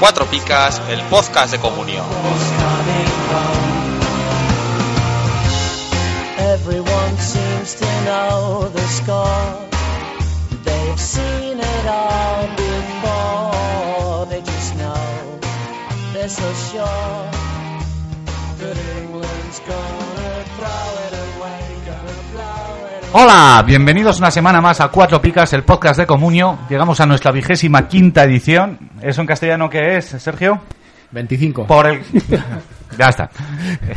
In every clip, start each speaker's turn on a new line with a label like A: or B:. A: Cuatro Picas, el podcast de comunión.
B: Everyone seems to know the score. They've seen it all before. They just know they're so sure that England's gonna throw it away, gonna blow it
C: Hola, bienvenidos una semana más a Cuatro Picas, el podcast de Comunio. Llegamos a nuestra vigésima quinta edición. ¿Eso en castellano qué es, Sergio?
D: 25.
C: Por el... ya está.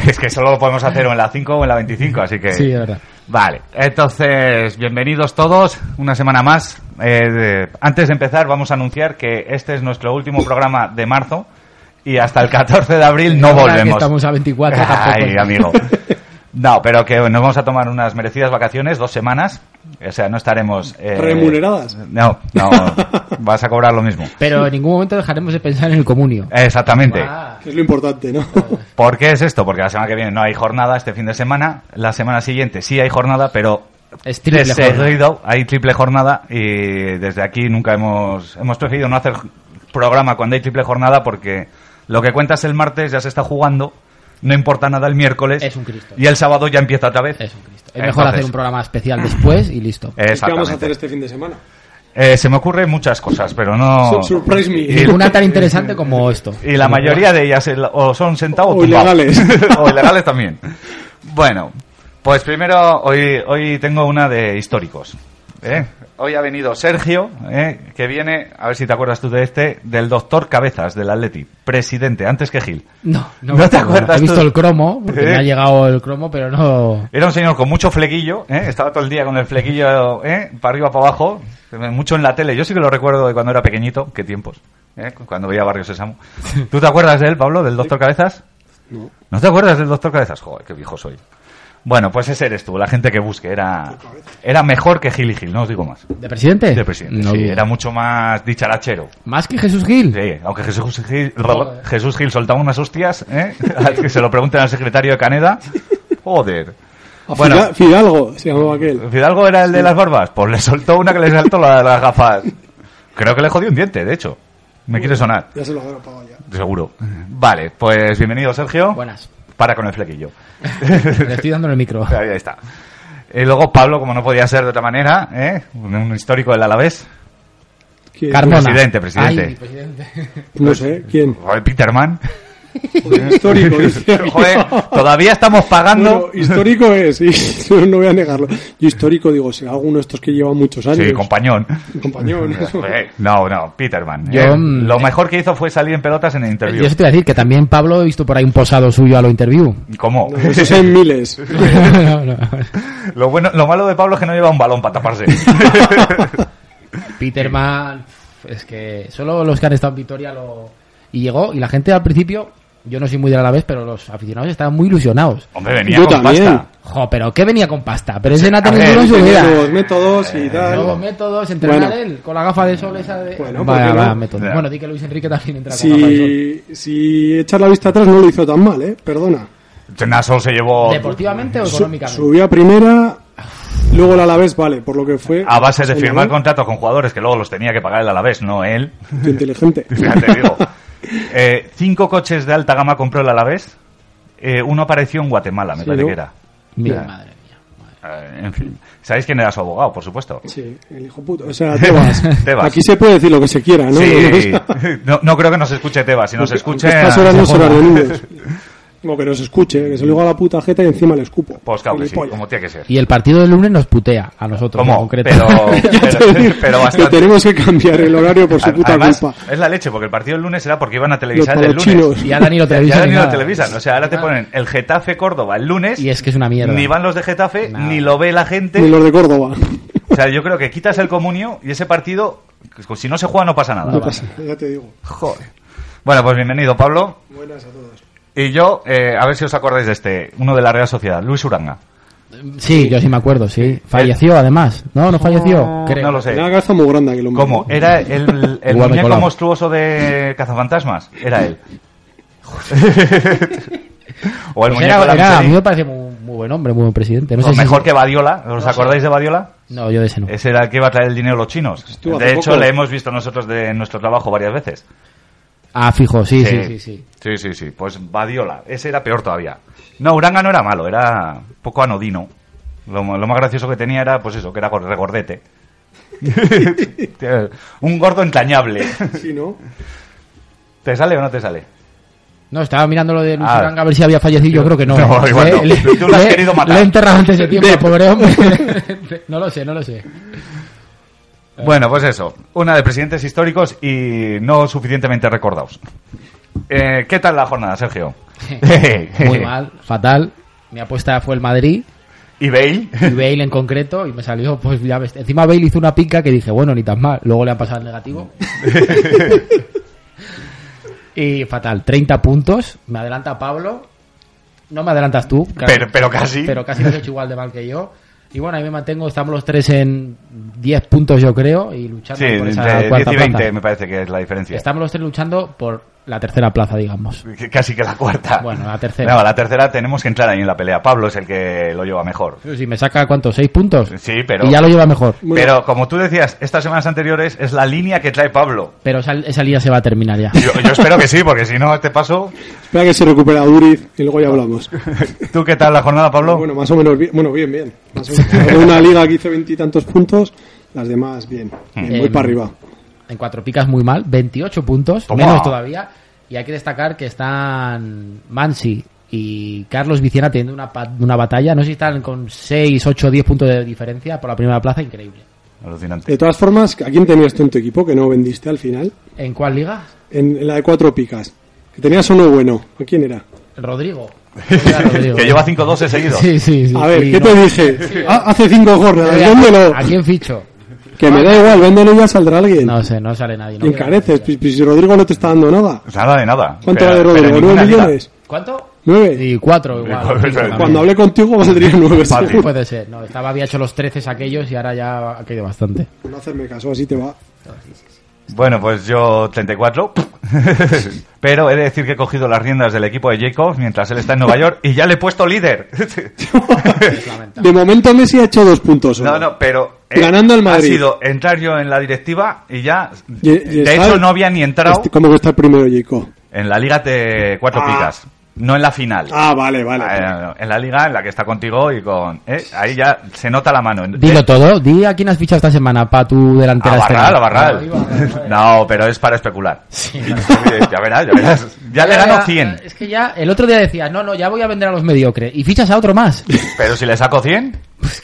C: Es que solo lo podemos hacer o en la 5 o en la 25, así que...
D: Sí, es verdad.
C: Vale, entonces, bienvenidos todos, una semana más. Eh, de- Antes de empezar, vamos a anunciar que este es nuestro último programa de marzo y hasta el 14 de abril no
D: Ahora que
C: volvemos.
D: estamos a 24 tampoco.
C: Ay, amigo. No, pero que nos vamos a tomar unas merecidas vacaciones, dos semanas. O sea, no estaremos... eh,
E: ¿Remuneradas?
C: No, no, vas a cobrar lo mismo.
D: Pero en ningún momento dejaremos de pensar en el comunio.
C: Exactamente.
D: Ah,
E: Que es lo importante, ¿no?
C: ¿Por qué es esto? Porque la semana que viene no hay jornada, este fin de semana. La semana siguiente sí hay jornada, pero
D: Es triple
C: de
D: jornada.
C: seguido hay triple jornada y desde aquí nunca hemos, hemos preferido no hacer programa cuando hay triple jornada porque lo que cuentas el martes ya se está jugando, no importa nada el miércoles
D: Es un Cristo.
C: y el sábado ya empieza otra vez.
D: es un Cristo. Es mejor hacer
C: Entonces, Eh,
D: un programa especial después y listo.
E: ¿Y ¿Qué vamos a
C: exactamente.
E: hacer este fin de semana?
C: Eh, se me ocurren muchas cosas, pero no...
E: Sur- Surprise me.
C: Y-
D: Una tan interesante como esto.
C: Y la mayoría de ellas el- o son sentados o,
E: O
C: tumbados.
E: ilegales.
C: o ilegales también. Bueno, pues primero hoy, hoy tengo una de históricos. ¿eh? Hoy ha venido Sergio, ¿eh? que viene, a ver si te acuerdas tú de este, del doctor Cabezas del Atleti, presidente, antes que Gil.
D: No, no,
C: ¿No te
D: no, no.
C: acuerdas
D: He visto
C: tú?
D: el cromo, porque me
C: ¿Eh?
D: ha llegado el cromo, pero no.
C: Era un señor con mucho flequillo, ¿eh? estaba todo el día con el flequillo ¿eh? para arriba, para abajo, mucho en la tele. Yo sí que lo recuerdo de cuando era pequeñito, qué tiempos, ¿eh? cuando veía Barrio Sésamo. ¿Tú te acuerdas de él, Pablo, del doctor Cabezas?
E: No.
C: ¿No te acuerdas del doctor Cabezas? Joder, qué viejo soy. Bueno, pues ese eres tú, la gente que busque. Era, era mejor que Gil y Gil, no os digo más.
D: ¿De presidente?
C: De presidente,
D: Eh, No
C: sí,
D: dudo.
C: era mucho más dicharachero.
D: Más que Jesús Gil.
C: Sí, aunque Jesús Gil,
D: Joder.
C: Jesús Gil soltaba unas hostias, ¿eh? Al que se lo pregunten al secretario de Caneda. Joder.
E: A
C: Bueno.
E: Fida- Fidalgo se llamaba aquel.
C: ¿Fidalgo era el de las barbas? Pues le soltó una que le saltó la, las gafas. Creo que le jodió un diente, de hecho. Me quiere sonar,
E: Ya se lo habrá pagado ya.
C: seguro. Vale, pues bienvenido, Sergio.
D: Buenas.
C: Para con el flequillo.
D: Le estoy dando el micro.
C: Ahí está. Y luego Pablo, como no podía ser de otra manera, ¿eh? un, un histórico del Alavés.
E: ¿Quién?
D: Carmona.
C: Presidente, presidente.
D: Ay, presidente.
E: No sé, ¿quién?
C: Joder, Peterman.
E: Histórico, dice.
C: Joder, todavía estamos pagando.
E: Bueno, histórico es, y no voy a negarlo. Yo histórico digo, será alguno de estos que lleva muchos años.
C: Sí, compañón.
E: Compañón.
C: Joder, No, no, Peterman.
D: Yo,
C: ¿eh?
D: mm,
C: Lo mejor que hizo fue salir en pelotas en el
D: Yo
C: interview.
D: eso te iba a decir que también Pablo he visto por ahí un posado suyo a lo interview.
C: ¿Cómo?
E: No, esos son Pues miles.
D: No, no.
C: Lo, bueno, lo malo de Pablo es que no lleva un balón para taparse.
D: Peterman, es que solo los que han estado en Vitoria lo... Y llegó, y la gente al principio, yo no soy muy de la vez, pero los aficionados estaban muy ilusionados.
C: Hombre, venía
E: Yo
C: con
E: también.
C: pasta.
D: Jo, pero ¿qué venía con pasta? Pero ese no ha
C: a ver,
D: tenido en su
E: Tenía
D: vida.
E: Nuevos métodos
C: Eh,
E: y
D: Nuevos
E: tal.
D: métodos, entrenar
E: Bueno.
D: él, con la gafa de sol esa de...
E: Bueno, ¿por
D: Vaya,
E: qué no?
D: vaya método.
C: Ya.
D: Bueno, di que Luis Enrique también entra con la gafa de sol.
E: Si, si echas la vista atrás no lo hizo tan mal, ¿eh? Perdona.
C: Nasol se llevó
D: ¿Deportivamente o
E: Su-
D: económicamente?
E: Subió a primera, luego la Alavés, vale, por lo que fue.
C: a base de
E: Señaló.
C: firmar contratos con jugadores que luego los tenía que pagar el Alavés, no él.
E: Qué inteligente.
C: Ya te digo. Eh, cinco coches de alta gama compró el Alavés. Eh, uno apareció en Guatemala, me
E: Sí,
C: parece
E: ¿no?
C: que era.
D: Mira,
E: Ya.
D: madre mía.
C: Eh, en fin. ¿Sabéis quién era su abogado, por supuesto?
E: Sí, el hijo puto. O sea, Tebas.
C: Tebas.
E: Aquí se puede decir lo que se quiera, ¿no?
C: Sí. No, no creo que nos escuche Tebas. Si nos
E: Aunque-
C: escuche, eh, pues,
E: aunque Estas horas
C: se
E: no son
C: joda.
E: horas de niños. O que nos escuche, que se lo digo a la puta jeta y encima le escupo.
C: Pues claro que sí,
E: Gilipollas.
C: como tiene que ser.
D: Y el partido del lunes nos putea a nosotros en
C: ¿Cómo?
D: concreto.
C: Pero,
E: Te voy a
C: pero,
E: decir
C: pero
E: que
C: bastante.
E: tenemos que cambiar el horario por su puta
C: Además,
E: culpa.
C: es la leche, porque el partido del lunes era porque iban a
E: Los
C: televisar el del lunes.
E: palochinos.
D: Y ahora ni lo
C: Ya
D: televisan.
C: ni
D: ni
C: lo
D: nada. Ah.
C: televisan. O sea, ahora te ponen el Getafe Córdoba el lunes.
D: Y es que es una mierda.
C: Ni van los de Getafe,
D: Nada.
C: ni lo ve la gente.
E: Ni los de Córdoba.
C: O sea, yo creo que quitas el comunio y ese partido, si no se juega, no pasa nada.
E: No pasa, ya te digo.
C: Joder. Bueno, pues bienvenido, Pablo.
E: Buenas a todos.
C: Y yo, eh, a ver si os acordáis de este, uno de la Real Sociedad, Luis Uranga.
D: Sí, yo sí me acuerdo, sí. Falleció además. No, no falleció. Creo.
C: Eh, No lo sé.
E: Tenía la cabeza muy grande aquel hombre.
C: ¿Cómo? ¿Era el, el
D: Guarda
C: muñeco
D: colado.
C: monstruoso de Cazafantasmas? Era él. O el
D: Pues
C: muñeco
D: era- era- a mí
C: Lamperti.
D: me parece muy, muy buen hombre, muy buen presidente. No
C: O
D: sé si-
C: mejor Este. que Badiola. ¿Os acordáis de Badiola?
D: No, yo de ese no.
C: Ese era el que iba a traer el dinero a los chinos.
E: Estuvo hace
C: De hecho,
E: poco.
C: le hemos visto nosotros de en nuestro trabajo varias veces.
D: Ah, fijo, sí, sí, sí. sí,
C: Sí, sí, sí. Pues Badiola. Ese era peor todavía. No, Uranga no era malo, era un poco anodino. Lo, lo más gracioso que tenía era, pues eso, que era gor- regordete. un gordo entrañable.
E: Sí, ¿no?
C: ¿Te sale o no te sale?
D: No, estaba mirando lo de Luis
C: Ah.
D: Uranga a ver si había fallecido. Yo creo que no.
C: No,
D: ¿eh?
C: igual no.
D: Le-
C: Tú lo has
D: le-
C: querido matar.
D: Le he enterrado antes de tiempo, pobre hombre. no lo sé, no lo sé.
E: Eh.
C: Bueno, pues eso. Una de presidentes históricos y no suficientemente recordados. Eh, ¿Qué tal la jornada, Sergio?
D: Muy mal, fatal. Mi apuesta fue el Madrid.
C: ¿Y Bale?
D: y Bale en concreto y me salió pues ya ves encima Bale hizo una pica que dije bueno ni tan mal luego le han pasado el negativo y fatal 30 puntos me adelanta Pablo no me adelantas tú claro.
C: Pero- pero casi.
D: pero casi lo has hecho igual de mal que yo y bueno ahí me mantengo estamos los tres en 10 puntos yo creo y luchando
C: Sí,
D: por
C: entre
D: esa
C: 10
D: cuarta
C: y 20
D: plaza
C: me parece que es la diferencia.
D: estamos los tres luchando por la tercera plaza digamos
C: Que- Casi que la cuarta.
D: Bueno, la tercera.
C: No, la tercera tenemos que entrar ahí en la pelea. Pablo es el que lo lleva mejor.
D: si me saca cuánto 6 puntos
C: Sí, pero...
D: y ya lo lleva mejor
E: Bueno.
C: Pero como tú decías, estas semanas anteriores es la línea que trae Pablo.
D: pero esa, esa liga se va a terminar ya
C: Yo, yo espero que sí, porque si no, este paso...
E: Espera que se recupera Duriz y luego ya hablamos.
C: ¿Tú qué tal la jornada, Pablo?
E: Bueno, más o menos bien. Bueno, bien, bien. Más o menos. Había una liga que hizo veintitantos puntos, las demás bien. Bien,
C: Mm.
E: Muy
D: Eh,
E: para arriba.
D: en cuatro picas muy mal, 28 puntos,
C: Toma.
D: menos todavía. Y hay que destacar que están Mansi y Carlos Vicena teniendo una, pa- una batalla. No sé si están con 6, 8, 10 puntos de diferencia por la primera plaza, increíble.
C: Alucinante.
E: De todas formas, ¿a quién tenías tú en tu equipo que no vendiste al final?
D: ¿En cuál liga?
E: En, en la de cuatro picas. Que tenías uno bueno. ¿A quién era?
D: Rodrigo. Era Rodrigo.
C: que lleva 5-12 seguidos.
D: Sí, sí, sí.
E: A ver,
D: Y
E: ¿qué
D: no-
E: te dije? Ah, hace cinco jornadas,
D: Oye, ¿a-
E: véndelo.
D: ¿A quién ficho?
E: Que me da igual, véndelo y ya saldrá alguien.
D: No sé, no sale nadie. no
E: y
D: quiero
E: encareces,
D: negociar.
E: pues, pues si Rodrigo no te está dando nada.
C: Pues Nada de nada.
E: ¿Cuánto
C: Pero-
E: vale
C: pero
E: Rodrigo?
C: ninguna
E: ¿Nueve
C: liga.
E: millones?
D: ¿Cuánto?
E: ¿Nueve?
D: Y cuatro igual.
C: Cuatro,
D: También.
E: Cuando hablé contigo vas a tener nueve.
C: Fácil.
E: seguro.
D: Puede ser, no, estaba, había hecho los 13 aquellos y ahora ya ha caído bastante.
E: No hacerme caso, así te va.
C: Bueno, pues yo 34. Pero he de decir que he cogido las riendas del equipo de Jacob mientras él está en Nueva York y ya le he puesto líder.
E: De momento Messi ha hecho dos puntos.
C: No,
E: solo.
C: no, pero eh,
E: Ganando al Madrid.
C: ha sido entrar yo en la directiva y ya
E: Y- y
C: de
E: está-
C: hecho no había ni entrado
E: Este- ¿Cómo que está el primero, Jico?
C: en la liga de cuatro
E: Ah.
C: picas, no en la final.
E: Ah, vale, vale.
C: Ah, no, no, En la liga en la que está contigo y con eh, ahí ya se nota la mano.
D: Dilo este
C: Eh,
D: todo, di a quién has fichado esta semana para tu delantera.
C: a Barral, a
D: estelar.
C: Barral. No, pero es para especular. ya verás, ya verás. Ya le gano 100.
D: Es que ya el otro día decías, no, no, ya voy a vender a los mediocres. Y fichas a otro más.
C: Pero si le saco 100.
D: Pues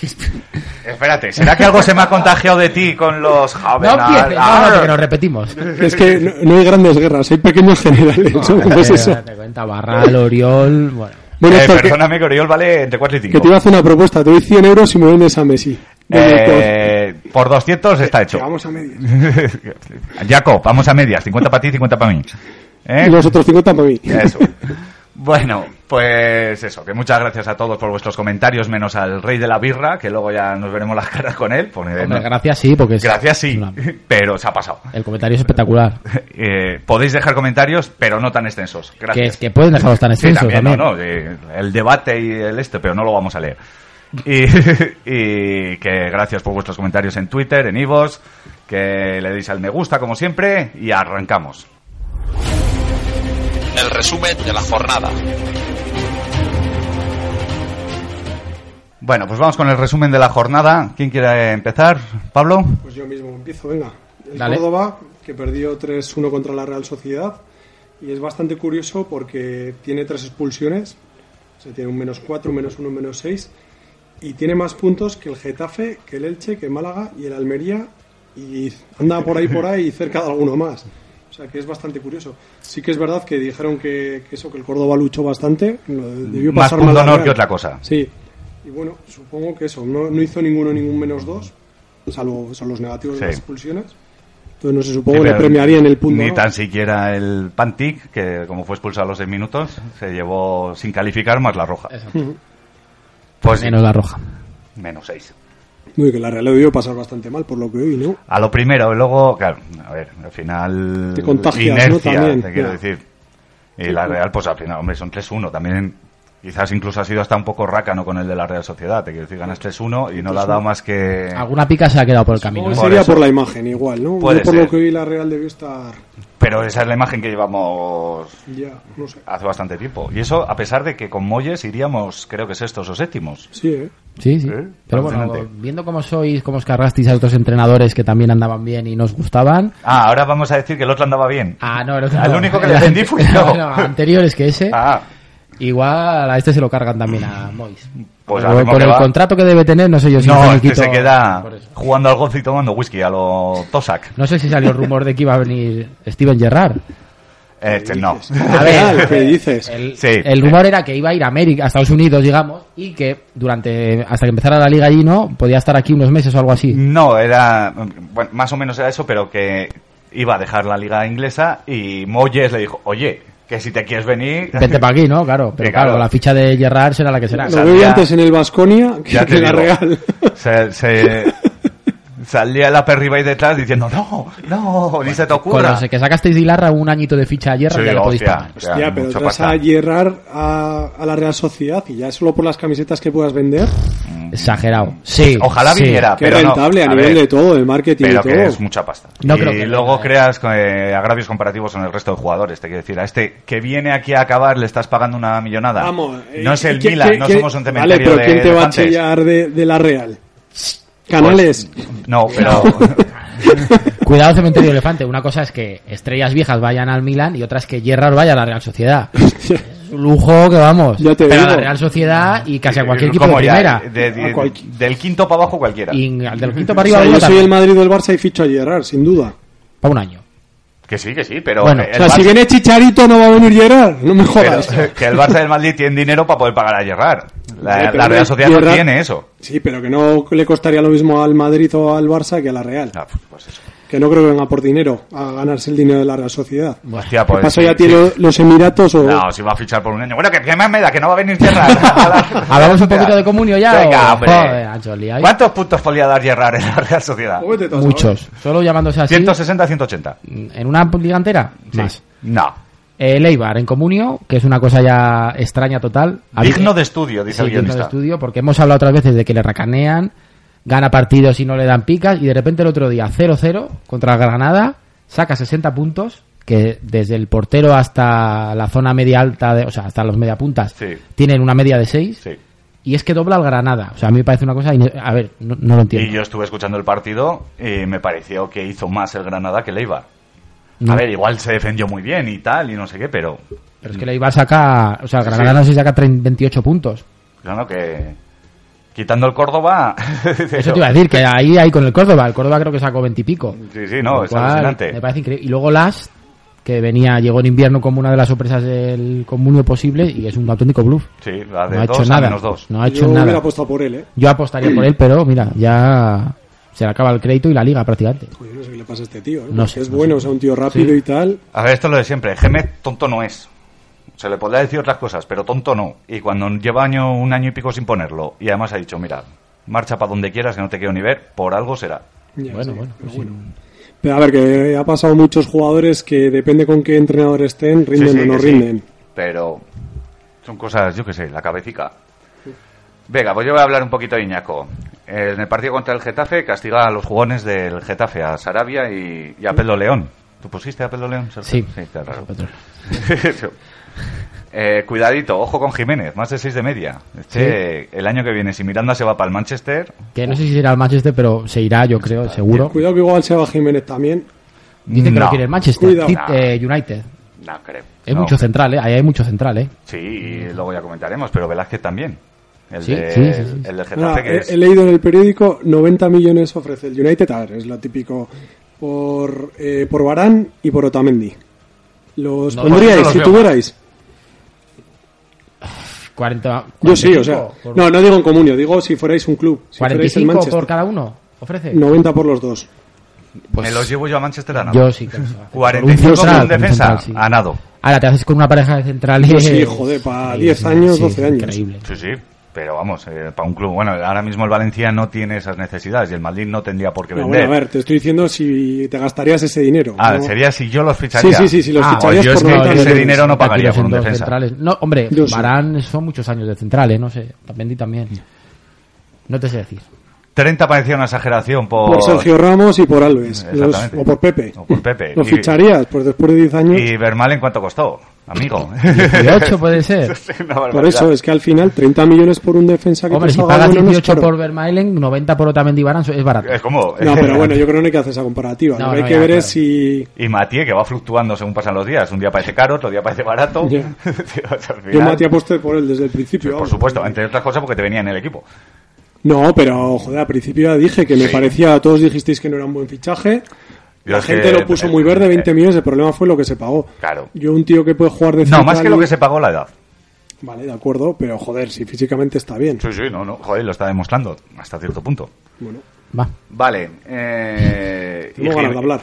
C: Espérate, ¿será que algo se me ha contagiado de ti con los Ah.
D: No
C: Javenal?
D: empieces, no, no,
C: Arr.
D: porque nos repetimos.
E: Es que no, no hay grandes guerras, hay pequeños generales. ¿no? ¿Cómo es
D: Eh,
E: eso?
D: Date cuenta, Barral, Oriol. Bueno,
E: Bueno,
C: Eh,
E: Héctor, que,
C: perdóname, que Oriol vale entre 4 y 5.
E: que te iba a hacer una propuesta. Te doy 100 euros si me vendes a Messi. Venga,
C: Eh, por 200 está
E: Héctor,
C: hecho.
E: que Vamos a medias.
C: Jacob, vamos a medias. 50 para ti, 50 para mí. ¿Eh?
E: Y los otros 50 para mí.
C: Eso. Bueno, pues eso, que muchas gracias a todos por vuestros comentarios, menos al rey de la birra, que luego ya nos veremos las caras con él. porque
D: hombre,
C: no-
D: gracias sí, porque es-
C: gracias, sí,
D: una-
C: pero se ha pasado.
D: el comentario es espectacular.
C: Eh, podéis dejar comentarios, pero no tan extensos. Gracias.
D: Que es que pueden dejarlos tan
C: Sí,
D: extensos
C: también,
D: también.
C: no, no, eh, el debate y el este, pero no lo vamos a leer. Y, y que gracias por vuestros comentarios en Twitter, en Ivos, que le deis al me gusta como siempre y arrancamos.
A: El resumen de la jornada.
C: Bueno, pues vamos con el resumen de la jornada. ¿Quién quiere empezar? ¿Pablo?
E: Pues yo mismo empiezo, venga. El
D: Dale.
E: Córdoba, que perdió 3-1 contra la Real Sociedad. Y es bastante curioso porque tiene tres expulsiones. O sea, tiene un menos 4, un menos 1, un menos 6. Y tiene más puntos que el Getafe, que el Elche, que Málaga y el Almería. Y anda por ahí, por ahí, y cerca de alguno más. O sea, que es bastante curioso. Sí que es verdad que dijeron que, que eso, que el Córdoba luchó bastante. lo debió
C: Más
E: pasar mal a la
C: pundonor
E: Real.
C: que otra cosa.
E: Sí. Y bueno, supongo que eso. No, no hizo ninguno ningún menos dos, salvo son los negativos
C: Sí.
E: de las expulsiones. Entonces no se supongo
C: Sí,
E: que le
C: pero
E: premiarían el punto.
C: Ni
E: ¿no?
C: tan siquiera el Pantic, que como fue expulsado a los 6 minutos, se llevó sin calificar más la roja.
D: Eso.
C: Pues
D: Menos la roja.
C: menos 6.
E: Uy, que la Real lo debió pasar bastante mal, por lo que oí, ¿no?
C: A lo primero, y luego, claro, a ver, al final.
E: Te contagias, ¿no?
C: inercia,
E: También,
C: te quiero
E: ya.
C: decir. Y la Real, pues al final, hombre, son 3-1 también. Quizás incluso ha sido hasta un poco rácano con el de la Real Sociedad. Te quiero decir, ganas 3-1 y no le ha dado más que.
D: Alguna pica se ha quedado por el camino. ¿eh?
C: Eh. Por
E: sería
C: eso.
E: por la imagen, igual, ¿no?
C: Puede
E: Yo por
C: ser.
E: lo que vi, la Real debió estar
C: Pero esa es la imagen que llevamos
E: ya, no sé.
C: hace bastante tiempo. Y eso a pesar de que con Molles iríamos, creo que sextos o séptimos.
E: Sí, ¿eh?
D: Sí, sí.
C: ¿Eh?
D: Pero bueno,
C: Alucinante.
D: viendo cómo sois, cómo os cargasteis a otros entrenadores que también andaban bien y nos gustaban.
C: Ah, ahora vamos a decir que el otro andaba bien.
D: Ah, no, el otro
C: Al
D: no.
C: único que
D: El
C: le vendí
D: ante-
C: fui yo.
D: Bueno, anteriores que ese.
C: Ah,
D: Igual a este se lo cargan también a Mois.
C: Pues
D: Pero
C: al ritmo
D: con
C: que
D: el
C: va.
D: contrato que debe tener, no sé yo si
C: no,
D: el
C: es que
D: finiquito-
C: se queda
D: por eso.
C: jugando al golf y tomando whisky a lo Tosak.
D: No sé si salió el rumor de que iba a venir Steven Gerrard.
C: Este no.
D: A ver,
E: ¿qué dices?
D: El,
C: Sí.
D: el rumor era que iba a ir a América, a Estados Unidos, digamos, y que durante hasta que empezara la liga allí, ¿no? Podía estar aquí unos meses o algo así.
C: No, era. Bueno, más o menos era eso, pero que iba a dejar la liga inglesa y Moyes le dijo, oye, que si te quieres venir.
D: Vente para aquí, ¿no? Claro, pero
C: Que claro.
D: claro, la ficha de Gerrard será la que será.
C: sea,
E: Lo vi
C: ya-
E: antes en el Vasconia que
C: Ya te
E: en la
C: digo.
E: Real.
C: Se, se- salía la perriba y detrás diciendo, no, no, ni se te
D: Con
C: ocurra.
D: los que sacasteis de Ilarra un añito de ficha a Gerrard,
C: Sí,
D: ya le podéis
C: hostia,
D: pagar.
C: hostia,
E: ya, pero
C: mucha
E: tras
C: pasta.
E: a Gerrard a, a la Real Sociedad y ya solo por las camisetas que puedas vender,
D: Exagerado. Sí.
C: Ojalá
D: sí.
C: viniera,
E: que
C: pero no.
E: rentable a,
C: A
E: nivel
C: ver,
E: de todo, de marketing
C: pero
E: y todo.
C: que es mucha pasta.
D: No
C: y
D: creo que-
C: luego creas eh, agravios comparativos en el resto de jugadores. Te quiero decir, a este que viene aquí a acabar le estás pagando una millonada.
E: Vamos, eh,
C: no es el
E: ¿qué-
C: Milan,
E: qué-
C: no
E: qué-
C: somos un
E: Vale,
C: cementerio
E: pero
C: de
E: ¿quién te va a
C: elefantes. Pues,
E: chillar de, de la Real? Canales.
C: No, pero
D: Cuidado cementerio elefante. Una cosa es que estrellas viejas vayan al Milan y otra es que Gerrard vaya a la Real Sociedad. Es un lujo que vamos.
E: Ya te
D: pero a la
E: digo.
D: Real Sociedad y casi a cualquier equipo de
C: Como ya, eh,
D: primera.
C: de- de-
E: A cualqui-
C: del quinto para abajo cualquiera.
D: Y al del quinto
E: O
D: para arriba
E: sea,
D: uno
E: yo soy
D: también.
E: el Madrid o el Barça y ficho a Gerrard, sin duda.
D: Para un año.
C: Que sí, que sí, pero
D: Bueno,
C: el
E: O sea, si
C: Barça-
E: viene Chicharito no va a venir Gerrard, no me
C: pero-
E: jodas.
C: que el Barça del Madrid tiene dinero para poder pagar a Gerrard.
E: Hombre,
C: La,
E: pero
C: la Real
E: hombre,
C: Sociedad no
E: Gerrard-
C: tiene eso.
E: Sí, pero que no le costaría lo mismo al Madrid o al Barça que a la Real.
C: Ah, pues eso.
E: Que no creo que venga por dinero a ganarse el dinero de la Real Sociedad.
D: Bueno,
C: Hostia,
E: ¿Qué
C: pues
E: pasó?
C: sí,
E: ¿Ya tiene
C: sí.
E: los- los Emiratos o...?
C: No, si va a fichar por un año. Bueno, que qué más me da, que no va a venir Gerrard.
D: Hablamos un poquito de comunio ya,
C: Venga,
D: o-
C: hombre.
D: Joder, Ancho, liáis.
C: ¿Cuántos puntos podía dar Gerrard en la Real Sociedad?
E: Jóvete todos,
C: pues,
D: Muchos. Solo llamándose así.
C: 160, 180.
D: ¿En una liga entera?
C: Sí.
D: ¿Ah, Más.
C: No.
D: El Eibar en comunio, que es una cosa ya extraña total.
C: Digno de estudio, dice
D: Sí,
C: el
D: digno de
C: guionista.
D: estudio, porque hemos hablado otras veces de que le racanean, gana partidos y no le dan picas, y de repente el otro día 0-0 contra Granada, saca 60 puntos, que desde el portero hasta la zona media alta, de- o sea, hasta los media puntas,
C: Sí.
D: tienen una media de 6,
C: Sí.
D: y es que dobla al Granada. O sea, a mí me parece una cosa. ine- A ver, no, no lo entiendo.
C: Y yo estuve escuchando el partido y me pareció que hizo más el Granada que el Eibar.
D: No.
C: A ver, igual se defendió muy bien y tal, y no sé qué, pero
D: Pero es que el Eibar saca. O sea, el
C: Sí,
D: Granada
C: sí.
D: no sé si saca 30 28 puntos.
C: claro que quitando el Córdoba...
D: Eso te iba a decir, que ahí, ahí con el Córdoba. El Córdoba creo que sacó 20 y pico.
C: Sí, sí, no,
D: Lo
C: es
D: cual Me
C: alucinante.
D: parece increíble. Y luego Last, que venía, llegó en invierno como una de las sorpresas del comunio posible y es un auténtico bluff.
C: Sí, la de
D: No ha
C: dos
D: hecho
C: a
D: nada.
C: menos dos.
D: No ha hecho
E: Yo hubiera
D: nada.
E: apostado por él, ¿eh?
D: Yo apostaría por él, pero mira, ya se le acaba el crédito y la liga prácticamente.
E: Joder, no sé qué le pasa a este tío, ¿eh?
D: No sé,
E: es
D: no
E: bueno,
D: sé.
E: o sea, un tío rápido y tal.
C: A ver, esto es lo de siempre. Gemet tonto no es. Se le podrá decir otras cosas, pero tonto no. Y cuando lleva año, un año y pico sin ponerlo, y además ha dicho, mira, marcha para donde quieras, que no te quiero ni ver, por algo será.
E: Ya,
D: Bueno,
E: sí,
D: bueno, pues
E: pero
D: sí.
E: Pero a ver, que ha pasado muchos jugadores que depende con qué entrenador estén, rinden
C: Sí, sí,
E: o no
C: que sí.
E: rinden.
C: Pero son cosas, yo qué sé, la cabecica. Venga, pues yo voy a hablar un poquito de Iñaco. En el partido contra el Getafe, castiga a los jugones del Getafe, a Sarabia y, y a Pedro León. ¿Tú pusiste a Pedro León? Sergio?
D: Sí.
C: está raro.
D: Nosotros.
C: Eh, cuidadito, ojo con Jiménez, más de 6 de media. Este, El año que viene, si Miranda se va para el Manchester,
D: Que no sé si será el Manchester, pero se irá, yo creo, seguro.
E: Cuidado que igual se va Jiménez también.
D: Dicen que
C: no,
D: lo quiere el Manchester
E: Cuidado.
D: Cit- eh, United.
C: no creo.
D: Es
C: No.
D: mucho central, ¿eh? Ahí hay mucho central, ¿eh?
C: Sí, y luego ya comentaremos, pero Velázquez también. El,
D: Sí,
C: de-
D: sí, sí, sí.
C: el del Getafe
E: Nada,
C: que
E: he,
C: es...
E: he leído en el periódico 90 millones ofrece el United. A ver, es lo típico por, eh, por Barán y por Otamendi. ¿Los
D: No,
E: pondríais
C: no los
E: si
C: veo.
E: tuvierais?
D: 40,
E: Yo sí, o
D: 45
E: sea.
D: por-
E: No, no digo en comunio, digo si fuerais un club. Si fuerais el
D: 45
E: Manchester.
D: por cada uno, ofrece.
E: 90 por los dos.
D: Pues-
C: Me los llevo yo a Manchester a nada.
D: Yo sí que lo sé.
C: 45
D: Un central,
C: con defensa
D: un central, sí.
C: a nado.
D: Ahora te haces con una pareja de centrales.
E: Pues sí, joder, pa' 10 años, 12 años.
D: Increíble.
C: Sí, sí. Pero vamos, eh, para un club, bueno, ahora mismo el Valencia no tiene esas necesidades y el Madrid no tendría por qué
E: No,
C: vender.
E: bueno, a ver, te estoy diciendo si te gastarías ese dinero.
C: Ah,
E: ¿no?
C: sería si yo los ficharía.
E: Sí, sí, sí, si los
C: Ah,
E: ficharías
C: yo es
E: por
C: que
E: 90
C: ese
E: millones.
C: dinero no pagaría
D: Tranquilos
C: por un
D: en dos
C: defensa.
D: centrales. No, hombre,
E: Yo sí.
D: Barán son muchos años de centrales, no sé. También también. No te sé decir.
C: 30 parecía una exageración por,
E: Por Sergio Ramos y por Alves. Los-
C: Exactamente.
E: o por Pepe.
C: O por Pepe.
E: ¿Los
C: Y-
E: ficharías? Pues después de 10 años.
C: Y Vermalen, ¿cuánto costó? Amigo.
D: 18 puede ser.
C: Una
E: por
C: barbaridad.
E: eso, es que al final 30 millones por un defensa que
D: Hombre,
E: te
D: si
E: salga
D: pagas
E: bueno, no es
D: 18
E: caro.
D: por Vermaelen, 90 por Otamendi y Barán, es barato.
C: Es como. eh,
E: No, pero bueno, yo creo que no hay que hacer esa comparativa.
D: No,
E: Lo que hay
D: no,
E: que
D: ya,
E: ver es
D: claro.
E: si...
C: Y Matías, que va fluctuando según pasan los días. Un día parece caro, otro día parece barato.
E: Ya.
C: Tío, o sea, al
E: Yo
C: final-
E: Mati aposté por él desde el
C: Sí,
E: principio.
C: por
E: vamos.
C: supuesto, entre otras cosas porque te venía en el equipo.
E: No, pero joder, al principio ya dije que me parecía, todos dijisteis que no era un buen fichaje.
C: Yo
E: la
C: es que- eh,
E: gente lo puso muy verde, 20 millones, el problema fue lo que se pagó.
C: Claro.
E: Yo un tío que puede jugar de
C: No, más
E: central-
C: que lo que se pagó la edad.
E: Vale, de acuerdo, pero joder, si físicamente está bien.
C: Sí, sí, no, no, joder, lo está demostrando hasta cierto punto.
E: Bueno,
D: Va.
C: Vale. Eh, y
E: tengo ganas de
C: Jim-
E: hablar.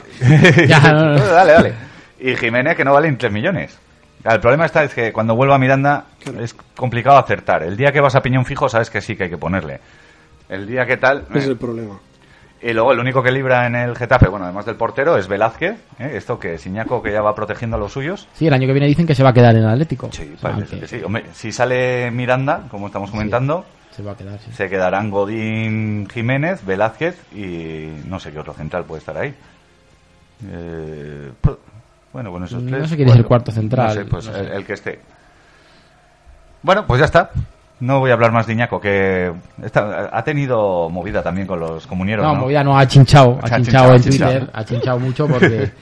D: Ya, no, no, no.
C: No, dale, dale. Y Jiménez que no valen 3 millones. Claro, El problema está es que cuando vuelva a Miranda es complicado acertar. El día que vas a piñón fijo sabes que sí que hay que ponerle. El día que tal...
E: Ese es
C: eh,
E: el problema.
C: Y luego el único que libra en el Getafe, bueno, además del portero, es Velázquez. ¿eh? Esto que es Iñaco que ya va protegiendo a los suyos.
D: Sí, el año que viene dicen que se va a quedar en el Atlético.
C: Sí,
D: O sea,
C: parece
D: que
C: que sí. Hombre, si sale Miranda, como estamos comentando,
D: Se va a quedar, sí.
C: se quedarán Godín, Jiménez, Velázquez y no sé qué otro central puede estar ahí. Eh, pu- bueno, bueno, esos
D: No
C: tres.
D: sé quién es el cuarto central,
C: no sé, pues
D: no sé.
C: El, el que esté. Bueno, pues ya está. No voy a hablar más de Iñaco, que está- ha tenido movida también con los comunieros.
D: No,
C: No,
D: movida no, ha chinchado,
C: Se
D: ha
C: ha
D: chinchado en
C: chinchado, ha
D: Twitter,
C: chinchado.
D: ha chinchado mucho porque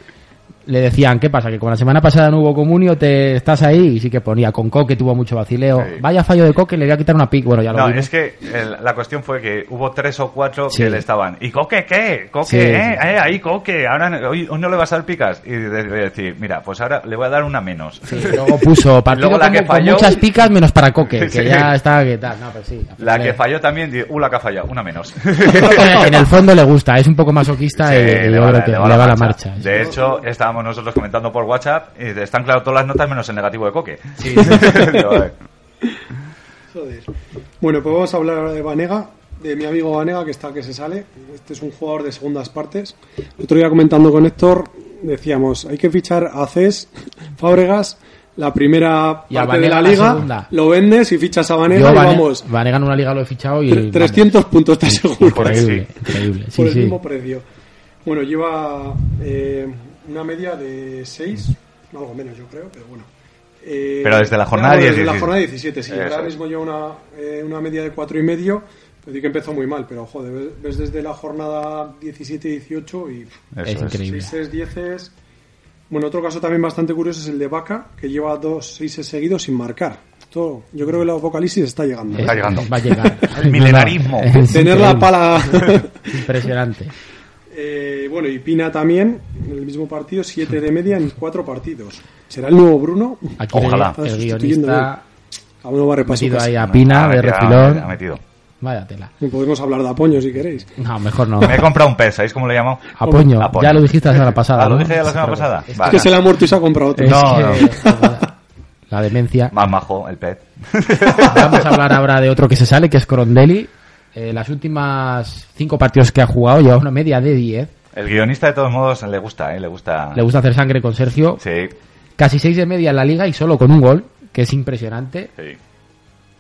D: le decían, ¿qué pasa? Que como la semana pasada no hubo comunio, te estás ahí y sí que ponía con Coque, tuvo mucho vacileo.
C: Sí.
D: Vaya fallo de Coque, le voy a quitar una pick. Bueno, ya lo
C: No,
D: vimos.
C: es que el- la cuestión fue que hubo tres o cuatro
D: Sí.
C: que le estaban. ¿Y Coque qué? ¿Coque?
D: Sí,
C: eh?
D: sí.
C: Eh, Ahí Coque. Ahora no- hoy, hoy no le vas a dar picas. Y de- de- de decir, mira, pues ahora le voy a dar una menos.
D: Sí, luego puso partido
C: Luego la
D: con,
C: que
D: con
C: falló.
D: muchas picas menos para Coque, que
C: Sí.
D: ya está que tal. No, pero sí, al
C: La
D: final
C: que
D: le-
C: falló también, di, uh, la que ha fallado, una menos.
D: en el fondo le gusta, es un poco masoquista
C: Sí,
D: y, y yo creo que le va, la marcha.
C: De hecho, estábamos nosotros comentando por WhatsApp y te están claras todas las notas menos el negativo de Coque. Digo, eh,
E: Joder. Bueno, pues vamos a hablar ahora de Vanega, de mi amigo Vanega, que está que se sale. Este es un jugador de segundas partes. El otro día comentando con Héctor, decíamos, hay que fichar a Cés, Fábregas, la primera
D: Y a
E: parte de
D: Vanega
E: la
D: la
E: liga,
D: segunda.
E: lo vendes y fichas a Vanega
D: Yo
E: y
D: Vane-
E: vamos,
D: Vanega en una liga lo he fichado y... vamos,
E: 300 puntos te aseguro.
C: Por ahí,
D: Increíble, increíble.
E: por
D: Sí,
E: el
D: sí.
E: mismo precio. Bueno, lleva eh, una media de 6, algo menos yo creo, pero bueno. Eh,
C: Mm. Pero desde la jornada
E: bueno,
C: 17.
E: Desde la jornada 17, sí.
C: Eso
E: Ahora
C: es.
E: mismo lleva una, eh, una media de 4,5, y medio. Pero sí que empezó muy mal, pero joder, ves- ves desde la jornada 17-18 y
C: eso
D: Es
C: es.
D: increíble.
E: 6 10 Bueno, otro caso también bastante curioso es el de Vaca, que lleva dos 6 seguidos sin marcar. Esto, yo creo que la vocalisis está llegando. ¿eh?
C: Está llegando.
D: Eh, Va a llegar.
C: El milenarismo.
D: Es
E: Tener la
D: increíble,
E: pala
D: Impresionante.
E: Eh, bueno, y Pina también, en el mismo partido, 7 de media en 4 partidos. ¿será el nuevo Bruno?
D: Aquí
C: Ojalá.
D: el- el
E: Sustituyendo
D: guionista
E: Cada uno eh. va a
D: ha
E: repasar.
D: metido ahí a
C: Ha
D: Pina de
C: metido- Ah, Ha
D: refilón.
C: metido.
D: Vaya tela.
E: Podemos hablar de Apoño si queréis.
D: No, mejor no.
C: Me he comprado un PES, ¿sabéis cómo lo llamo?
D: Apoño.
C: Apoño.
D: Ya lo dijiste la semana pasada.
C: Ah, ¿lo
D: ¿no?
C: dije ya la semana
D: Pero-
C: pasada?
D: Es
C: Vale.
E: Es que se le ha muerto y se ha comprado otro.
D: que-
C: No,
D: La demencia.
C: Más majo, el PES.
D: Vamos a hablar ahora de otro que se sale, que es Corondelli. Eh, las últimas cinco partidos que ha jugado lleva una media de 10.
C: El guionista, de todos modos, le gusta, ¿eh? Le gusta.
D: Le gusta hacer sangre con Sergio.
C: Sí,
D: Casi seis de media en la liga y solo con un gol, que es impresionante.
C: sí.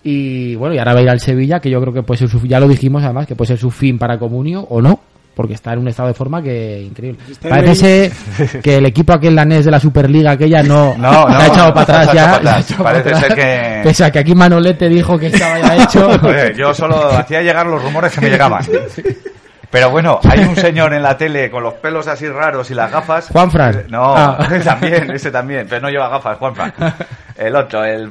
D: Y bueno, y ahora va a ir al Sevilla, que yo creo que puede ser su, ya lo dijimos además, que puede ser su fin para Comunio o no, porque está en un estado de forma que increíble.
E: Está en
D: Parece ser que el equipo aquel danés de la Superliga aquella no,
C: No, no,
D: la ha echado para
C: la ha echado
D: atrás ya.
C: para
D: la ha
C: atrás.
D: echado para
C: Parece ser
D: atrás.
C: que-
D: Pese a que aquí Manolete dijo que estaba ya hecho.
C: Oye, yo solo hacía llegar los rumores que me llegaban. Pero bueno, hay un señor en la tele con los pelos así raros y las gafas.
D: Juanfran.
C: Eh, No,
D: Ah.
C: también, ese también, pero no lleva gafas, Juanfran. El otro, el,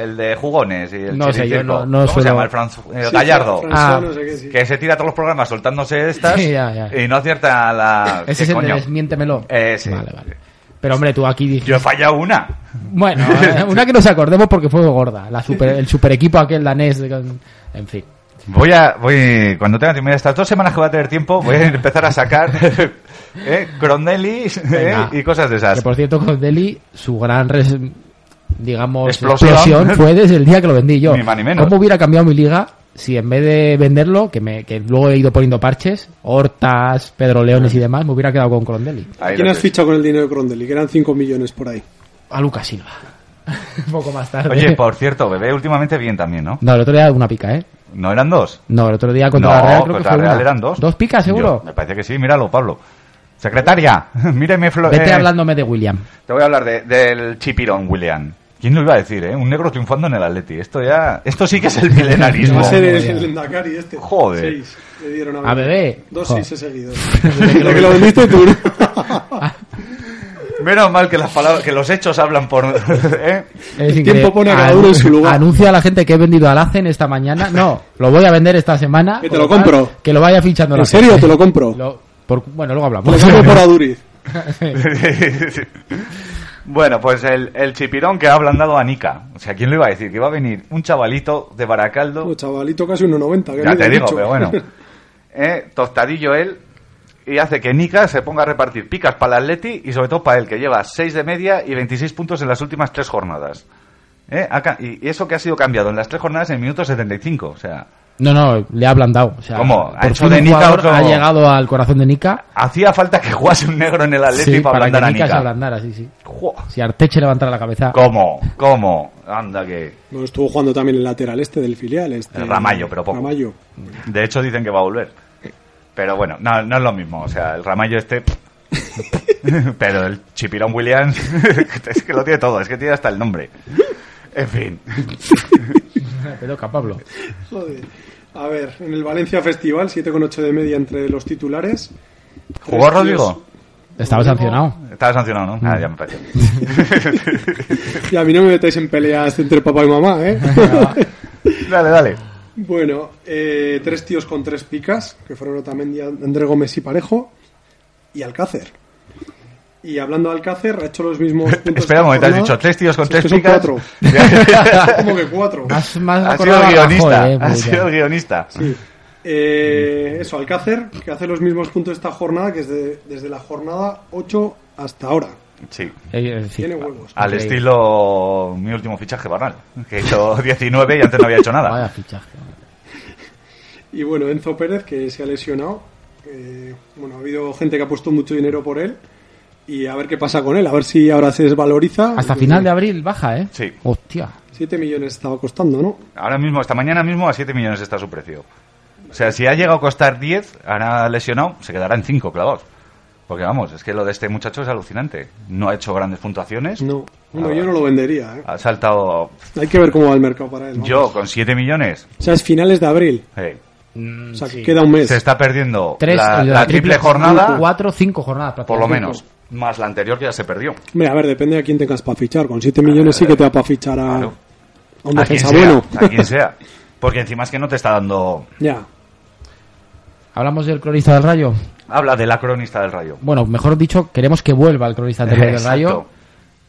C: el de jugones y el
D: No sé, yo
C: chiricirco.
D: no- no
C: ¿Cómo se
D: suelo-
C: llama? El Franz- eh,
E: Sí,
C: Gallardo.
E: Fran-
D: Ah.
E: François, no sé qué, sí.
C: Que se tira todos los programas soltándose estas
D: Sí, ya, ya.
C: y no acierta la...
D: Ese
C: ¿Qué
D: es el de
C: coño?
D: desmiéntemelo.
C: Eh, sí.
D: Vale, vale. Pero hombre, tú aquí dijiste.
C: Yo he fallado una.
D: Bueno, eh, una que nos acordemos porque fue gorda. La super, el super equipo aquel danés. de- En fin.
C: Voy a, voy, cuando tenga tiempo, mira, estas dos semanas que voy a tener tiempo, voy a empezar a sacar eh, Cronelli eh,
D: Venga.
C: y cosas de esas.
D: Que por cierto, Corondelli, su gran res- digamos,
C: Explosión.
D: explosión fue desde el día que lo vendí yo.
C: Ni más ni menos.
D: ¿Cómo hubiera cambiado mi liga si en vez de venderlo, que, me, que luego he ido poniendo parches, hortas, Pedro Leones y demás, me hubiera quedado con Crondelli?
C: Ahí
E: ¿Quién
C: lo
E: has
C: tienes.
E: fichado con el dinero de Crondelli? Que eran 5 millones por ahí.
D: A Lucas Silva. Un poco más tarde.
C: Oye, por cierto, bebé últimamente bien también, ¿no?
D: No, el otro día una pica, ¿eh?
C: ¿No eran dos?
D: No, el otro día contra
C: no,
D: la Real creo
C: contra
D: que fue
C: la Real
D: una.
C: eran dos.
D: ¿Dos picas, seguro?
C: Yo- me parece que sí, míralo, Pablo. Secretaria, míreme... Flo
D: Vete
C: eh,
D: hablándome de William.
C: Te voy a hablar de- del chipirón, William. ¿Quién lo iba a decir, eh? Un negro triunfando en el Atleti. Esto ya... Esto sí que es el milenarismo.
E: Va a ser
D: madre
E: el,
D: mía.
E: el Endacari este.
C: Joder.
E: Seis le dieron
D: A Bebé.
E: Dos
D: Joder.
E: seis seguidos. Desde que lo vendiste tú. ¿no?
C: Menos mal que las palabras, que los hechos hablan por... ¿eh?
D: Es
E: tiempo
D: increíble.
E: pone a cada uno en su lugar.
D: Anuncia a la gente que he vendido al Acen esta mañana. No, lo voy a vender esta semana.
E: Que te
D: con
E: lo
D: cual,
E: compro.
D: Que lo vaya fichando la
E: ¿En serio?
D: gente.
E: Te lo compro.
D: Lo- por- bueno, luego
E: Lo
D: hablamos.
E: compro por Aduriz.
C: bueno, pues el, el chipirón que ha ablandado a Nica. O sea, ¿quién lo iba a decir? Que iba a venir un chavalito de Baracaldo...
E: Oh, chavalito, casi 1,90. que
C: Ya
E: mide
C: te digo,
E: mucho.
C: pero bueno. Eh, Tostadillo él. Y hace que Nica se ponga a repartir picas para el Atleti y sobre todo para él, que lleva 6 de media y 26 puntos en las últimas 3 jornadas. Eh, ha ca- y y eso que ha sido cambiado en las 3 jornadas en el minuto 75. O sea,
D: No, no, le ha ablandado. O sea,
C: ¿Cómo?
D: Por
C: Ha hecho
D: fin
C: de
D: un
C: Nica
D: jugador
C: otro-
D: ha llegado al corazón de Nica.
C: hacía falta que jugase un negro en el Atleti
D: Sí,
C: para
D: para que
C: ablandar a
D: Nica se
C: Nica.
D: ablandara, sí, sí.
C: Jo,
D: Si Arteche levantara la cabeza.
C: ¿Cómo? ¿Cómo? Anda que...
E: Bueno, estuvo jugando también el lateral este del filial. Este,
C: El Ramallo, pero poco.
E: Ramallo.
C: De hecho dicen que va a volver. Pero bueno, no, no es lo mismo. O sea, el Ramallo este... Pero el Chipirón Williams es que lo tiene todo, es que tiene hasta el nombre. En fin.
D: Pedoca, Pablo.
E: Joder. A ver, en el Valencia Festival, 7,8 de media entre los titulares.
C: ¿Jugó
E: Tres
C: Rodrigo?
D: Estaba sancionado.
C: Estaba sancionado, ¿no? Ah, ya me pareció.
E: tíos- Y a mí no me metáis en peleas entre papá y mamá, ¿eh?
C: Dale, dale.
E: Bueno, eh, tres tíos con tres picas, que fueron Otamendi, André Gómez y Parejo, y Alcácer. Y hablando de Alcácer, ha hecho los mismos puntos.
C: Espera un
E: que
C: momento, has
E: jornada.
C: dicho tres tíos con
E: Si es
C: tres
E: que son
C: picas. Ah,
E: cuatro. ¿Cómo que cuatro?
D: Más, más
C: Ha sido
D: acordaba
C: el
D: a
C: guionista.
D: Rajoy, eh,
C: Ha
D: muy
C: sido el
D: bien.
C: guionista.
E: Sí. Eh, eso, Alcácer, que hace los mismos puntos esta jornada, que es de- desde la jornada 8 hasta ahora.
C: Sí. Ah.
D: Eh, eh, sí.
E: Tiene huevos.
C: Al
D: Increíble.
C: estilo mi último fichaje banal, que he hecho 19 y antes no había hecho
D: Vaya
C: nada.
D: fichaje.
E: Y bueno, Enzo Pérez, que se ha lesionado. eh, bueno, ha habido gente que ha puesto mucho dinero por él. Y a ver qué pasa con él, a ver si ahora se desvaloriza.
D: Hasta final de abril baja, ¿eh?
C: Sí.
D: Hostia.
E: 7 millones estaba costando, ¿no?
C: Ahora mismo, esta mañana mismo, a 7 millones está su precio. O sea, si ha llegado a costar 10, ahora lesionado, se quedará en 5 clavados. Porque vamos, es que lo de este muchacho es alucinante. No ha hecho grandes puntuaciones.
E: No. Bueno,
C: Ah,
E: yo no lo vendería. ¿eh?
C: Ha saltado
E: Hay que ver cómo va el mercado para él. ¿no?
C: yo con 7 millones.
E: O sea, es finales de abril.
C: eh,
E: O sea, que queda un mes.
C: Se está perdiendo
D: Tres,
C: la, la triple, jornada,
D: Cuatro, cinco jornadas.
C: por lo
D: prácticamente.
C: menos. Más la anterior que ya se perdió.
E: Hombre, a ver, depende a quién tengas para fichar. Con 7 millones sí que te da para fichar a,
C: Claro.
E: a un
C: A quien
E: defensa
C: sea,
E: bueno.
C: a quien sea. Porque encima es que no te está dando...
E: ya.
D: Hablamos del cronista del Rayo.
C: Habla de la cronista del rayo.
D: Bueno, mejor dicho, queremos que vuelva el cronista anterior del
C: Exacto.
D: Rayo.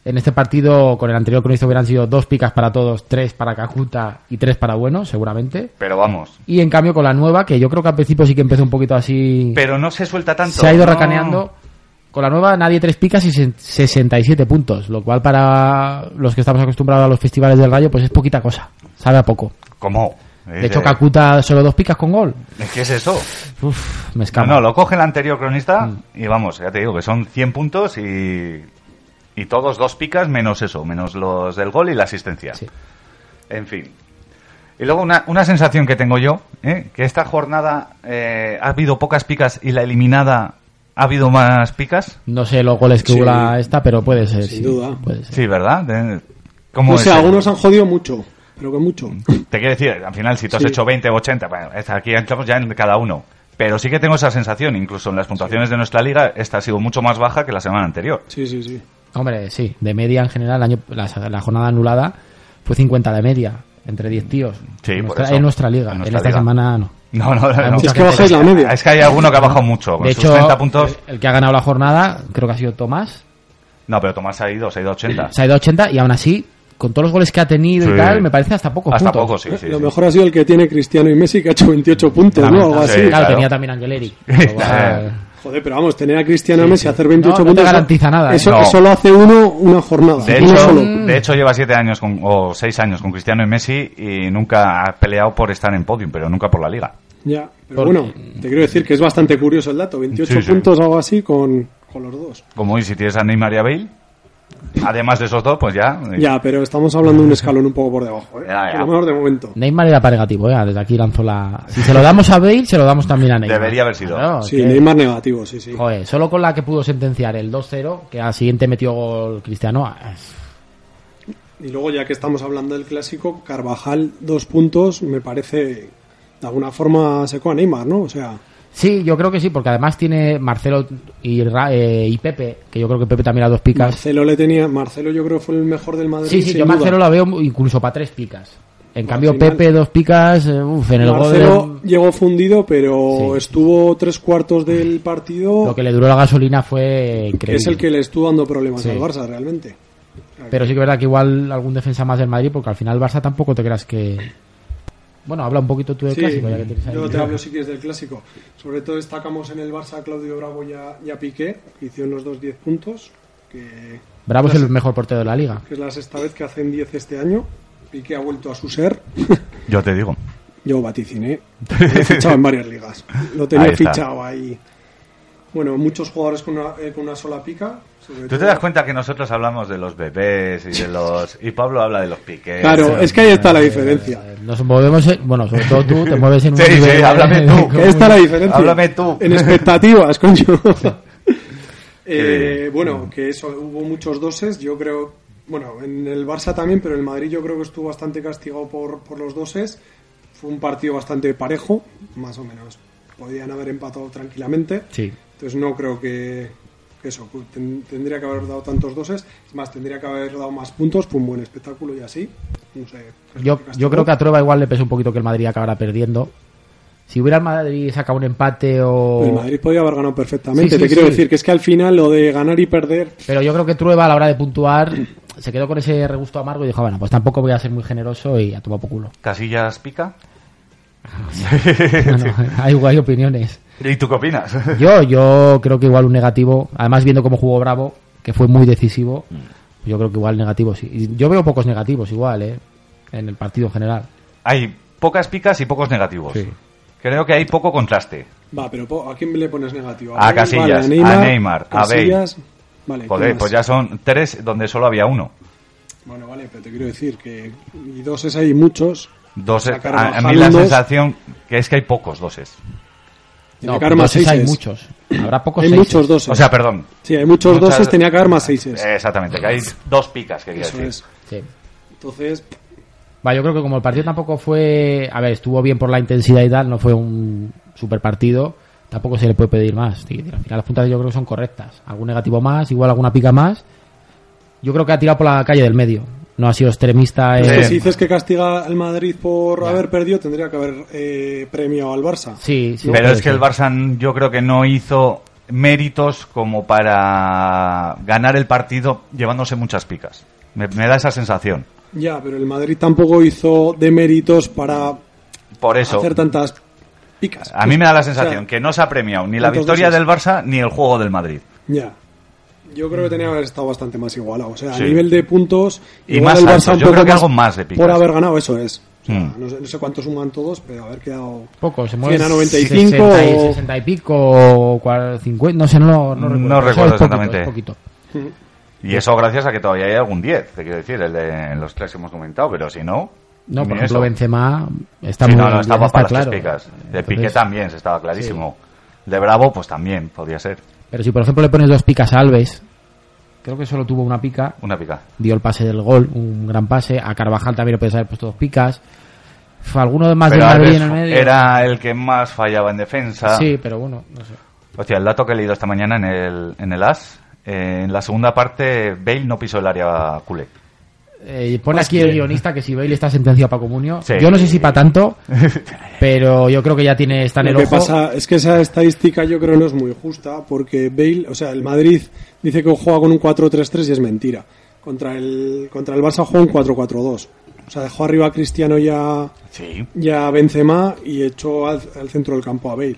D: En este partido, con el anterior cronista hubieran sido dos picas para todos, tres para Cajuta y tres para Bueno, seguramente.
C: Pero vamos.
D: Y en cambio con la nueva, que yo creo que al principio sí que empezó un poquito así...
C: Pero no se suelta tanto.
D: se ha ido
C: no.
D: racaneando. Con la nueva nadie tres picas y se- 67 puntos, lo cual para los que estamos acostumbrados a los festivales del Rayo pues es poquita cosa, sabe a poco.
C: ¿Cómo?
D: De hecho, Kakuta solo dos picas con gol.
C: ¿Qué es eso?
D: Uf, me
C: No,
D: escapa.
C: no, lo coge el anterior cronista y vamos, ya te digo que son 100 puntos y, y todos dos picas menos eso, menos los del gol y la asistencia.
D: Sí.
C: En fin. Y luego una, una sensación que tengo yo, ¿eh? que esta jornada eh, ha habido pocas picas y la eliminada ha habido más picas.
D: No sé los goles que
E: Sí.
D: hubo la esta, pero puede ser.
E: Sin
D: sí,
E: duda.
D: puede ser.
C: Sí, ¿verdad? De- ¿Cómo
E: No
C: es
E: sé,
C: el-
E: algunos han jodido mucho. Pero que mucho.
C: Te quiero decir, al final, si tú has
E: Sí.
C: hecho 20 o 80, bueno, es- aquí entramos ya en cada uno. Pero sí que tengo esa sensación, incluso en las puntuaciones de nuestra liga, esta ha sido mucho más baja que la semana anterior.
E: Sí, sí, sí.
D: Hombre, sí, de media en general, el año- la, la jornada anulada fue 50 de media, entre 10 tíos.
C: Sí,
D: en,
C: por
D: nuestra,
C: eso.
D: en nuestra
C: En
D: liga, en,
C: nuestra
D: esta
C: liga.
D: semana no.
C: No, no, no.
D: Hay
C: no.
D: mucha
E: Ah, Es que
D: gente
E: bajáis la media.
C: Es que hay alguno que ha bajado mucho, con
D: De
C: sus
D: hecho, eh,
C: 30 puntos.
D: el que ha ganado la jornada creo que ha sido Tomás,
C: No, pero Tomás ha ido, se ha ido a 80.
D: se ha ido a 80 y aún así, con todos los goles que ha tenido
C: Sí.
D: y tal, me parece hasta poco
C: Hasta
D: puntos.
C: poco, sí, sí.
E: Eh, Lo
C: sí.
E: mejor ha sido el que tiene Cristiano y Messi, que ha hecho 28 puntos, ¿no? Algo
D: Lamentable.
E: así.
C: Sí,
D: claro,
C: claro.
D: tenía también Angeleri. Lo cual-
E: Joder, pero vamos, tener a Cristiano Messi
D: sí.
E: hacer 28
D: No, no te
E: puntos.
D: garantiza nada, Mm. ¿eh?
E: Eso,
C: No.
E: eso lo hace uno una jornada.
C: De
E: uno
C: hecho,
E: solo.
C: de hecho, lleva siete años con- o seis años con Cristiano y Messi y nunca ha peleado por estar en podium, pero nunca por la liga.
E: Ya, pero
D: Porque-
E: bueno, te quiero decir que es bastante curioso el dato. 28
C: Sí, sí.
E: puntos o algo así con, con los dos.
C: Como hoy, si tienes a Neymar y a Bale, además de esos dos, pues ya. eh,
E: Ya, pero estamos hablando de un escalón un poco por debajo, ¿eh?
C: Ya, ya.
E: Por lo menos de momento.
D: Neymar era para negativo, ¿eh? desde aquí lanzó la... Si se lo damos a Bale, se lo damos también a Neymar.
C: Debería haber sido.
D: Claro,
E: Sí,
D: que-
E: Neymar negativo, sí, sí.
D: joder, solo con la que pudo sentenciar el 2-0, que al siguiente metió gol Cristiano, ah,
E: Y luego, ya que estamos hablando del clásico, Carvajal, dos puntos, me parece de alguna forma secó a Neymar, ¿no? O sea,
D: Sí, yo creo que sí, porque además tiene Marcelo y, Ra- eh, y Pepe, que yo creo que Pepe también a dos picas.
E: Marcelo le tenía. Marcelo, yo creo, fue el mejor del Madrid.
D: Sí, sí,
E: sin
D: yo
E: duda.
D: Marcelo la veo mu- incluso para tres picas. En cambio,
E: final-
D: Pepe dos picas, eh, uf, en el gol de-
E: Marcelo llegó fundido, pero
D: Sí.
E: estuvo tres cuartos del partido.
D: lo que le duró la gasolina fue
E: que
D: increíble.
E: es el que le estuvo dando problemas
D: Sí.
E: al Barça, realmente.
D: Pero sí que es verdad que igual algún defensa más del Madrid, porque al final el Barça tampoco te creas que... Bueno, habla un poquito tú del
E: Sí,
D: clásico. ya que tienes ahí.
E: yo te hablo si quieres del clásico. Sobre todo destacamos en el Barça a Claudio Bravo y a, y a Piqué, que hicieron los dos 10 puntos, que,
D: Bravo es el mejor portero de la liga.
E: que es la sexta vez que hacen 10 este año. Piqué ha vuelto a su ser.
C: Yo te digo.
E: Yo vaticiné. Lo he fichado en varias ligas. Lo tenía
C: Ahí está.
E: fichado ahí. Bueno, muchos jugadores con una, eh, con una sola pica. sobre
C: ¿Tú te
E: todo-
C: das cuenta que nosotros hablamos de los bebés y de los. Y Pablo habla de los piques?
E: Claro, es que ahí está la diferencia.
D: Eh, Nos movemos, en- bueno, sobre todo tú te mueves en un
C: Sí, sí,
D: nivel-
C: háblame tú,
E: Que está la diferencia.
C: Háblame tú.
E: En expectativas, coño. Eh, bueno, que eso, hubo muchos doses. Yo creo, bueno, en el Barça también, pero en el Madrid yo creo que estuvo bastante castigado por, por los doses. Fue un partido bastante parejo, más o menos. Podían haber empatado tranquilamente.
D: Sí.
E: Entonces no creo que, que eso, que ten- tendría que haber dado tantos doses. Es más, tendría que haber dado más puntos. Fue un buen espectáculo y así. No sé. es
D: Yo,
E: lo castigó.
D: yo creo que a Trueba igual le pesa un poquito que el Madrid acabara perdiendo. Si hubiera el Madrid sacado un empate
E: El
D: o...
E: Madrid podía haber ganado perfectamente.
D: Sí, sí,
E: Te quiero
D: sí.
E: decir que es que al final lo de ganar y perder.
D: Pero yo creo que Trueba a la hora de puntuar se quedó con ese regusto amargo y dijo, bueno, pues tampoco voy a ser muy generoso y a tomar por culo.
C: ¿Casillas pica?
D: Bueno, hay, hay opiniones.
C: ¿Y tú qué opinas?
D: Yo, yo creo que igual un negativo, además viendo cómo jugó Bravo, que fue muy decisivo, yo creo que igual negativo sí. Y Yo veo pocos negativos igual, ¿eh? En el partido en general.
C: hay pocas picas y pocos negativos.
D: Sí.
C: Creo que hay poco contraste.
E: Va, pero po- ¿a quién le pones negativo?
C: A
E: Bale?
C: Casillas,
E: Vale,
C: a Neymar, a Bale.
E: Casillas. Vale, ¿quién
C: Joder,
E: más?
C: pues ya son tres donde solo había uno.
E: Bueno, vale, pero te quiero decir que. Y doses hay muchos.
C: Dos,
E: Sacar
C: a, a mí
E: Bajal,
C: la
E: dos.
C: sensación que es que hay pocos doses.
E: Tiene
D: No,
E: que haber más
D: doses hay
E: seises.
D: muchos. Habrá pocos
E: Hay
D: seises.
E: muchos doses.
C: O sea, perdón.
E: sí, hay muchos
C: muchas- Eh,
E: doses, tenía que haber más seises.
C: Exactamente, que hay dos picas, que quiero
E: Eso
C: decir.
E: es.
D: Sí.
E: Entonces,
D: Va, yo creo que como el partido tampoco fue. A ver, estuvo bien por la intensidad y tal, no fue un super partido. Tampoco se le puede pedir más. tío. Al final, las puntas yo creo que son correctas. Algún negativo más, igual alguna pica más. Yo creo que ha tirado por la calle del medio. No ha sido extremista.
E: es que
D: eh,
E: si dices que castiga al Madrid por haber perdido, tendría que haber eh, premiado al Barça.
D: Sí, sí,
C: Pero
D: puede
C: es que
D: ser.
C: el Barça n- yo creo que no hizo méritos como para ganar el partido llevándose muchas picas. Me, me da esa sensación.
E: Ya, pero el Madrid tampoco hizo de méritos para
C: Por eso,
E: hacer tantas picas.
C: a mí me da la
E: O sea,
C: sensación que no se ha premiado ni la
E: ¿cuántos
C: victoria
E: doses?
C: del Barça ni el juego del Madrid.
E: Ya. Yo creo que tenía que haber estado bastante más igualado. O sea,
C: Sí.
E: a nivel de puntos.
C: Y
E: igual
C: más
E: el
C: alto.
E: Barça un
C: Yo creo
E: poco
C: que algo más de picas.
E: Por haber ganado, eso es. O sea,
C: Mm.
E: no, sé, no sé cuántos suman todos, pero haber quedado.
D: Poco, se mueve.
E: 100 a 95
D: 60 y,
E: o-
D: 60 y pico, o cua- 50, no sé, no, no
C: No
D: recuerdo.
C: recuerdo
D: Eso es poquito,
C: exactamente.
D: es poquito.
C: Y eso gracias a que todavía hay algún 10, te quiero decir, el de en los tres que hemos comentado, pero si no...
D: No,
C: ni
D: por ejemplo,
C: eso.
D: Benzema está
C: Sí,
D: muy
C: no, no,
D: bien,
C: estaba
D: está
C: para
D: claro.
C: las tres picas. De
D: Entonces-
C: Piqué también se estaba clarísimo. De Bravo, pues también podía ser
D: Pero si por ejemplo le pones dos picas a Alves, creo que solo tuvo una pica,
C: una pica.
D: dio el pase del gol, un gran pase, a Carvajal también le puedes haber puesto dos picas, Fue alguno de más
C: Pero
D: del Madrid
C: Alves
D: en el medio.
C: era el que más fallaba en defensa.
D: Sí, pero bueno, no sé.
C: Hostia, el dato que he leído esta mañana en el, en el AS, eh, en la segunda parte Bale no pisó el área culé.
D: Eh, pone aquí el guionista que si Bale está sentenciado para comunio.
C: Pues Sí.
D: Yo no sé si para tanto, pero yo creo que ya tiene está en el
E: Lo que
D: ojo.
E: pasa es que esa estadística yo creo no es muy justa, porque Bale, o sea, el Madrid dice que juega con un 4-3-3 y es mentira. Contra el, contra el Barça juega un 4-4-2. O sea, dejó arriba a Cristiano ya
C: Sí.
E: ya Benzema y echó al, al centro del campo a Bale.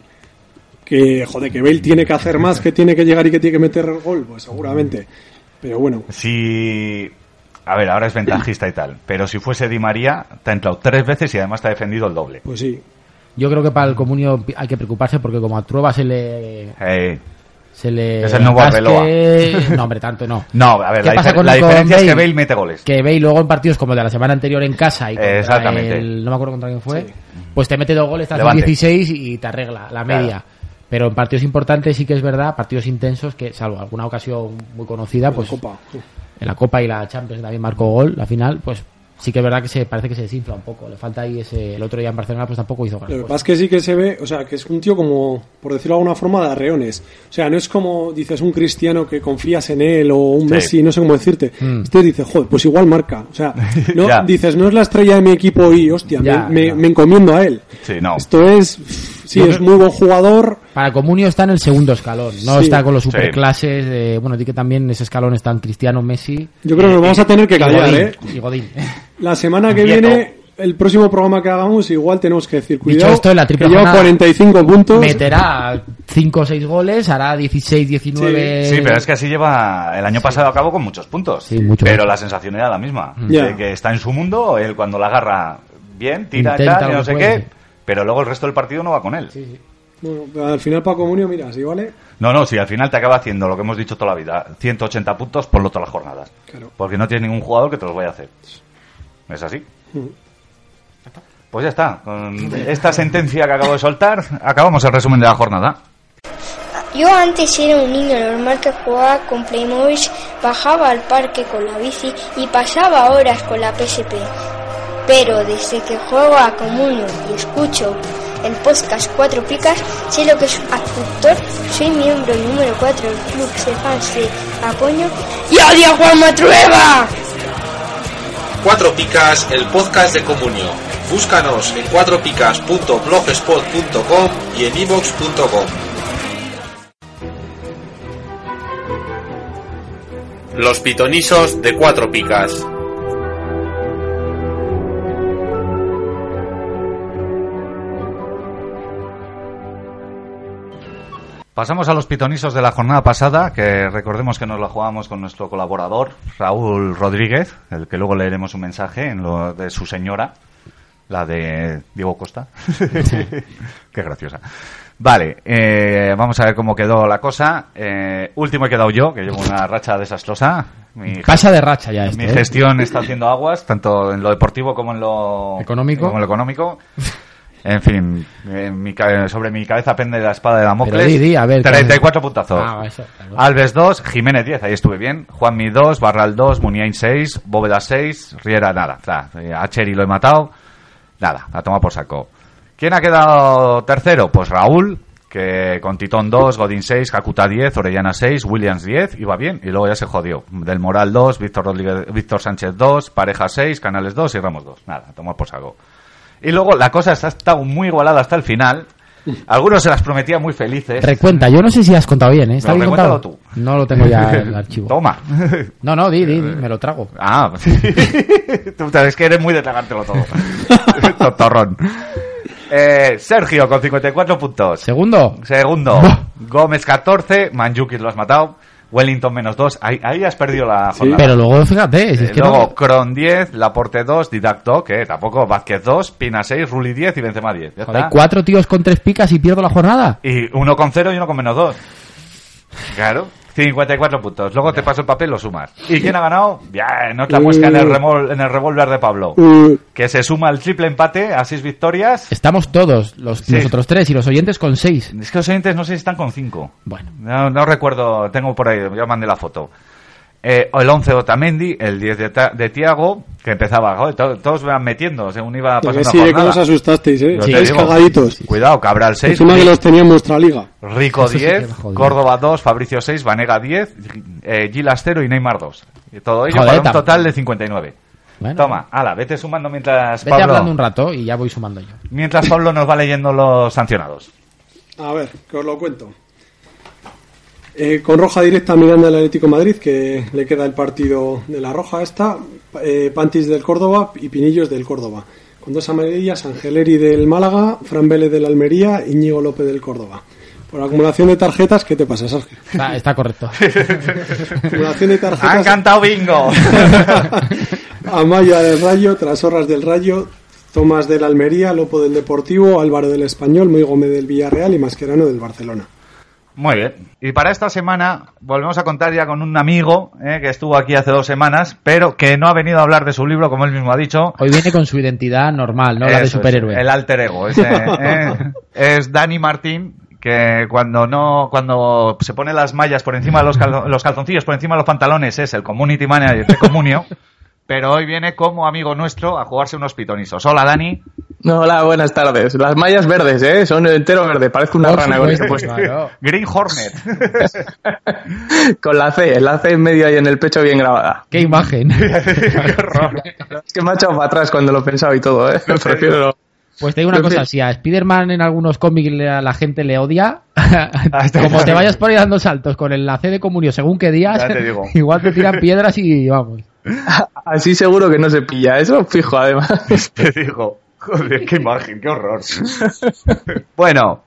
E: que, joder, que Bale tiene que hacer más, que tiene que llegar y que tiene que meter el gol, pues seguramente. Pero bueno,
C: Si. A ver, ahora es ventajista y tal. Pero si fuese Di María, te ha entrado tres veces y además te ha defendido el doble.
E: pues sí.
D: Yo creo que para el comunio hay que preocuparse porque como a Trueba se le...
C: Eh,
D: Se le
C: Es el nuevo
D: atasque- No, hombre, tanto no.
C: no, a ver,
D: ¿Qué
C: la,
D: pasa
C: difer-
D: con-
C: la
D: con
C: diferencia es que
D: Bale?
C: Bale mete goles.
D: Que ve y luego en partidos como el de la semana anterior en casa y contra
C: Exactamente.
D: el- no me acuerdo contra quién fue,
E: Sí.
D: pues te mete dos goles, estás en
C: Levante.
D: 16 y te arregla la media. Pero en partidos importantes sí que es verdad, partidos intensos que, salvo alguna ocasión muy conocida, pues
E: Copa. sí.
D: en la Copa y la Champions también marcó gol, la final, pues sí que es verdad que se parece que se desinfla un poco. Le falta ahí ese... El otro día en Barcelona pues tampoco hizo gran
E: Lo que
D: cosa.
E: pasa es que sí que se ve, o sea, que es un tío como, por decirlo de alguna forma, de arreones. O sea, no es como dices un cristiano que confías en él o un
C: Sí.
E: Messi, no sé cómo decirte.
D: Mm.
E: Este dice, joder, pues igual marca. O sea, no,
C: Ya.
E: dices, no es la estrella de mi equipo y hostia, me-
D: Ya,
E: me,
D: ya.
E: me encomiendo a él.
C: Sí, no.
E: Esto es, sí, es muy buen jugador.
D: Para Comunio está en el segundo escalón, no
E: Sí.
D: está con los superclases. De, bueno, di que también ese escalón están Cristiano, Messi
E: Yo creo que nos vamos a tener que
D: y
E: callar,
D: Godín.
E: ¿eh?
D: Y Godín.
E: La semana que
C: Quieto.
E: viene, el próximo programa que hagamos, igual tenemos que decir, cuidado,
D: esto, en la
E: que
D: triple
E: lleva
D: jornada
E: 45 puntos.
D: Meterá 5 o 6 goles, hará 16, 19.
C: Sí, pero es que así lleva el año pasado a cabo con muchos puntos.
D: Sí, mucho. Mm.
C: pero la sensación era la misma.
E: Ya.
C: De que está en su mundo, él cuando la agarra bien, tira,
D: Intenta
C: tal, y no
D: lo que
C: sé
D: puede,
C: qué.
D: sí.
C: Pero luego el resto del partido no va con él.
E: Bueno, al final Paco Munio, mira, sí, ¿vale?
C: No, no, si al final te acaba haciendo lo que hemos dicho toda la vida, 180 puntos, ponlo todas las jornadas.
E: Claro.
C: Porque no tiene ningún jugador que te los vaya a hacer. ¿Es así? Pues ya está. Con esta sentencia que acabo de soltar, acabamos el resumen de la jornada.
F: Yo antes era un niño normal que jugaba con Playmobil, bajaba al parque con la bici y pasaba horas con la PSP. Pero desde que juego a Comunio y escucho el podcast Cuatro Picas, sé lo que es actor, soy miembro número 4 del club de fans de Apoño y odio a Juan Matrueva.
A: Cuatro Picas, el podcast de Comunio. Búscanos en cuatropicas.blogspot.com y en ivox.com. Los pitonisos de Cuatro Picas.
C: Pasamos a los pitonisos de la jornada pasada, que recordemos que nos la jugábamos con nuestro colaborador, Raúl Rodríguez, el que luego leeremos un mensaje en lo de su señora, la de Diego Costa. Qué graciosa. Vale, eh, vamos a ver cómo quedó la cosa. Eh, último he quedado yo, que llevo una racha desastrosa. Mi, ge-
D: Pasa de racha ya esto.
C: mi
D: ¿eh?
C: gestión está haciendo aguas, tanto en lo deportivo como en lo
D: Económico.
C: como en lo económico. En fin, eh, mi ca- sobre mi cabeza pende la espada de Damocles.
D: Pero di, di, a ver,
C: 34 puntazos.
D: Ah, eso, claro.
C: Alves 2, Jiménez 10, ahí estuve bien. Juanmi 2, Barral 2, Muniain 6, Bóveda 6, Riera nada. Za, eh, A Cheri lo he matado. Nada, la toma por saco. ¿Quién ha quedado tercero? Pues Raúl, que con Titón 2, Godín 6, Kakuta 10, Orellana 6, Williams 10, iba bien y luego ya se jodió. Del Moral 2, Víctor, Rodríguez- Víctor Sánchez 2, Pareja 6, Canales 2 y Ramos 2. Nada, a tomar por saco. Y luego la cosa está- ha estado muy igualada hasta el final. Algunos se las prometía muy felices.
D: Recuenta, yo no sé si has contado bien, ¿eh? ¿Está
C: No,
D: bien
C: recuéntalo
D: contado?
C: tú.
D: No lo tengo ya en el archivo.
C: Toma.
D: No, no, di, di, di, me lo trago.
C: Ah, tú sabes que eres muy de tragártelo todo. Totorrón. Eh, Sergio con 54 puntos.
D: Segundo,
C: Segundo, Gómez 14, Manjuki lo has matado. Wellington menos 2, ahí, ahí has perdido la
E: Sí.
C: jornada.
D: pero luego fíjate, si
C: Eh,
D: es que
C: luego,
D: no-
C: Cron 10, Laporte 2, Didacto, que tampoco, Vázquez 2, Pina 6, Ruli 10 y Benzema 10. Ya
D: Joder,
C: está.
D: cuatro tíos con tres picas y pierdo la jornada.
C: Y uno con 0 y uno con menos 2. Claro. 54 puntos. Luego te paso el papel y lo sumas. ¿Y quién ha ganado? Bien, no es la muesca en el, remol- en el revólver de Pablo.
E: Eh,
C: Que se suma el triple empate a 6 victorias.
D: Estamos todos, los,
C: Sí.
D: nosotros tres y los oyentes con seis.
C: Es que los oyentes no sé si están con 5.
D: Bueno,
C: No, no recuerdo, tengo por ahí, yo mandé la foto. Eh, el 11 de Otamendi, el 10 de, Ta- de Tiago, que empezaba, joder, to- todos van metiendo, según iba
E: A ver
C: pasando
E: si
C: la
E: de cómo os
C: jornada.
E: asustasteis, ¿eh?
C: Yo te
E: Estáis
C: digo.
E: cagaditos.
C: Cuidado, Cabral 6,
E: Encima que los tenía en vuestra liga.
C: Rico
D: Eso sí
C: 10,
D: que jodido.
C: Córdoba 2, Fabricio 6, Vanega 10, eh, Gilas 0 y Neymar 2. Y todo ello
D: Joder,
C: para un
D: también.
C: total de 59.
D: bueno.
C: Toma, ala, vete sumando mientras
D: Vete hablando
C: Pablo,
D: un rato y ya voy sumando yo.
C: mientras Pablo nos va leyendo los sancionados.
E: A ver, que os lo cuento. Eh, con roja directa Miranda el Atlético de Madrid, que le queda el partido de la roja esta, eh, Pantis del Córdoba y Pinillos del Córdoba. Con dos amarillas, Angeleri del Málaga, Fran Vélez del Almería, Íñigo López del Córdoba. Por acumulación de tarjetas, ¿qué te pasa, Sergio?
D: Está, está correcto.
E: Acumulación de
C: ¡Ha
E: tarjetas.
C: encantado bingo!
E: Amaya del Rayo, Trasorras del Rayo, Tomás del Almería, Lopo del Deportivo, Álvaro del Español, Muy Gómez del Villarreal y Mascherano del Barcelona.
C: Muy bien. Y para esta semana volvemos a contar ya con un amigo eh, que estuvo aquí hace dos semanas, pero que no ha venido a hablar de su libro, como él mismo ha dicho.
D: Hoy viene con su identidad normal, ¿no? La
C: Eso
D: de
C: es,
D: superhéroe.
C: el alter ego. ese, eh, es Dani Martín que cuando no cuando se pone las mallas por encima de los, cal- los calzoncillos por encima de los pantalones es el community manager de Comunio pero hoy viene como amigo nuestro a jugarse unos pitonizos hola Dani
G: No, hola, buenas tardes. Las mallas verdes, ¿eh? Son entero verde. Parezco una
D: Por
G: rana con
D: supuesto,
G: eso puesto.
D: claro.
C: Green Hornet
G: Con la C, la C en medio ahí en el pecho bien grabada.
D: Qué imagen.
C: Qué horror.
G: Es que me ha echado para atrás cuando lo he pensado y todo, ¿eh? Prefiero no.
D: Pues te digo una
G: En fin.
D: cosa, si a Spider-Man en algunos cómics le- a la gente le odia,
C: está
D: como te
C: bien.
D: vayas por ahí dando saltos con el enlace de comunio según qué días,
C: Ya te digo.
D: igual te tiran piedras y vamos.
G: Así seguro que no se pilla. Eso fijo, además.
C: te digo, joder, qué imagen, qué horror. bueno,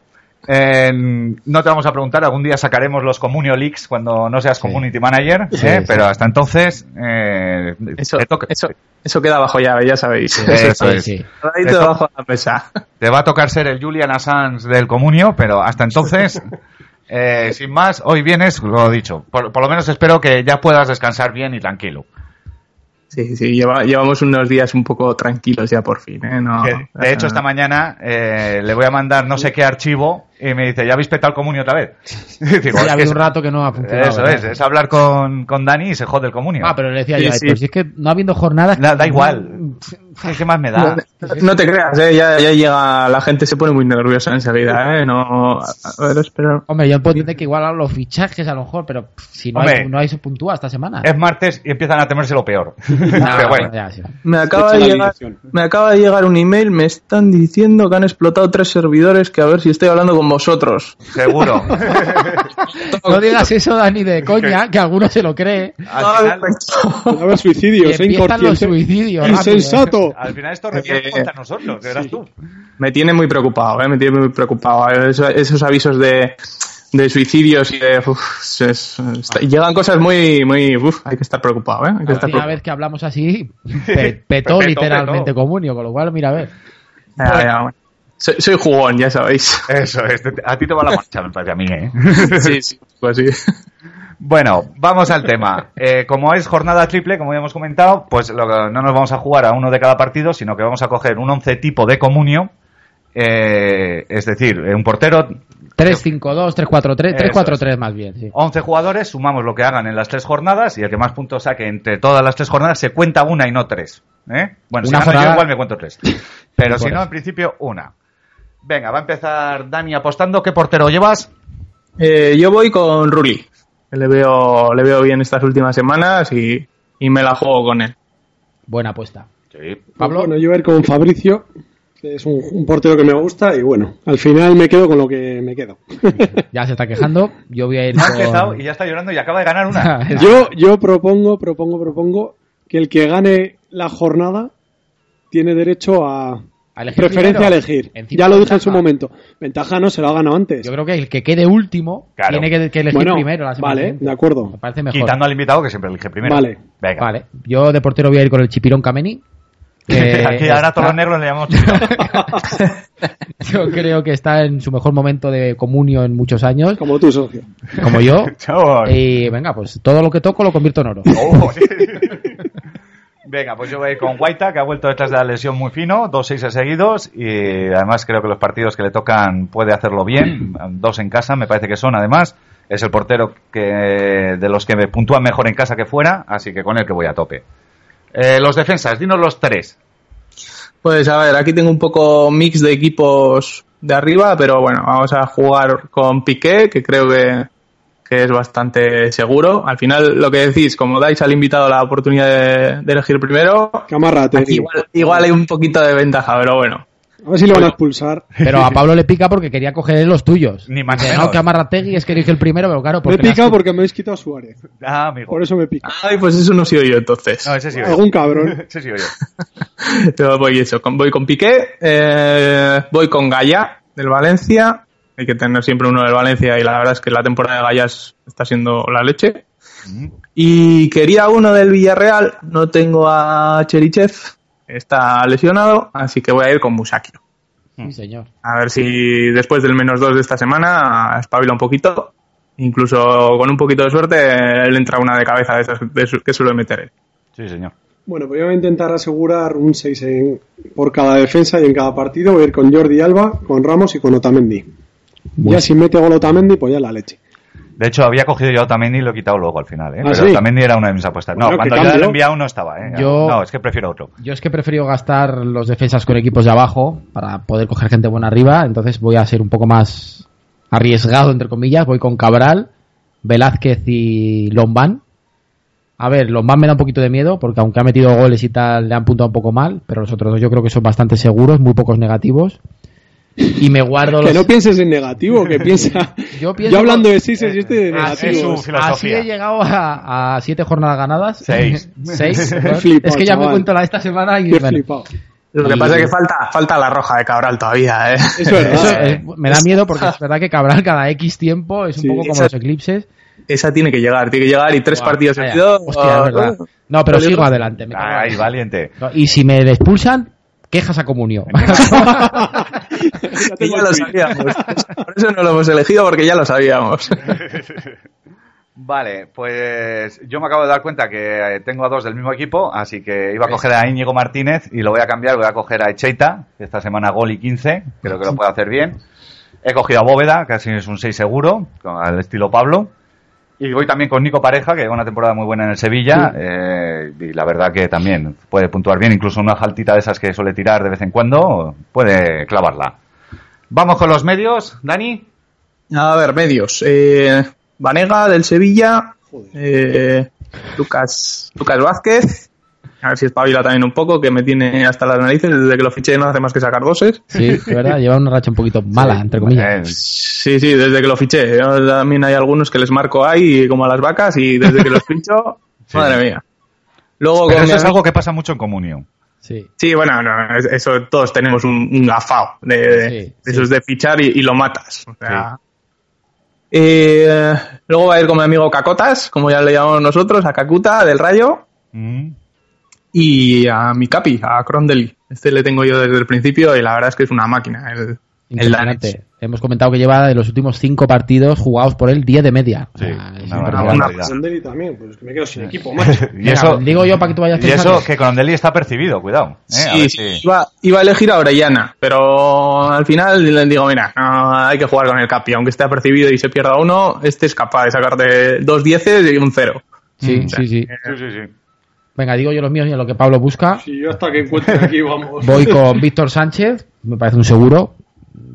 C: eh, no te vamos a preguntar, algún día sacaremos los Communio Leaks cuando no seas Community Manager,
D: Sí,
C: ¿eh?
D: sí.
C: pero hasta entonces eh,
G: Eso,
C: te, toca-
G: eso, eso queda bajo llave, ya sabéis.
C: Eso
D: Sí,
C: es.
D: sí.
G: Paradito
C: Eso-
G: debajo de la mesa.
C: te va a tocar ser el Julian Assange del Comunio, pero hasta entonces... eh, sin más, hoy vienes, lo dicho. Por, por lo menos espero que ya puedas descansar bien y tranquilo.
G: Sí, sí, lleva- llevamos unos días un poco tranquilos ya por fin, ¿eh? No,
C: Que, de hecho, esta mañana eh, le voy a mandar no sé qué archivo y me dice, ¿ya habéis petado el comunio otra vez? Y digo, "Es
D: Sí, ha
C: que
D: habido
C: es-
D: un rato que no ha funcionado.
C: Eso
D: ¿verdad?
C: es, es hablar con, con Dani y se jode el comunio.
D: Ah, pero le decía
G: Sí,
D: yo, a
G: sí.
D: Héctor, si es que no ha habido jornadas...
C: Da, da igual. ¿Qué qué más me da?
G: No te creas, ¿eh? ya, ya llega, la gente se pone muy nerviosa enseguida, ¿eh? No, a ver, espera.
D: Hombre, yo puedo entender que igual hablo los fichajes a lo mejor, pero pff, si no hay,
C: Hombre.
D: no hay se puntúa esta semana.
C: Es martes y empiezan a temerse lo peor.
D: Nah,
C: pero bueno,
D: ya, sí.
G: Me acaba,
E: Echa
G: de
E: la
G: llegar,
E: dirección.
G: me acaba de llegar un email, me están diciendo que han explotado tres servidores, que a ver si estoy hablando con vosotros.
C: seguro.
D: No digas eso, Dani, de coña, que alguno se lo cree.
C: al, final,
D: pues
E: Puede haber
D: Y
E: suicidios, ¿eh?
D: empiezan los
E: Inconsciente.
D: suicidios. rápido, ¿eh?
E: ¡Insensato!
C: al final esto revierte
G: Eh,
C: contra nosotros, de verás tú.
G: Me tiene muy preocupado, ¿eh? me tiene muy preocupado. eh, Eso- esos avisos de, de suicidios y de... uf, es- es- está- llegan cosas muy... muy uf, hay que estar preocupado, ¿eh? Hay
D: La
G: que estar
D: última
G: preocupado.
D: vez que hablamos así, pe- petó
C: Petó,
D: literalmente
C: petó.
D: comunio, con lo cual, mira, a ver. Ah,
G: Ya, ya, bueno. soy, soy jugón, ya sabéis.
C: Eso es, te- a ti te va la marcha, me parece a mí, ¿eh?
G: Sí, sí, pues sí.
C: Bueno, vamos al tema. Eh, como es jornada triple, como ya hemos comentado, pues lo que- no nos vamos a jugar a uno de cada partido, sino que vamos a coger un once tipo de comunio, eh, es decir, eh, un portero,
D: 3-5-2, 3-4-3,
C: Eso es.
D: 3-4-3 más bien, sí.
C: 11 jugadores, sumamos lo que hagan en las tres jornadas y el que más puntos saque entre todas las tres jornadas se cuenta una y no tres. ¿eh? Bueno, si
D: Una
C: gano yo
D: jornada-
C: igual me cuento tres. Pero si
D: Por
C: no,
D: eso.
C: en principio, una. Venga, va a empezar Dani apostando. ¿Qué portero llevas?
G: Eh, yo voy con Ruli. Le veo, le veo bien estas últimas semanas y, y me la juego con él.
D: Buena apuesta.
C: Sí.
D: Pablo.
E: Bueno, yo voy a ir con Fabricio, que es un, un portero que me gusta y bueno, al final me quedo con lo que me quedo.
D: Ya se está quejando. Yo voy a ir
C: Ha
D: con-
C: empezado y ya está llorando y acaba de ganar una.
E: Yo, yo propongo, propongo, propongo que el que gane la jornada tiene derecho a
D: A elegir
E: preferencia
D: primero.
E: a elegir.
D: Encima
E: Ya lo dije en
D: ventaja.
E: su momento. Ventaja no se lo ha ganado antes.
D: Yo creo que el que quede último
C: Claro.
D: tiene que, que elegir
E: bueno,
D: primero la semana
E: vale,
D: siguiente.
E: de acuerdo.
D: Me parece mejor.
C: Quitando al invitado que siempre elige primero.
E: Vale.
C: Venga.
D: Vale. Yo de portero voy a ir con el Chipirón Kameni. que
C: Aquí ahora
D: Eh, está-
C: todos los negros le llamamos chupito.
D: Yo creo que está en su mejor momento de comunio en muchos años,
E: Como tú, Sergio.
D: como yo.
C: Chavos.
D: Y venga, pues todo lo que toco lo convierto en oro.
C: Oh, sí. Venga, pues yo voy con Guaita, que ha vuelto detrás de la lesión muy fino, dos seis seguidos, y además creo que los partidos que le tocan puede hacerlo bien, dos en casa me parece que son, además, es el portero que, de los que me puntúan mejor en casa que fuera, así que con el que voy a tope. Eh, los defensas, dinos los tres.
G: Pues a ver, aquí tengo un poco mix de equipos de arriba, pero bueno, vamos a jugar con Piqué, que creo que, que es bastante seguro. Al final, lo que decís, como dais al invitado la oportunidad de, de elegir primero,
E: Camarra, te
G: aquí
E: digo.
G: igual, igual hay un poquito de ventaja, pero bueno.
E: A ver si lo van a expulsar.
D: Pero a Pablo le pica porque quería coger los tuyos.
C: Ni más ni
D: Dice,
C: menos.
D: No, que Amarrategui es que elige el primero, pero claro,
E: Me
D: porque
E: pica
D: las-
E: porque me habéis quitado a Suárez.
C: Ah, amigo.
E: Por eso me pica.
G: Ay, pues eso no he sido yo entonces.
C: No, ese sí oye.
E: Algún cabrón.
C: Ese sí oye.
G: Yo voy eso, con- voy con Piqué, eh, voy con Gaya del Valencia, Hay que tener siempre uno del Valencia y la verdad es que la temporada de Gallas está siendo la leche. Y quería uno del Villarreal, no tengo a Cherichev, está lesionado, así que voy a ir con Musakio.
D: Sí, señor.
G: A ver si después del menos 2 de esta semana espabila un poquito. Incluso con un poquito de suerte, él entra una de cabeza de esas de su- que suele meter él.
C: Sí, señor.
E: Bueno, pues yo voy a intentar asegurar un 6 en- por cada defensa y en cada partido. Voy a ir con Jordi Alba, con Ramos y con Otamendi.
D: Bueno.
E: Ya si mete gol Otamendi, pues ya la leche.
C: De hecho, había cogido yo a Otamendi y lo he quitado luego al final, ¿eh?
E: ¿Ah,
C: Pero
E: sí?
C: Otamendi era una de mis apuestas. No,
E: Bueno,
C: cuando
E: qué
C: yo le
E: cambio.
C: enviado no estaba, ¿eh?
D: Yo-
C: No, es que prefiero otro.
D: Yo es que prefiero gastar los defensas con equipos de abajo para poder coger gente buena arriba, entonces voy a ser un poco más arriesgado, entre comillas. Voy con Cabral, Velázquez y Lombán. A ver, Lombán me da un poquito de miedo porque aunque ha metido goles y tal, le han puntado un poco mal, pero los otros dos yo creo que son bastante seguros, muy pocos negativos. Y me guardo los...
E: Que no pienses en negativo, que piensa.
D: Yo
E: yo,
D: pienso- Ah,
E: hablando de Sises y este de
C: Así es
E: negativo.
C: su filosofía.
D: Así he llegado a, a siete jornadas ganadas.
C: Seis.
D: Seis.
E: Qué flipado,
D: es que ya me
E: chaval.
D: cuento la de esta semana y...
E: Qué
D: bueno.
E: flipado.
G: Lo que
D: Y-
G: pasa es que falta, falta la roja de Cabral todavía, ¿eh?
E: Eso es
D: Eso
E: verdad.
D: es- me da miedo porque es verdad que Cabral cada X tiempo es un
E: Sí,
D: poco como
G: esa-
D: los eclipses.
G: Esa tiene que llegar, tiene que llegar y tres
D: Buah,
G: partidos
D: vaya,
G: seguidos. ah, oh,
D: hostia, es verdad. No, pero
G: Vale,
D: sigo
G: otro.
D: adelante. me cago en la
C: Ay,
D: leche.
C: valiente.
D: No, y si me expulsan, quejas a comunión.
E: Ya
G: Que
E: tengo
G: ya
E: el
G: lo
E: tweet.
G: sabíamos. Por eso no lo hemos elegido porque ya lo sabíamos.
C: Vale, pues yo me acabo de dar cuenta que eh, tengo a dos del mismo equipo, así que iba a coger a Íñigo Martínez y lo voy a cambiar, voy a coger a Echeita, que esta semana gol y 15, creo que lo puede hacer bien. He cogido a Bóveda, que así es un 6 seguro, con- al estilo Pablo. Y voy también con Nico Pareja, que lleva una temporada muy buena en el Sevilla, eh, y la verdad que también puede puntuar bien, incluso una jaltita de esas que suele tirar de vez en cuando, puede clavarla. Vamos con los medios, Dani.
G: A ver, medios. Eh, Vanega del Sevilla. eh, Lucas, Lucas Vázquez. A ver si espabila también un poco, que me tiene hasta las narices. Desde que lo fiché no hace más que sacar doses.
D: sí, es verdad, lleva una racha un poquito mala, entre comillas.
C: Eh,
G: Sí, sí, desde que lo fiché. Yo también hay algunos que les marco ahí, como a las vacas, y desde que los pincho,
C: Sí.
G: madre mía. Luego,
C: pero
G: con mi
C: eso es
G: amigo-
C: algo que pasa mucho en comunión.
D: Sí.
G: Sí, bueno, no, es- eso todos tenemos un, un gafao de, de-
D: Sí,
G: de
D: sí.
G: esos de fichar y, y lo matas. o sea. Eh, luego va a ir con mi amigo Cacotas, como ya le llamamos nosotros, a Cacuta del Rayo
C: Mm.
G: y a mi capi, a Crondeli. Este le tengo yo desde el principio y la verdad es que es una máquina. El, el danés.
C: Eh,
D: Impresionante. Hemos comentado que lleva de los últimos cinco partidos jugados por él 10 de media.
C: Sí,
D: O sea, es
C: una
D: impresionante.
G: barbaridad.
E: Sandeli también, pues es que me quedo sin equipo, macho.
C: Y
D: Venga,
C: eso,
D: digo yo para que tú vayas
C: y
D: pensando.
C: eso que Corondelli está percibido, cuidado. ¿eh? A
G: Sí,
C: ver
G: sí,
C: si-
G: Iba, iba a elegir a Orellana, pero al final le digo, mira, no, hay que jugar con el capi. Aunque esté apercibido y se pierda uno, este es capaz de sacarte dos dieces y un cero.
D: Sí, sí, sí. Venga, digo yo los míos y a lo que Pablo busca.
E: Si yo hasta que encuentre aquí, vamos.
D: Voy con Víctor Sánchez, me parece un seguro.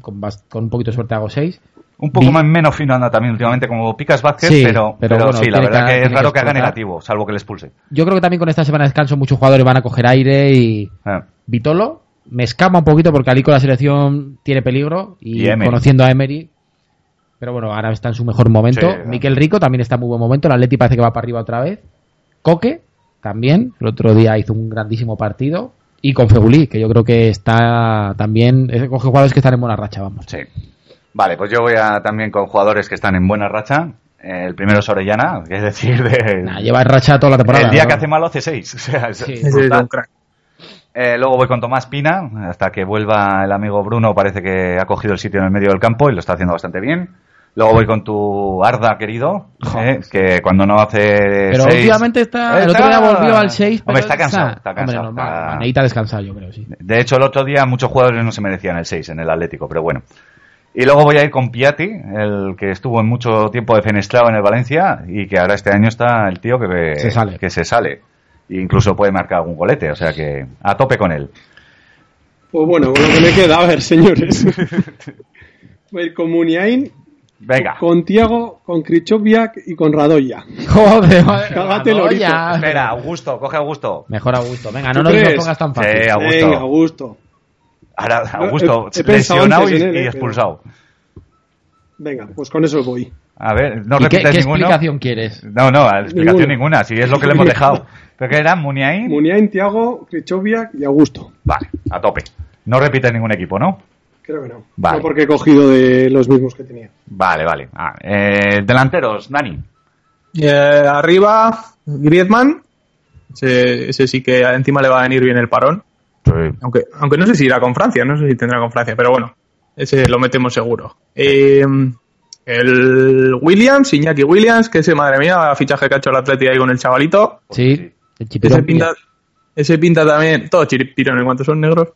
D: Con, bas- con un poquito de suerte hago 6.
C: Un poco
D: Vi-
C: más menos fino anda también últimamente como Picas Vázquez,
D: Sí,
C: pero,
D: pero
C: pero
D: bueno,
C: sí, la
D: tiene
C: verdad
D: que-
C: que, es
D: tiene que
C: raro que haga
D: explotar.
C: negativo, salvo que le expulse.
D: Yo creo que también con esta semana de descanso muchos jugadores van a coger aire y
C: Ah,
D: Vitolo me escapa un poquito porque Alico la selección tiene peligro y,
C: Y Emery.
D: conociendo a Emery. Pero bueno, ahora está en su mejor momento.
C: Sí,
D: Miquel Rico también está en muy buen momento. El Atleti parece que va para arriba otra vez. Coque también. El otro día hizo un grandísimo partido. Y con Febulí, que yo creo que está también. es- Coge jugadores que están en buena racha, vamos.
C: sí. Vale, pues yo voy a, también con jugadores que están en buena racha. Eh, El primero es Orellana, que es decir, de-
D: Nah, lleva racha toda la temporada.
C: el día
D: ¿no?
C: que hace malo hace seis. O sea, es-
D: Sí.
G: Ese es un crack.
C: Eh, luego voy con Tomás Pina, hasta que vuelva el amigo Bruno, parece que ha cogido el sitio en el medio del campo y lo está haciendo bastante bien. Luego voy con tu Arda, querido, eh, que cuando no hace
D: Pero
C: seis-
D: últimamente está. El otro día
C: Está-
D: volvió al 6.
C: Hombre, está cansado, está cansado,
D: Hombre, normal.
C: está-
D: Necesita descansar, yo creo, sí.
C: De hecho, el otro día muchos jugadores no se merecían el 6 en el Atlético, pero bueno. Y luego voy a ir con Piatti, el que estuvo en mucho tiempo defenestrado en el Valencia y que ahora este año está el tío que
D: Se sale.
C: Que se sale. E incluso puede marcar algún golete, o sea que a tope con él.
E: Pues bueno, con lo que me queda, a ver, señores. Voy a ir con Muniain,
C: Venga.
E: con Tiago, con Krichoviak y con Radoya.
D: Joder, madre.
E: Cágate el
D: no,
E: orito.
D: ya.
C: Espera, Augusto, coge a Augusto.
D: Mejor Augusto. Venga,
E: ¿Tú
D: no nos lo
E: crees?
D: pongas tan
C: Sí,
D: fácil.
C: Augusto.
E: Venga, Augusto.
C: Ahora,
E: No,
C: Augusto,
E: he- he pensado
C: lesionado y,
E: antes en él,
C: y
E: eh, pero-
C: expulsado.
E: Venga, pues con eso voy.
C: A ver, no
D: ¿Y qué,
C: repites
D: qué
C: ninguno.
D: explicación quieres?
C: No, no, explicación
E: Ninguno.
C: ninguna, si es lo que le hemos dejado. ¿Pero qué era? ¿Muniain?
E: Muniain, Tiago, Krichoviak y Augusto.
C: Vale, a tope. No repites ningún equipo, ¿no?
E: Creo que no.
C: Vale.
E: No porque he cogido de los mismos que tenía.
C: Vale, vale. Ah, eh, delanteros, Dani.
G: Eh, arriba, Griezmann. Ese, ese sí que encima le va a venir bien el parón. Aunque, aunque no sé si irá con Francia, no sé si tendrá con Francia, pero bueno, ese lo metemos seguro. Eh, el Williams, Iñaki Williams, que ese, madre mía, fichaje que ha hecho el Atleti ahí con el chavalito.
C: Pues
D: Sí, el
G: Ese
D: chipirón.
G: pinta, ese pinta también, todos chiripirones en cuanto son negros.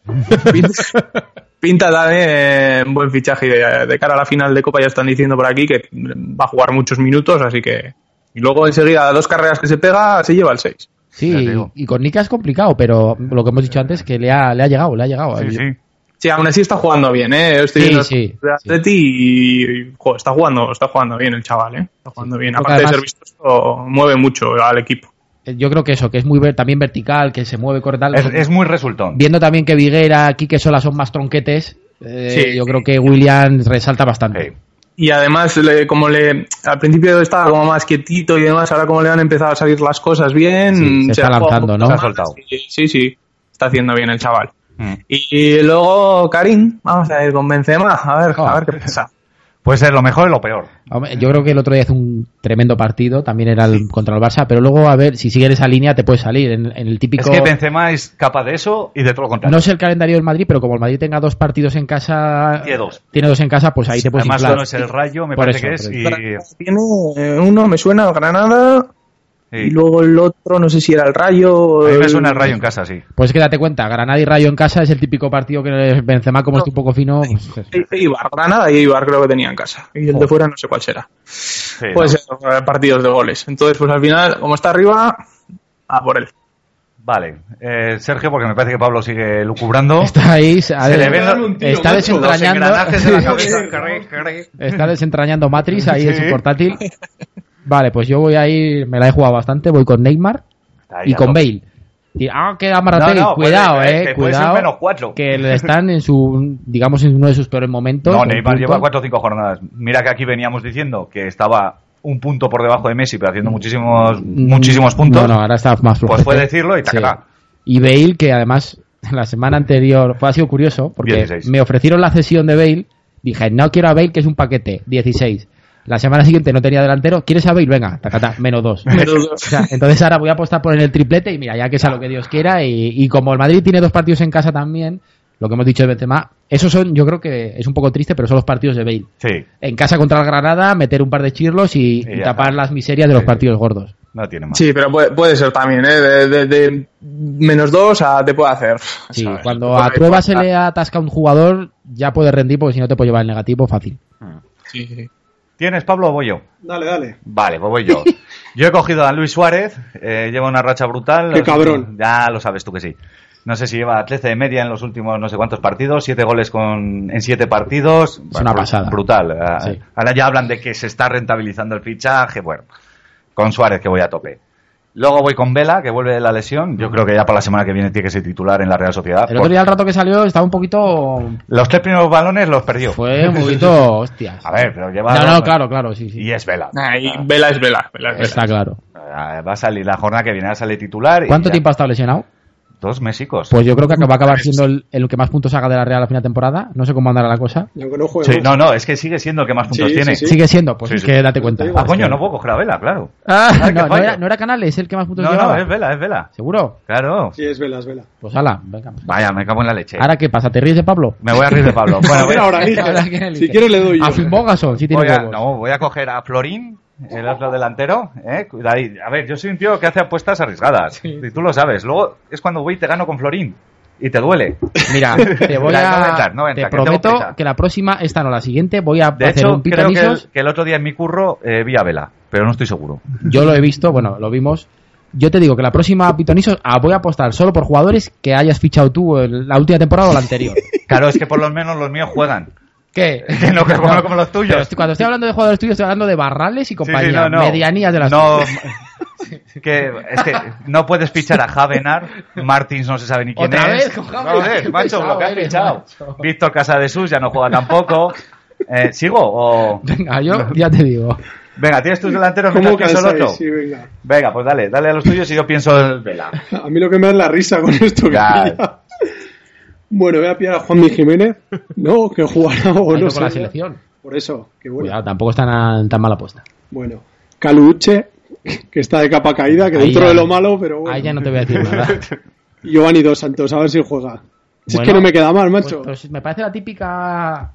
G: Pinta, pinta también un ¿eh? buen fichaje de, de cara a la final de Copa. Ya están diciendo por aquí que va a jugar muchos minutos, así que. Y luego enseguida, dos carreras que se pega, se lleva el 6.
D: Sí,
C: Ya te digo.
D: y con Nika es complicado, pero lo que hemos dicho antes que le ha, le ha llegado, le ha llegado.
C: Sí, sí.
G: Sí, aún así está jugando bien, ¿eh? Yo Estoy
D: Sí,
G: viendo
D: sí,
G: el Atleti y, y, jo, está jugando, está jugando bien el chaval, ¿eh? Está jugando bien.
D: Porque
G: Aparte de ser
D: además-
G: vistoso, mueve mucho al equipo.
D: Eh, Yo creo que eso, que es muy ver- también vertical, que se mueve, corre tal.
C: Es, es muy resultón.
D: Viendo también que Viguera, Quique Sola son más tronquetes, eh,
G: Sí,
D: yo
G: sí.
D: creo que Williams resalta bastante.
C: Sí.
G: Y además, le- como le al principio estaba como más quietito y demás, ahora como le han empezado a salir las cosas bien,
D: Sí, se está
G: ha jugado
D: lanzando, ¿no?
G: muchas
C: Se ha soltado.
G: semanas y- Sí, sí, está haciendo bien el chaval.
C: Mm.
G: Y, luego, Karim, vamos a ir con Benzema, a ver,
D: Ah.
G: a ver qué pasa.
C: Puede ser Pues lo mejor y lo peor.
D: Hombre, Yo creo que el otro día hizo un tremendo partido, también era el- contra el Barça, pero luego a ver si sigue en esa línea te puede salir en, en el típico...
C: Es que Benzema es capaz de eso y de todo lo contrario.
D: No sé el calendario del Madrid, pero como el Madrid tenga dos partidos en casa...
C: Tiene dos.
D: tiene dos en casa, pues ahí te puedes
C: Además,
D: inflar.
C: uno es el Rayo, me
D: Por
C: parece
D: eso,
C: que es.
D: por
C: Y,
G: Tiene eh, uno, me suena al Granada,
C: sí.
G: y luego el otro, no sé si era el Rayo. o
C: A mí me
G: el-
C: suena el Rayo en casa, sí.
D: Pues es que date cuenta, Granada y Rayo en casa es el típico partido que Benzema, como
G: No.
D: es un poco fino... pues,
G: I- Ibar, Granada y Ibar creo que tenía en casa. Y el de fuera no sé cuál será.
C: Oh. Sí,
G: Pues
C: no.
G: eh, partidos de goles. Entonces, pues al final, como está arriba, a por él.
C: Vale. Eh, Sergio, porque me parece que Pablo sigue lucubrando.
D: Está ahí, se- a
C: Se
D: ver,
C: le ven
E: dale un tiro,
D: está
E: macho,
C: los
D: desentrañando,
C: engranajes de la cabeza.
E: Sí.
C: Carre, carre.
D: está desentrañando Matrix ahí en
C: Sí.
D: su portátil. Vale, pues yo voy a ir, me la he jugado bastante, voy con Neymar
C: Está ahí
D: y
C: a
D: con
C: tope.
D: Bale. Y- Ah, queda Marategui,
C: No, no, puede-
D: cuidado,
C: eh,
D: eh,
C: que puede ser
D: cuidado.
C: menos cuatro.
D: Que le están en su, digamos, en uno de sus peores momentos.
C: No,
D: con
C: Neymar
D: puntos.
C: lleva cuatro o cinco jornadas. Mira que aquí veníamos diciendo que estaba un punto por debajo de Messi, pero haciendo muchísimos,
D: Mm,
C: muchísimos puntos.
D: No, no, ahora está
C: pues
D: más flojete.
C: puede decirlo y
D: Sí.
C: tacatá.
D: Y Bale, que además la semana anterior fue, ha sido curioso, porque
C: 16.
D: me ofrecieron la cesión de Bale, dije, no quiero a Bale, que es un paquete, 16. La semana siguiente no tenía delantero, ¿quieres a Bale? Venga, tacatá, menos dos. O sea, entonces ahora voy a apostar por el triplete y mira, ya que sea lo que Dios quiera. Y, y como el Madrid tiene dos partidos en casa también, lo que hemos dicho de Benzema, esos son, yo creo que es un poco triste, pero son los partidos de Bale.
C: Sí,
D: En casa contra el Granada, meter un par de chirlos
C: Y
D: y, y
C: ya
D: tapar
C: está.
D: las miserias de los
C: Sí.
D: partidos gordos.
C: no tiene más.
G: Sí, pero puede, puede ser también, ¿eh? De, de- de menos dos a te puede hacer.
D: Sí,
G: ¿sabes?
D: cuando
G: Puede-
D: a Trueba se le atasca un jugador, ya puede rendir porque si no te puede llevar el negativo fácil.
G: Sí, sí.
C: ¿Tienes, Pablo, o voy yo?
E: Dale, dale.
C: Vale, pues voy yo. Yo he cogido a Luis Suárez, eh, lleva una racha brutal.
E: Qué
C: Los-
E: cabrón.
C: Ya lo sabes tú que sí. No sé si lleva 13 de media en los últimos no sé cuántos partidos, siete goles con, en siete partidos. Es
D: una pasada.
C: Brutal. Ah,
D: Sí.
C: Ahora ya hablan de que se está rentabilizando el fichaje. Bueno, con Suárez que voy a tope. Luego voy con Vela, que vuelve de la lesión. Yo creo que ya para la semana que viene tiene que ser titular en la Real Sociedad.
D: El otro día al rato que salió estaba un poquito...
C: Los tres primeros balones los perdió.
D: Fue un poquito... Hostias.
C: A ver, pero lleva...
D: No,
C: dos-
D: no, claro, claro, sí, sí.
C: Y es Vela.
G: Ah, y vela es vela, vela es vela.
D: Está claro.
C: Ah, Va a salir la jornada que viene, ahora sale titular. y
D: ¿Cuánto
C: ya.
D: tiempo ha estado lesionado?
C: Dos mesicos.
D: Pues yo creo que va a acabar siendo el, el que más puntos haga de la Real a final de temporada. No sé cómo andará la cosa.
E: Y aunque no juegue.
C: Sí, no,
E: más.
C: no, es que sigue siendo el que más puntos
E: Sí, sí,
C: tiene.
E: sí.
D: Sigue siendo, pues
C: Sí,
D: es
C: sí.
D: que date cuenta.
C: Ah, coño, no puedo coger a Vela, claro.
D: Ah,
C: Ah, qué
D: no, no
C: fallo.
D: era, no era Canales el que más puntos
C: No, no,
D: llevaba.
C: es Vela, es Vela.
D: ¿Seguro?
C: Claro.
E: Sí, es vela, es vela.
D: Pues ala, venga.
C: Vaya, me cago en la leche.
D: Ahora qué pasa, ¿te ríes de Pablo?
C: Me voy a reír de Pablo. Bueno, voy,
E: Ahora, ahora, Liga.
D: Ahora, ¿quién elige?
E: Si quieres le doy yo.
D: A Fimbogason, sí tiene
C: voy a,
D: huevos.
C: no, voy a coger a Florín, el otro delantero. ¿eh? Cuidadí. A ver, yo soy un tío que hace apuestas arriesgadas. Y tú lo sabes. Luego es cuando voy y te gano con Florín. Y te duele.
D: Mira, te voy
C: Mira,
D: a,
C: no voy a entrar, no voy a
D: te
C: entrar, que tengo
D: prometo
C: prisa.
D: que la próxima, esta no, la siguiente, voy a
C: De
D: hacer
C: hecho,
D: un
C: creo que
D: pitonisos.
C: el, que el otro día en mi curro eh, vi a Vela, pero no estoy seguro.
D: Yo lo he visto, bueno, lo vimos. Yo te digo que la próxima pitonisos ah, voy a apostar solo por jugadores que hayas fichado tú el- la última temporada o la anterior.
C: Claro, es que por lo menos los míos juegan.
D: ¿Qué?
C: Que no, que como- como los tuyos.
D: pero estoy- cuando estoy hablando de jugadores tuyos, estoy hablando de barrales y
C: Sí, sí, no,
D: compañía,
C: no.
D: medianías de las
C: No, que, es que no puedes fichar a Javenar, Martins no se sabe ni quién
D: ¿Otra
C: es.
D: vez con Javenar?
C: Joder,
D: Qué
C: macho, lo que has
D: pesado eres,
C: fichado.
D: macho.
C: Víctor Casadesús ya no juega tampoco. Eh, ¿Sigo? O...
D: Venga, yo ya te digo.
C: Venga, tienes tus delanteros,
E: ¿Cómo
C: mientras pienso el
E: cansáis?
C: otro.
E: Sí, venga.
C: Venga, pues dale, dale a los tuyos y yo pienso el Vela.
E: A mí lo que me da es la risa con esto que
C: Ya.
E: pilla. Bueno, voy a pillar a Juan Jiménez, ¿no? Que jugará o
D: Tanto
E: Pues no
D: con la
E: sé.
D: selección.
E: Por eso, que bueno.
D: Cuidado, tampoco está tan, tan mala apuesta.
E: Bueno, Caluche, que está de capa caída, que
D: Ahí
E: dentro
D: ya-
E: de lo malo, pero bueno.
D: Ahí ya no te voy a decir nada. Pues,
E: Y Giovanni Dos Santos, a ver si juega. Si es
D: Bueno,
E: que no me queda mal,
D: Pues-
E: macho.
D: pero si- me parece la típica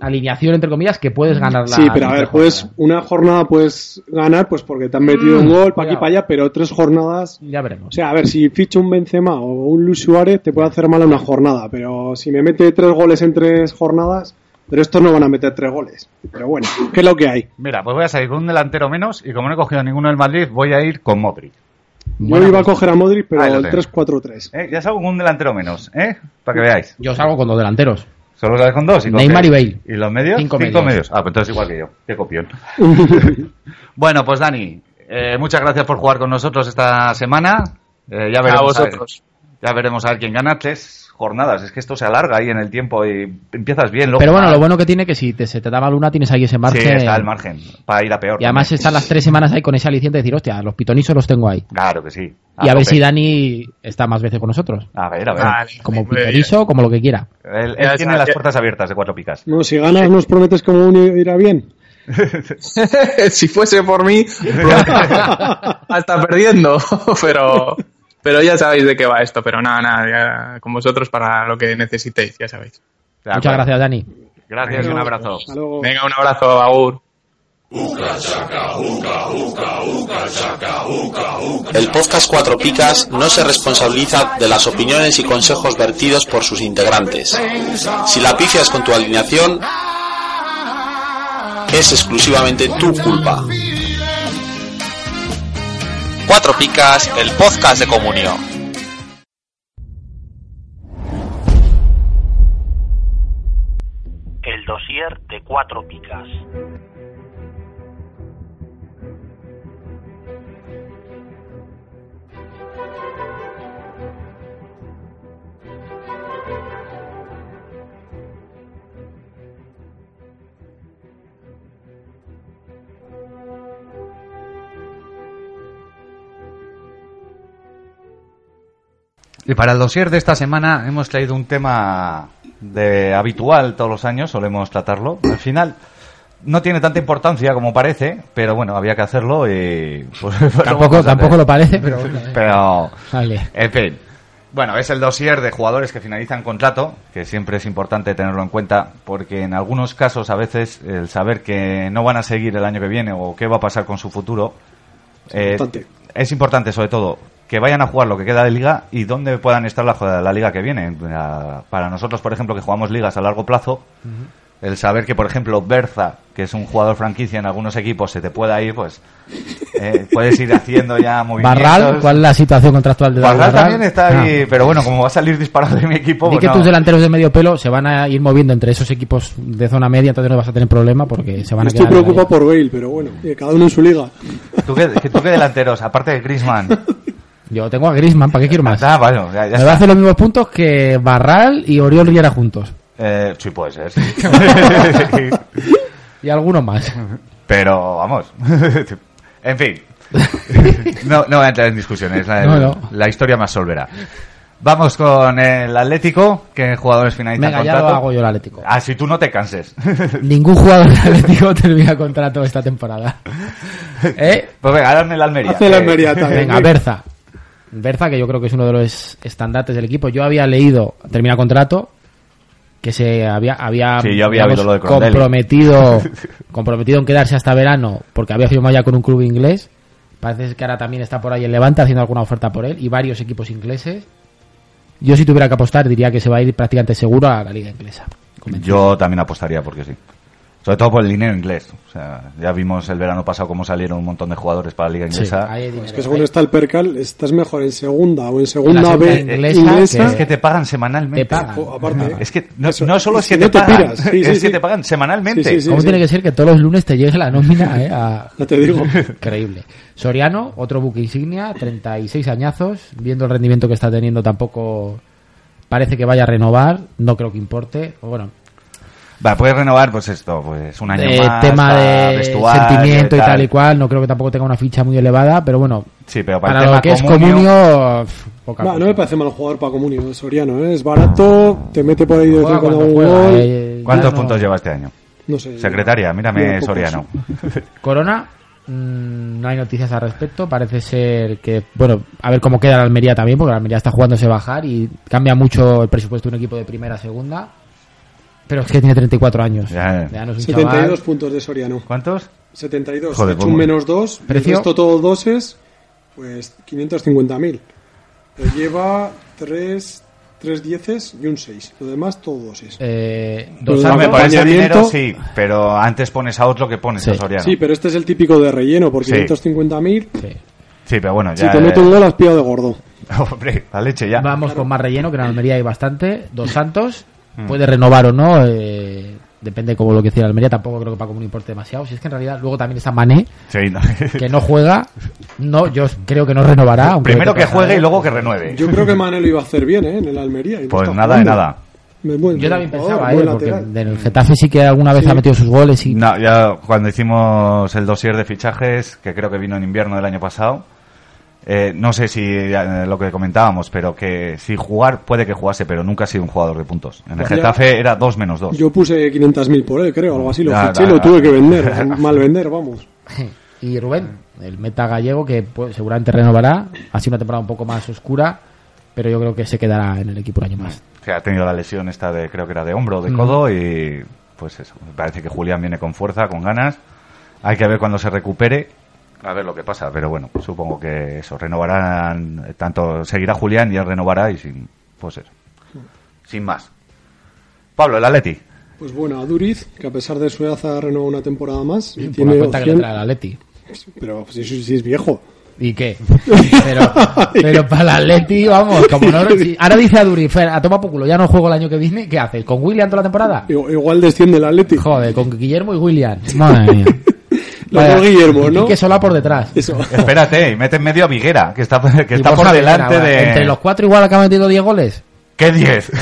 D: alineación, entre comillas, que puedes ganar la.
E: sí, pero a ver,
D: la
E: pues
D: jornada.
E: una jornada puedes ganar, pues porque te han metido
D: Mm,
E: un gol para aquí
D: cuidado.
E: para allá, pero tres jornadas.
D: Ya veremos.
E: O sea, a ver, si ficho un Benzema o un Luis Suárez, te puede hacer mal una jornada, pero si me mete tres goles en tres jornadas, pero estos no van a meter tres goles. Pero bueno, ¿qué es lo que hay?
C: Mira, pues voy a salir con un delantero menos y como no he cogido ninguno del Madrid, voy a ir con Modric.
E: Yo
D: Bueno,
E: iba a
D: pues,
E: coger a Modric, pero
C: Ahí lo
E: el
C: tengo.
E: 3-4-3.
C: ¿Eh? Ya salgo con un delantero menos, ¿eh? Para que veáis.
D: yo salgo con dos delanteros.
C: Solo sales con dos. con
D: Neymar
C: qué?
D: y Bale.
C: ¿Y los medios?
D: Cinco medios.
C: Ah, pues entonces igual que yo. Qué copión. bueno, pues Dani, eh, muchas gracias por jugar con nosotros esta semana. Eh, ya veremos
G: A
C: ver-
G: vosotros.
C: ya veremos a ver quién gana. Tres jornadas. Es que esto se alarga ahí en el tiempo y empiezas bien. Luego
D: Pero bueno,
C: mal.
D: lo bueno que tiene que si te, se te da mal una, tienes ahí ese margen.
C: Sí, está el margen para ir a peor.
D: Y además
C: también.
D: están las tres semanas ahí con ese aliciente de decir, hostia, los pitonizos los tengo ahí.
C: Claro que sí.
D: y a ver
C: tope.
D: si Dani está más veces con nosotros.
C: A ver, a ver.
G: Vale,
D: Como
G: muy bien.
D: pitonizo, como lo que quiera.
C: Él, él
G: Ya
C: tiene
G: está,
C: las
G: ya-
C: puertas abiertas de cuatro picas.
E: No, si ganas, nos prometes que uno irá bien.
G: si fuese por mí, hasta perdiendo, pero, pero ya sabéis de qué va esto, pero nada, nada, ya con vosotros para lo que necesitéis, ya sabéis.
C: De acuerdo.
D: Muchas gracias, Dani.
C: Gracias y un abrazo.
E: Hasta luego.
G: Venga, un abrazo, Agur.
A: El podcast Cuatro Picas no se responsabiliza de las opiniones y consejos vertidos por sus integrantes. Si la pifias con tu alineación, es exclusivamente tu culpa. Cuatro Picas, el podcast de comunión.
H: El dossier de cuatro picas.
C: Y para el dossier de esta semana hemos traído un tema de habitual todos los años, solemos tratarlo. Al final no tiene tanta importancia como parece, pero bueno, había que hacerlo y... pues, lo vamos a
D: Tampoco,
C: hacer.
D: tampoco lo parece, pero.
C: Pero...
D: Vale.
C: En fin. Bueno, es el dossier de jugadores que finalizan contrato, que siempre es importante tenerlo en cuenta, porque en algunos casos a veces el saber que no van a seguir el año que viene o qué va a pasar con su futuro eh,
E: importante.
C: es importante sobre todo que vayan a jugar lo que queda de liga y dónde puedan estar la, la liga que viene. La- Para nosotros, por ejemplo, que jugamos ligas a largo plazo, el saber que, por ejemplo, Berza, que es un jugador franquicia en algunos equipos, se te pueda ir, pues eh, puedes ir haciendo ya movimientos.
D: Barral, ¿cuál es la situación contractual de David
C: Barral también está ahí, pero bueno, como va a salir disparado de mi equipo,
D: Ah. Di
C: pues
D: que
C: no.
D: tus delanteros de medio pelo se van a ir moviendo entre esos equipos de zona media, entonces no vas a tener problema porque se van a
E: Estoy
D: quedar.
E: preocupado por Bale, pero bueno, eh, cada uno en su liga.
C: ¿Tú qué, que- tú qué delanteros, aparte de Griezmann.
D: Yo tengo a Grisman, ¿para qué quiero más?
C: Ah, bueno, ya, ya
D: Me va a
C: está.
D: hacer los mismos puntos que Barral y Oriol Riera juntos.
C: Eh, sí, puede ser.
D: Y alguno más.
C: Pero vamos. en fin. No, no voy a entrar en discusiones. La,
D: No, no.
C: la historia más solverá. Vamos con el Atlético, que jugadores finalizan
D: Venga, ya
C: contrato.
D: lo hago yo el Atlético.
C: Ah, si tú no te canses.
D: Ningún jugador del Atlético termina contrato esta temporada. ¿Eh?
C: pues venga, ahora en el Almería.
E: Hace la
C: Eh,
E: Almería también.
D: Venga, Berza. Berza, que yo creo que es uno de los estandartes del equipo. Yo había leído, termina contrato, que se había, había,
C: Sí, yo había oído lo de Crondelli.
D: comprometido, comprometido en quedarse hasta verano, porque había firmado ya con un club inglés. Parece que ahora también está por ahí el Levante haciendo alguna oferta por él y varios equipos ingleses. Yo si tuviera que apostar diría que se va a ir prácticamente seguro a la liga inglesa.
C: Yo también apostaría porque sí. Sobre todo por el dinero inglés. O sea, ya vimos el verano pasado cómo salieron un montón de jugadores para la liga inglesa.
D: Ahí hay dinero.
E: Es que según este está el percal, estás mejor en segunda o en segunda
D: En la
E: B
D: segunda inglesa,
E: inglesa.
C: es que te pagan semanalmente.
D: Te pagan.
E: O, aparte,
C: Es que no,
E: Eso,
C: no solo es
E: si
C: que
E: no
C: te,
E: te
C: pagan,
E: piras. Sí, sí,
C: es que
E: sí.
C: te pagan semanalmente.
E: Sí, sí, sí.
D: ¿Cómo tiene que ser que todos los lunes te llegue la nómina eh, a,
E: ya te digo.
D: Increíble. Soriano, otro buque insignia, 36 añazos, viendo el rendimiento que está teniendo tampoco parece que vaya a renovar, no creo que importe. o Bueno,
C: Vale, puedes renovar, pues esto, pues un año
D: Eh,
C: más.
D: tema
C: va,
D: de
C: vestuario,
D: sentimiento y tal. y cual, no creo que tampoco tenga una ficha muy elevada, pero bueno,
C: Sí, pero para,
D: para,
C: el tema
D: lo que
C: comunio,
D: es comunio, pf, poca
E: Bah,
D: cosa.
E: no me parece mal jugador para Comunio, Soriano, ¿eh? es barato, te mete por ahí de vez en
D: Juega
E: cuando
D: cuando
E: un
D: juega,
E: gol.
D: eh,
C: ¿Cuántos
D: no, no.
C: puntos lleva este año?
E: No sé.
C: Secretaria,
E: Lleva
C: mírame
E: pocos.
C: Soriano.
D: Corona, mm, no hay noticias al respecto. Parece ser que, bueno, a ver cómo queda la Almería también, porque la Almería está jugándose bajar y cambia mucho el presupuesto de un equipo de primera a segunda. Pero es que tiene 34 años.
C: Ya, eh.
D: no es un
E: 72
D: chaval.
E: puntos de Soriano.
C: ¿Cuántos? Joder,
E: 72.
C: pues,
E: He hecho
C: ¿cómo?
E: un menos 2.
D: ¿Precio?
E: Precio. Esto todo doses, pues 550.000. Pero lleva 3, 3 dieces y un 6. Lo demás todo doses.
D: Eh,
E: Pues
D: dos
E: no
C: Hombre,
E: Hombre,
C: por
E: para
D: años.
C: ese
E: acompañamiento-
C: dinero sí, pero antes pones a otro que pones
D: Sí.
C: a Soriano.
E: Sí,
C: Sí,
E: pero este es el típico de relleno por
C: Sí.
E: 550.000.
D: Sí.
C: pero bueno, ya.
E: Si te mete un gol, has pillado de gordo.
C: Hombre, la leche ya.
D: Vamos con más relleno, que en Almería hay bastante. Dos Santos,
C: Mm.
D: puede renovar o no. eh, depende como lo que decida Almería. Tampoco creo que Paco me importe demasiado. Si es que en realidad luego también está Mané,
C: Sí, no.
D: que no juega. No, yo creo que no renovará. aunque
C: Primero
D: vete a
C: que juegue
D: saber.
C: y luego que renueve.
E: Yo creo que Mane lo iba a hacer bien, ¿eh? En el Almería. y no
C: Pues
E: está
C: nada de
E: jugando.
C: nada.
E: Me- buen
D: Yo también
E: jugador,
D: pensaba,
E: Oh, buen
D: eh, porque
E: lateral.
D: en el Getafe sí que alguna vez
E: Sí.
D: ha metido sus goles y
C: No, ya cuando hicimos el dossier de fichajes, que creo que vino en invierno del año pasado, eh, no sé si eh, lo que comentábamos, pero que si jugar, puede que jugase, pero nunca ha sido un jugador de puntos. En el
E: Ya.
C: Getafe era 2 menos 2.
E: Yo puse 500.000 por él, creo, algo así. Lo
C: Ya,
E: fiché
C: ya,
E: y lo
C: ya.
E: tuve que vender. o sea, mal vender, vamos.
D: y Rubén, el meta gallego que pues, seguramente renovará, ha sido una temporada un poco más oscura, pero yo creo que se quedará en el equipo un año más.
C: O sea, ha tenido la lesión esta de, creo que era de hombro o de codo, y pues eso. Me Parece que Julián viene con fuerza, con ganas. Hay que ver cuando se recupere, a ver lo que pasa, pero bueno, supongo que eso, renovarán, eh, tanto seguirá Julián y él renovará, y sin, pues eso. Sin más. Pablo, el Atleti.
E: Pues bueno, a Duriz, que a pesar de su edad ha renovado una temporada más.
D: Por
E: Y
D: la
E: tiene
D: cuenta que le
E: opción-
D: trae el Atleti.
E: Pero si, si- si es viejo.
D: ¿Y qué? Pero, pero para el Atleti, vamos, como no... si- ahora dice a Duri, "Fer, a toma por culo, ya no juego el año que viene, ¿qué haces? ¿Con William toda la temporada?
E: I- Igual desciende el Atlético.
D: Joder, con Guillermo y William. Madre mía.
E: Lo de Guillermo, ¿no?
D: Que sola por detrás.
E: Eso.
C: Espérate, y mete en medio a Viguera, que está, que
D: Y
C: está
D: vos
C: por
D: sabés,
C: delante
D: ahora,
C: de...
D: Entre los cuatro igual acaba metiendo 10 goles.
C: ¿Qué 10?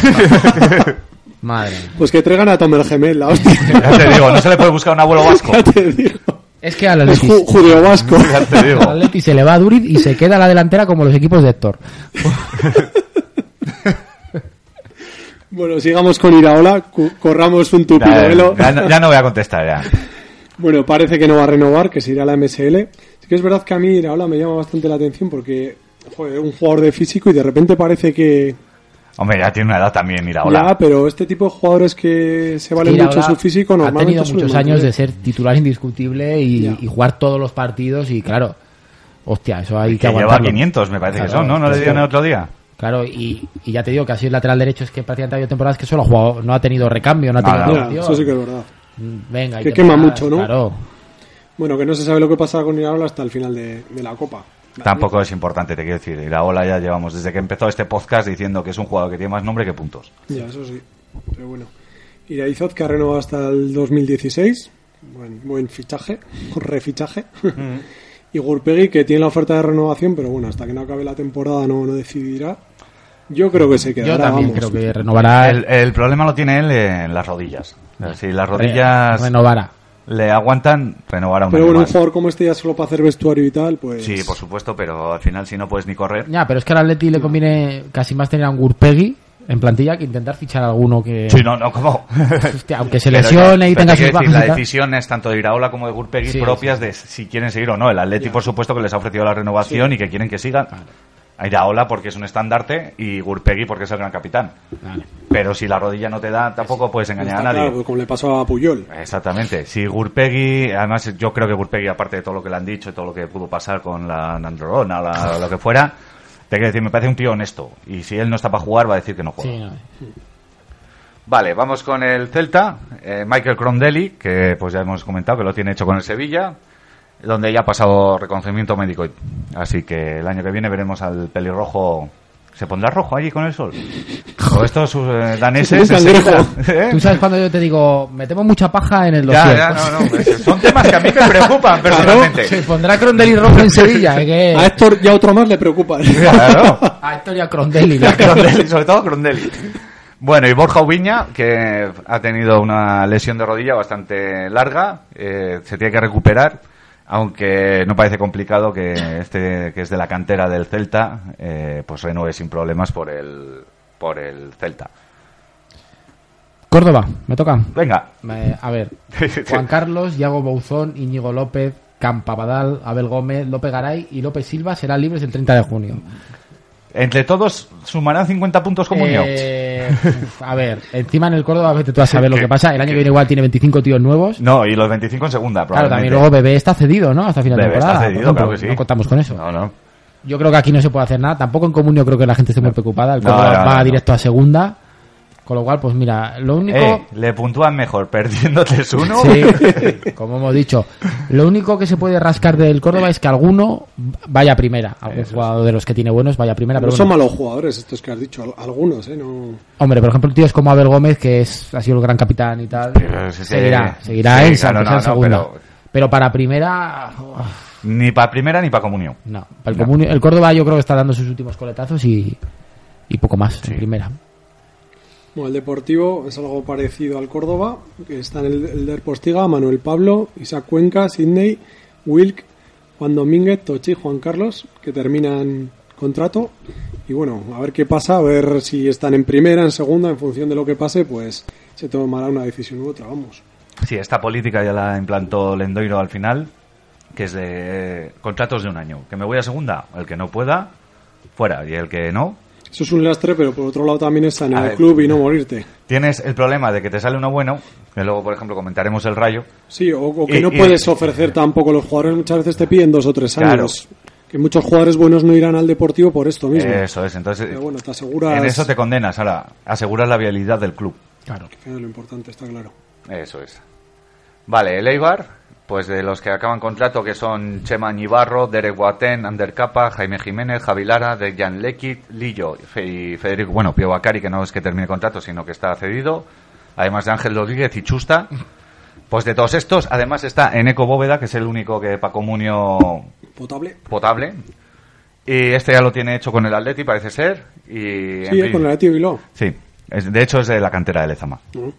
D: Madre mía.
E: Pues que traigan a Tomer Gemel, la hostia.
C: ya te digo, no se le puede buscar un abuelo vasco.
E: Ya te digo.
D: Es que al
E: Es
D: Atleti,
E: Pues ju- judeo vasco.
C: Ya te digo.
D: al Atleti se le va a Duriz y se queda a la delantera como los equipos de Héctor.
E: Bueno, sigamos con Iraola. cu- Corramos un tupido
C: Ya,
E: velo.
C: ya no- ya no voy a contestar, ya.
E: Bueno, parece que no va a renovar, que se irá a la MSL. Sí que es verdad que a mí Iraola me llama bastante la atención porque, joder, un jugador de físico y de repente parece que...
C: Hombre, ya tiene una edad también, mira,
E: Ya,
C: hola.
E: pero este tipo de jugadores que se valen
D: Mira,
E: mucho
D: ahora
E: su físico
D: ha
E: normalmente...
D: tenido
E: suelen
D: muchos años de
E: mantener.
D: ser titular indiscutible y,
E: Ya.
D: y jugar todos los partidos y claro, hostia, eso hay que,
C: Que lleva
D: aguantarlo.
C: 500, me parece que
D: Claro,
C: son, ¿no? ¿No le
D: pues
C: dieron
D: sí.
C: el otro día?
D: Claro, y, y ya te digo que así el lateral derecho es que prácticamente ha habido temporadas que solo ha jugado, no ha tenido recambio, no ha
C: Nada.
D: tenido
E: Ya,
D: opción.
E: eso sí que es verdad.
D: Venga, y
E: Que
D: te
E: quema
D: paras,
E: mucho, ¿no?
D: Claro.
E: Bueno, que no se sabe lo que pasará con Iraola hasta el final de, de la Copa.
C: Tampoco es importante, te quiero decir. Y la ola ya llevamos desde que empezó este podcast diciendo que es un jugador que tiene más nombre que puntos.
E: Ya, eso sí. Pero bueno. Iraizoz que ha renovado hasta el 2016. Buen, buen fichaje, refichaje. Y Gurpegui que tiene la oferta de renovación, pero bueno, hasta que no acabe la temporada no, no decidirá. Yo creo que se quedará.
D: Yo también
E: vamos.
D: creo que renovará.
C: El, el problema lo tiene él en las rodillas. O sea, Si las
D: re-
C: rodillas
D: Renovará.
C: le aguantan, renovará un
E: Pero bueno, un
C: animal.
E: jugador como este ya solo para hacer vestuario y tal, pues.
C: Sí, por supuesto, pero al final si no puedes ni correr...
D: Ya, pero es que al Atleti le conviene casi más tener a un Gurpegui en plantilla que intentar fichar a alguno que...
C: Sí, no, no, ¿cómo?
D: Hostia, aunque se
C: Pero ya,
D: lesione y
C: pero
D: tenga
C: te
D: sus
C: quiero decir,
D: bajas y
C: La
D: tal.
C: decisión es tanto de Iraola como de Gurpegui
D: Sí,
C: propias de si quieren seguir o no. El Atleti, por supuesto, que les ha ofrecido la renovación y que quieren que sigan. A Iraola porque es un estandarte y Gurpegui porque es el gran capitán.
D: Vale.
C: Pero si la rodilla no te da, tampoco puedes engañar
E: está
C: a nadie.
E: claro, pues como le pasó a Puyol.
C: Exactamente. Si Gurpegui, además yo creo que Gurpegui, aparte de todo lo que le han dicho, y todo lo que pudo pasar con la Nandrolona o la- lo que fuera, te quiero decir, me parece un tío honesto. Y si él no está para jugar, va a decir que no juega.
D: Sí, no.
C: Vale, vamos con el Celta, eh, Michael Crondelli, que pues ya hemos comentado que lo tiene hecho con el Sevilla, donde ya ha pasado reconocimiento médico. Así que el año que viene veremos al pelirrojo. ¿Se pondrá rojo allí con el sol? O estos eh, daneses.
E: Un cangrejo.
C: etcétera, ¿eh?
D: Tú sabes cuando yo te digo, metemos mucha paja en el
C: Ya,
D: dossier.
C: ya, no, no. pues, Son temas que a mí me preocupan
D: Se
C: personalmente.
D: pondrá Crondelli rojo en Sevilla. ¿eh? Que-
E: A Héctor ya otro más le preocupa. ¿eh?
C: Claro.
D: A Héctor y a Crondelli.
C: Crondelli, sobre todo Crondelli. Bueno, y Borja Ubiña, que ha tenido una lesión de rodilla bastante larga, eh, se tiene que recuperar, aunque no parece complicado que este, que es de la cantera del Celta, eh, pues renueve sin problemas por el, por el Celta.
D: Córdoba, me toca.
C: Venga.
D: Eh, a ver, Juan Carlos, Iago Bouzón, Íñigo López, Campapadal, Abel Gómez, López Garay y López Silva serán libres el 30 de junio.
C: Entre todos sumarán 50 puntos como mío.
D: Eh, uf, a ver, encima en el Córdoba, vete tú a saber lo que pasa. El año que viene igual tiene 25 tíos nuevos.
C: No, y los 25 en segunda,
D: Claro,
C: probablemente.
D: también luego Bebé está cedido, ¿no? Hasta final de
C: Bebé está
D: temporada. por
C: cedido,
D: ejemplo.
C: claro que sí.
D: No contamos con eso.
C: No, no.
D: Yo creo que aquí no se puede hacer nada. Tampoco en Comunio creo que la gente esté muy preocupada. El
C: No,
D: Córdoba
C: no, no,
D: va
C: no.
D: directo a segunda. Con lo cual, pues mira, lo único...
C: Eh, le puntúan mejor perdiendo 3-1.
D: Sí, como hemos dicho. Lo único que se puede rascar del Córdoba es que alguno vaya a primera. Algún jugador de los que tiene buenos vaya a primera.
E: No
D: Pero
E: son
D: bueno.
E: malos jugadores estos que has dicho, al- algunos, ¿eh? No...
D: Hombre, por ejemplo, tíos como Abel Gómez, que es, ha sido el gran capitán y tal,
C: Pero es que-
D: seguirá, seguirá
C: sí,
D: en
C: claro,
D: San
C: no,
D: José en
C: no,
D: segunda.
C: pero-
D: pero... para primera, uah,
C: Ni para primera ni para comunión.
D: no. Para el, Comunio- el Córdoba yo creo que está dando sus últimos coletazos y, y poco más en primera.
E: Bueno, el Deportivo es algo parecido al Córdoba, que están el, el Der Postiga, Manuel Pablo, Isaac Cuenca, Sidney, Wilk, Juan Domínguez, Tochi, Juan Carlos, que terminan contrato. Y bueno, a ver qué pasa, a ver si están en primera, en segunda, en función de lo que pase, pues se tomará una decisión u otra, vamos.
C: Sí, esta política ya la implantó Lendoiro al final, que es de eh, contratos de un año. Que me voy a segunda, el que no pueda, fuera. Y el que no,
E: Eso es un lastre, pero por otro lado también está en
C: A
E: el
C: ver.
E: club y no morirte.
C: tienes el problema de que te sale uno bueno, que luego, por ejemplo, comentaremos el rayo.
E: Sí, o, o que
C: Y-
E: no
C: y-
E: puedes ofrecer tampoco. Los jugadores muchas veces te piden dos o tres
C: Claro. Eh,
E: años. Que muchos jugadores buenos no irán al Deportivo por esto mismo.
C: Eso es, entonces
E: Pero bueno, te aseguras.
C: en eso te condenas. Ahora, aseguras la viabilidad del club.
D: Claro.
E: que es lo importante, está claro.
C: Eso es. Vale, el Eibar, pues de los que acaban contrato, que son Chema Ñibarro, Derek Guatén, Ander Capa, Jaime Jiménez, Javi Lara, Dejan Lekic, Lillo y Fe- y Federico, bueno, Pio Bacari, que no es que termine contrato, sino que está cedido. Además de Ángel Rodríguez y Chusta. Pues de todos estos, además está Eneco Bóveda, que es el único que para comunio
E: Potable.
C: potable. Y este ya lo tiene hecho con el Atleti, parece ser. Y en
E: Sí, eh,
C: fin.
E: con el Atleti Mm. de Bilbao.
C: Sí, es- de hecho es de la cantera de Lezama.
E: ¿no?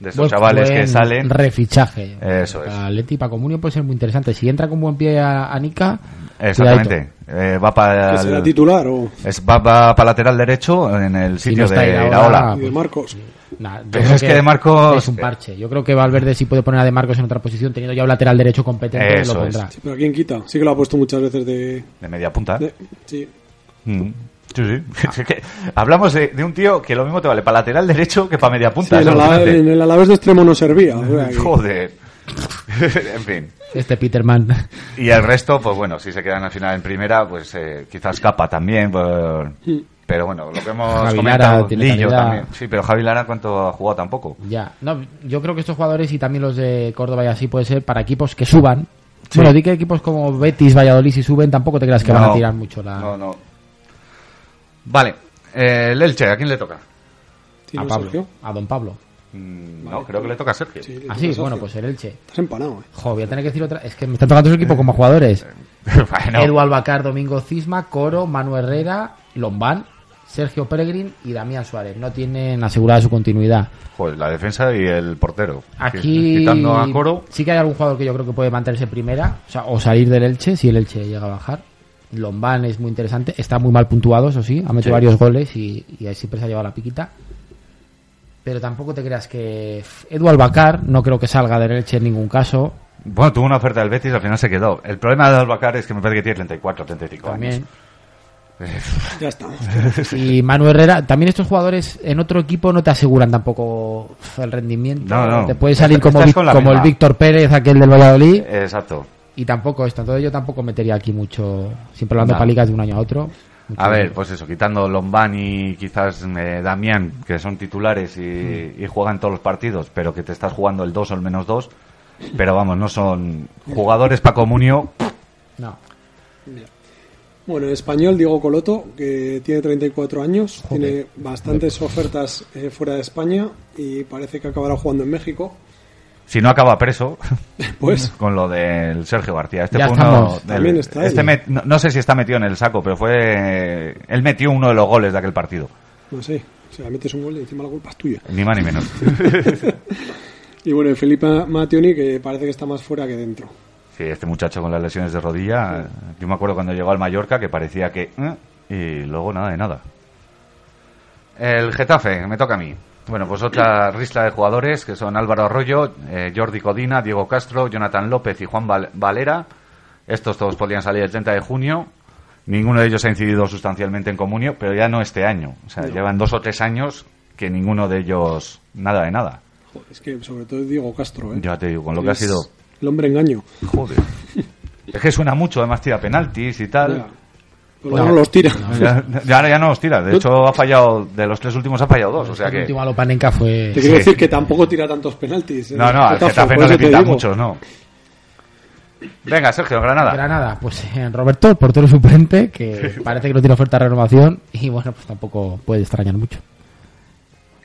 C: De estos
D: Buen-
C: chavales que
D: buen
C: salen.
D: Refichaje.
C: Eso es.
D: Para Leti y para Comunio puede ser muy interesante. Si entra con buen pie a, a Nica.
C: Exactamente. Eh, va para
E: Que será titular o
C: es, va, va para lateral derecho en el sitio
D: está
C: de
D: Iraola- Ah,
E: y de
D: pues-
E: Marcos.
D: nah, yo
C: Pero
D: creo
C: es que De Marcos-
D: Es un parche. Yo creo que Valverde sí puede poner a De Marcos en otra posición, teniendo ya un lateral derecho competente.
C: Eso
D: lo
C: es.
D: pondrá.
E: Sí, pero ¿a quién quita? Sí que lo ha puesto muchas veces de.
C: De media punta.
E: de- sí.
C: Mm. Sí, sí. Es que hablamos de, de un tío que lo mismo te vale para lateral derecho que para media
E: Sí,
C: punta.
E: en,
C: es
E: ala-
C: alucinante.
E: en el Alavés de extremo no servía. o sea que-
C: Joder. en fin.
D: Este Peterman.
C: Y el resto, pues bueno, si se quedan al final en primera, pues eh, quizás Capa también. por-
E: Hmm.
C: Pero bueno, lo que hemos
D: Javi Lara
C: comentado,
D: tiene
C: Lillo
D: calidad.
C: también. Sí, pero Javi Lara, ¿cuánto ha jugado tampoco?
D: ya. No, yo creo que estos jugadores y también los de Córdoba y así puede ser para equipos que suban. Bueno, di que equipos como Betis, Valladolid, si suben, tampoco te creas que van a
C: No.
D: tirar mucho la.
C: No, no. Vale, eh, el Elche, ¿a quién le toca?
E: Sí,
D: a
E: ¿no,
D: Pablo.
E: Sergio?
D: A Don Pablo.
C: Mm, No, creo que le toca a Sergio.
E: Sí, le toca a
D: Así,
E: Sergio.
D: bueno, pues el Elche.
E: Estás empanado, ¿eh?
D: Jo, voy a tener que decir otra. Es que me están tocando esos equipos como jugadores.
C: Eh, bueno,
D: Edu Albacar, Domingo Cisma, Coro, Manu Herrera, Lombán, Sergio Peregrin y Damián Suárez. No tienen asegurada su continuidad.
C: pues la defensa y el portero.
D: Aquí
C: Quitando a Coro.
D: sí que hay algún jugador que yo creo que puede mantenerse primera o, sea, o salir del Elche si el Elche llega a bajar. Lombán es muy interesante, está muy mal puntuado, eso sí, ha
C: Sí.
D: metido varios goles y, y ahí siempre se ha llevado la piquita. Pero tampoco te creas que Edu Albacar no creo que salga del Elche en ningún caso.
C: Bueno, tuvo una oferta del Betis, al final se quedó. El problema de Albacar es que me parece que tiene 34, 35
D: También.
C: años.
E: Ya estamos.
D: Y Manu Herrera, también estos jugadores en otro equipo no te aseguran tampoco el rendimiento.
C: No, no.
D: Te puede salir
C: Estás
D: como, Vic-
C: con la
D: como el
C: misma.
D: Víctor Pérez, aquel del Valladolid,
C: Exacto.
D: y tampoco esto. Entonces yo tampoco metería aquí mucho, siempre hablando
C: No.
D: palicas de un año a otro. Mucho
C: A ver, pues eso, quitando Lombán y quizás eh, Damián, que son titulares y, y juegan todos los partidos, pero que te estás jugando el 2 o el menos 2. Pero vamos, no son jugadores para comunio. pues,
D: No.
E: Bueno, en español, Diego Coloto, que tiene 34 años,
D: Joder.
E: tiene bastantes ofertas eh, fuera de España y parece que acabará jugando en México.
C: Si no acaba preso,
E: Pues,
C: con lo del Sergio García. Este
D: Ya
C: fue
D: estamos.
C: uno.
E: También está
C: este
E: ahí.
C: met- no, no sé si está metido en el saco, pero fue. Él metió uno de los goles de aquel partido.
E: No sé. O sea, metes un gol y encima la culpa es tuya.
C: Ni más ni menos.
E: Y bueno, y Felipe Mattioni que parece que está más fuera que dentro.
C: Sí, este muchacho con las lesiones de rodilla, eh, yo me acuerdo cuando llegó al Mallorca que parecía que... eh, y luego nada de nada. El Getafe, me toca a mí. Bueno, pues otra risla de jugadores que son Álvaro Arroyo, eh, Jordi Codina, Diego Castro, Jonathan López y Juan Val- Valera. Estos todos podrían salir el 30 de junio. Ninguno de ellos ha incidido sustancialmente en Comunio, pero ya no este año. O sea, llevan dos o tres años que ninguno de ellos nada de nada.
E: Joder, es que sobre todo Diego Castro, ¿eh?
C: Ya te digo, con lo que ha
E: Es
C: sido.
E: El hombre engaño.
C: Joder. Es que suena mucho, además tira penaltis y tal.
E: Ya. Por lo menos los tira.
C: Ya, ya- ahora ya no os tira. De hecho, ha fallado. De los tres últimos ha fallado dos. O sea
D: El
C: que.
D: último a lo Panenka fue.
E: Te quiero decir que tampoco tira tantos penaltis. ¿eh?
C: No, no, al
E: Getafe,
C: Getafe
E: por
C: no
E: eso
C: le
E: te
C: pinta
E: digo.
C: muchos, no. Venga, Sergio, Granada.
D: Granada, pues eh, Roberto, el portero suplente, que parece que no tiene oferta de renovación y bueno, pues tampoco puede extrañar mucho.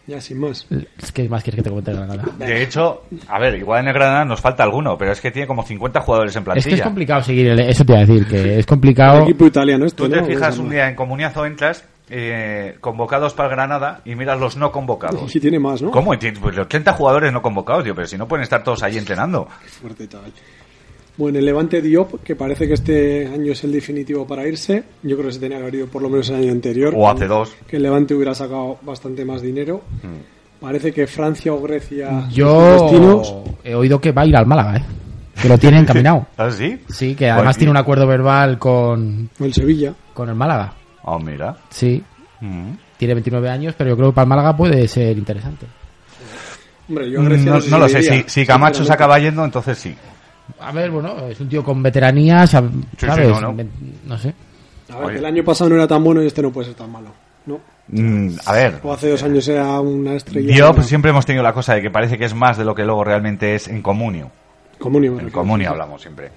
E: Ya, sin más.
D: Es que más quieres que te comente de Granada.
C: De hecho, a ver, igual en el Granada nos falta alguno, pero es que tiene como 50 jugadores en
D: Es que es
C: plantilla.
D: complicado seguir, el- eso te iba a decir, que es
E: El
D: complicado.
E: equipo italiano esto,
C: Tú te
E: ¿no?
C: fijas
E: Bueno,
C: un día en Comuniazo entras, eh, convocados para el Granada y miras los no
E: Y
C: convocados.
E: si tiene más, ¿no?
C: ¿Cómo? Tien- Pues 80 jugadores no convocados, tío, pero si no pueden estar todos ahí entrenando.
E: Fuerte tal. Bueno, el Levante Diop, que parece que este año es el definitivo para irse. Yo creo que se tenía que haber ido por lo menos el año anterior.
C: O hace dos.
E: Que el Levante hubiera sacado bastante más dinero.
C: Mm.
E: Parece que Francia o Grecia. los destinos.
D: Yo he oído que va a ir al Málaga, ¿eh? que lo tiene encaminado.
C: ¿Ah, sí? Pues,
D: Sí, que además
C: Joder.
D: tiene un acuerdo verbal con,
E: O el Sevilla.
D: con el Málaga.
C: Oh, mira.
D: Sí,
C: Mm.
D: tiene 29 años, pero yo creo que para el Málaga puede ser interesante.
E: Hombre, yo a Grecia
C: No,
E: sé si
C: no lo
E: me
C: sé, si,
E: iría,
C: si Camacho se
E: sinceramente.
C: acaba yendo, entonces sí.
D: A ver, bueno, es un tío con veteranía, sab-
C: sí,
D: ¿sabes?
C: no, no.
D: Me- no sé.
E: A ver,
C: Oye.
E: que el año pasado no era tan bueno y este no puede ser tan malo. ¿no?
C: Mm, a ver,
E: O hace dos años era una estrella.
C: Diop pues, siempre hemos tenido la cosa de que parece que es más de lo que luego realmente es en comunio.
E: Comunio, me
C: En
E: refiero.
C: comunio hablamos siempre.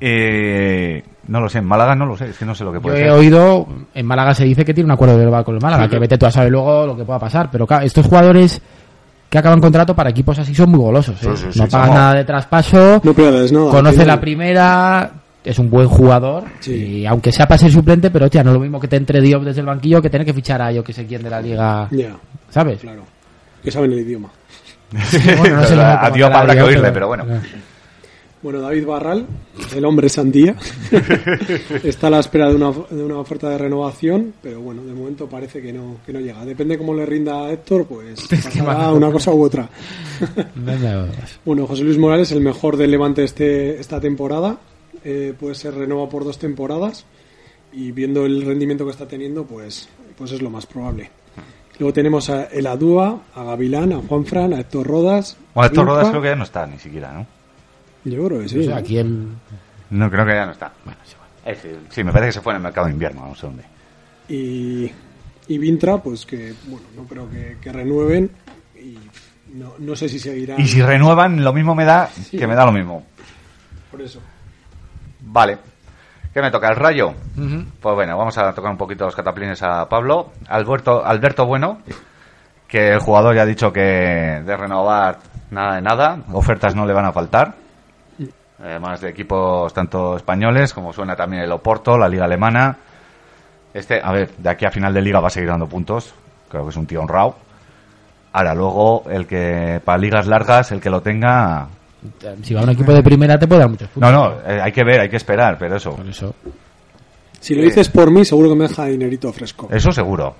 C: Eh, no lo sé, en Málaga no lo sé, es que no sé lo que
D: Yo
C: puede
D: he
C: ser.
D: oído, en Málaga se dice que tiene un acuerdo verbal con el Málaga, que vete tú a saber luego lo que pueda pasar, pero claro, estos jugadores que acaban contrato para equipos así son muy golosos, ¿eh?
C: Sí, sí, sí,
D: no pagan
C: chamo.
D: nada de traspaso,
E: No pierdes nada.
D: conoce
E: Tiene-
D: la primera, es un buen jugador,
E: Sí.
D: y aunque sea para ser suplente, pero hostia, no es lo mismo que te entre Diop desde el banquillo que tener que fichar a yo que sé quién de la liga,
E: Ya,
D: ¿sabes?
E: claro. Que saben el idioma.
D: Bueno, no sé cómo
C: a Diop
D: contará
C: habrá que
D: Diop,
C: oírle, pero eh. bueno.
E: Bueno, David Barral, el hombre sandía, está a la espera de una, de una oferta de renovación, pero bueno, de momento parece que no, que no llega. Depende cómo le rinda a Héctor, pues pasará una cosa u otra.
D: Venga, vamos.
E: Bueno, José Luis Morales, el mejor del Levante este, esta temporada, eh, puede ser renovado por dos temporadas y viendo el rendimiento que está teniendo, pues, pues es lo más probable. Luego tenemos a El Adúa, a Gavilán, a Juanfran, a Héctor Rodas.
C: Bueno, estos Rodas
E: Vinca.
C: creo que ya no está ni siquiera, ¿no?
E: Yo creo que sí. ¿eh?
D: O sea,
E: ¿no?
D: aquí en...
C: No, creo que ya no está. Es que- sí, me parece que se fue en el mercado de invierno, no sé dónde.
E: y, y Vintra, pues que bueno, no creo que, que renueven y no, no sé si seguirán
C: Y si renuevan, lo mismo me da que me da lo mismo.
E: por eso.
C: Vale. ¿Qué me toca? ¿El rayo?
D: Ujú.
C: Pues bueno, vamos a tocar un poquito los cataplines a Pablo. Alberto, Alberto Bueno, que el jugador ya ha dicho que de renovar nada de nada, ofertas no le van a faltar. Además de equipos tanto españoles como suena también el Oporto, la liga alemana. Este, a ver, de aquí a final de liga va a seguir dando puntos. Creo que es un tío honrado. Ahora luego, el que para ligas largas, el que lo tenga...
D: Si va a un equipo de primera te puede dar muchos puntos.
C: No, no, eh, hay que ver, hay que esperar, pero eso,
D: Por eso.
E: Si lo dices por mí, seguro que me deja dinerito fresco.
C: Eso seguro.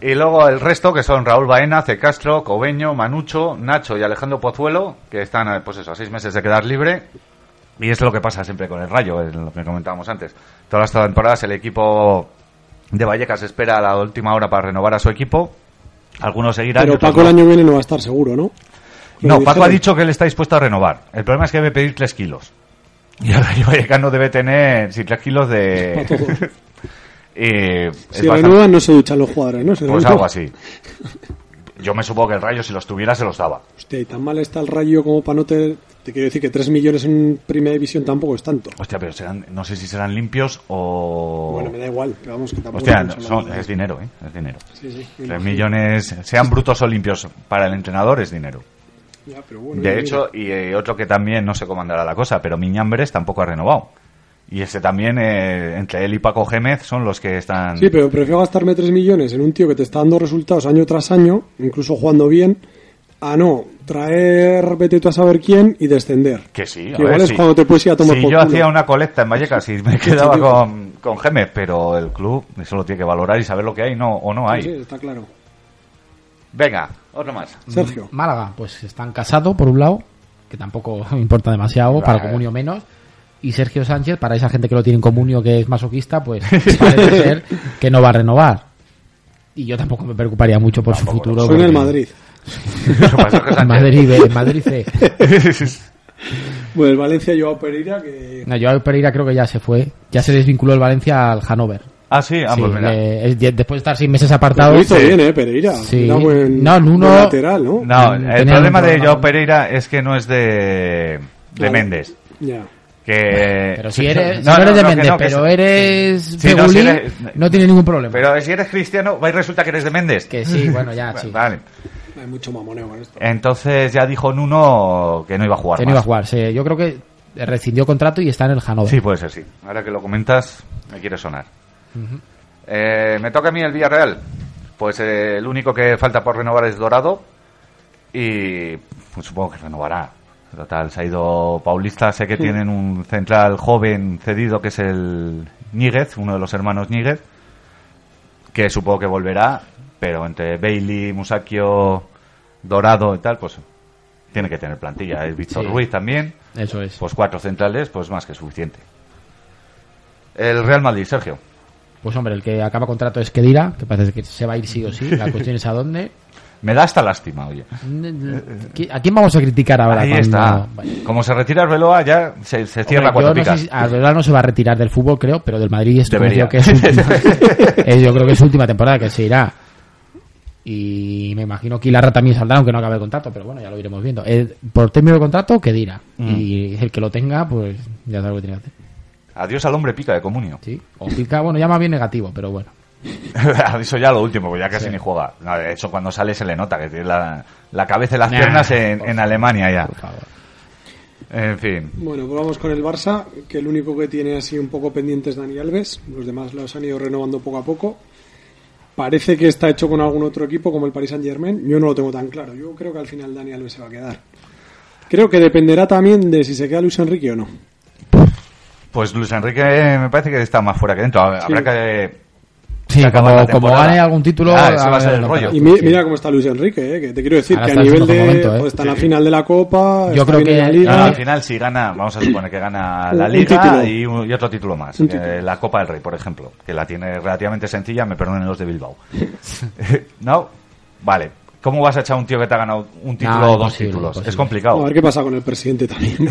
C: Y luego el resto, que son Raúl Baena, C. Castro, Cobeño, Manucho, Nacho y Alejandro Pozuelo, que están, eh, pues eso, a seis meses de quedar libre. Y es lo que pasa siempre con el Rayo, es lo que comentábamos antes. Todas las temporadas el equipo de Vallecas espera a la última hora para renovar a su equipo. Algunos seguirán. y
E: Pero
C: otros
E: Paco el
C: no.
E: año viene no va a estar seguro, ¿no? Lo
C: No,
E: que
C: Paco ha
E: dijeron.
C: dicho que él está dispuesto a renovar. El problema es que debe pedir 3 kilos. Y el Rayo Vallecano debe tener, sí, 3 kilos de... Y es
E: Si
C: bastante-
E: renuevan no se duchan los jugadores, ¿no? Se
C: Pues
E: renuevan.
C: algo así. Yo me supongo que el Rayo, si los tuviera, se los daba.
E: Hostia, y tan mal está el rayo como para no te... Te quiero decir que 3 millones en primera división tampoco es tanto.
C: Hostia, pero serán, no sé si serán limpios o.
E: Bueno, me da igual, pero vamos que tampoco...
C: Hostia,
E: es mucho la
C: son-
E: verdad.
C: es dinero, ¿eh? Es dinero.
E: Sí, sí, me
C: Tres
E: imagino.
C: millones, sean brutos o limpios, para el entrenador es dinero.
E: Ya, pero bueno,
C: De
E: ya,
C: hecho, y eh, otro que también no sé cómo andará la cosa, pero Miñambres tampoco ha renovado. Y ese también, eh, entre él y Paco Gémez, son los que están...
E: Sí, pero prefiero gastarme 3 millones en un tío que te está dando resultados año tras año, incluso jugando bien, a no traer vete tú a saber quién y descender.
C: Que sí, a
E: Que igual
C: ver,
E: es
C: sí.
E: cuando te puedes ir a tomar
C: Sí,
E: por
C: yo
E: culo.
C: hacía una colecta en Vallecas y me quedaba
E: sí, digo.
C: con, con Gémez, pero el club eso lo tiene que valorar y saber lo que hay no, o no
E: Sí,
C: hay.
E: está claro.
C: Venga, otro más.
E: Sergio.
D: Málaga, pues están casados por un lado, que tampoco importa demasiado, para
C: Vale.
D: Comunio menos. Y Sergio Sánchez, para esa gente que lo tiene en Comunio que es masoquista, pues parece ser que no va a renovar. Y yo tampoco me preocuparía mucho por su
C: Tampoco,
D: futuro.
E: Soy en el
D: porque-
E: Madrid.
C: Lo que pasa es que Sánchez-
D: Madrid B, Madrid C.
E: Bueno, el Valencia Joao Pereira que
D: No, yo Pereira creo que ya se fue. Ya se desvinculó el Valencia al Hanover.
C: Ah, sí, ah,
D: Sí,
C: pues mira.
D: le- es- después de estar seis meses
E: Pues
D: apartado.
E: lo hizo
C: sí.
E: bien, eh, Pereira.
D: Sí.
E: Era buen,
D: No, el uno-
E: buen lateral, ¿no?
C: No,
D: Mm,
C: el
D: tenía
C: problema
D: un
C: de
D: problema.
C: Joao Pereira es que no es de, de
E: Claro.
C: Méndez.
E: Ya.
C: Que...
D: Pero si eres,
C: Eh, No,
D: si no eres
C: no,
D: de
C: no, que
D: Méndez,
C: no, que
D: pero
C: se-
D: eres
C: Sí, no,
D: Feguli,
C: si
D: no,
C: eres-
D: tiene ningún problema.
C: Pero si eres cristiano, va y resulta que eres de Méndez.
D: Que sí, bueno, ya,
C: Bueno,
D: sí.
C: Vale.
E: Hay mucho mamoneo con esto.
C: Entonces ya dijo Nuno que no iba a jugar
D: Que no
C: más.
D: iba a jugar. Se- yo creo que rescindió contrato y está en el Hanover.
C: Sí, puede ser, sí. Ahora que lo comentas, me quiere sonar. Eh, me toca a mí el Villarreal. Pues eh, el único que falta por renovar es Dorado. Y pues, supongo que renovará. Total, se ha ido Paulista. Sé que tienen un central joven cedido que es el Níguez, uno de los hermanos Níguez. Que supongo que volverá. Pero entre Bailey, Musakio, Dorado y tal, pues tiene que tener plantilla. Es Víctor
D: Sí.
C: Ruiz también
D: Eso es.
C: pues cuatro centrales, pues más que suficiente. El Real Madrid, Sergio.
D: Pues hombre, el que acaba contrato es Kedira, que parece que se va a ir sí o sí. La cuestión es a dónde.
C: Me da hasta lástima, oye.
D: ¿A quién vamos a criticar ahora?
C: Ahí
D: cuando-
C: está.
D: Vale.
C: Como se retira Arbeloa, ya se, se cierra
D: Hombre, yo
C: cuatro
D: no sé
C: picas.
D: si- ah. Arbeloa no se va a retirar del fútbol, creo, pero del Madrid es
C: Debería.
D: que es su última, es- yo creo que es su última temporada que se irá. Y me imagino que Ilarra también saldrá, aunque no acabe el contrato, pero bueno, ya lo iremos viendo. Eh, por término de contrato, que dirá.
C: Mm.
D: Y el que lo tenga, pues ya sabe lo que tiene que hacer.
C: Adiós al hombre pica de comunio.
D: ¿Sí? O pica, bueno, ya más bien negativo, pero bueno.
C: Eso ya lo último, porque ya casi
D: Sí.
C: ni juega. No, de hecho, cuando sale se le nota que tiene la, la cabeza y las
D: Nah,
C: piernas en,
D: por
C: en Alemania ya.
D: Por favor.
C: En fin.
E: Bueno, pues vamos con el Barça, que el único que tiene así un poco pendiente es Dani Alves. Los demás los han ido renovando poco a poco. Parece que está hecho con algún otro equipo como el Paris Saint Germain. Yo no lo tengo tan claro. Yo creo que al final Dani Alves se va a quedar. Creo que dependerá también de si se queda Luis Enrique o no.
C: Pues Luis Enrique eh, me parece que está más fuera que dentro. Habrá
E: Sí.
C: que...
D: Sí,
C: Se acaba
D: como,
C: la
D: como
C: temporada.
D: gane algún título.
C: Ah, ese va a ser el
D: lo
C: rollo.
D: verás.
E: Y mi-
D: Sí.
E: mira cómo está Luis Enrique, eh, que te quiero decir
D: Ahora
E: que a
D: está en su
E: nivel de.
D: mejor momento, eh.
E: pues está en la final de la Copa,
D: Yo
E: está
D: creo
E: bien en
D: que-
E: la
C: Ah,
E: Liga.
C: al final si gana, vamos a suponer que gana la
E: Un
C: Liga
E: título.
C: y, un- y otro título más.
E: Un
C: eh,
E: título.
C: la Copa del Rey, por ejemplo, que la tiene relativamente sencilla, me perdonen los de Bilbao. ¿No? Vale. ¿Cómo vas a echar a un tío que te ha ganado un título
D: No,
C: o dos
D: imposible,
C: títulos?
D: imposible.
C: Es complicado.
E: A ver qué pasa con el presidente también.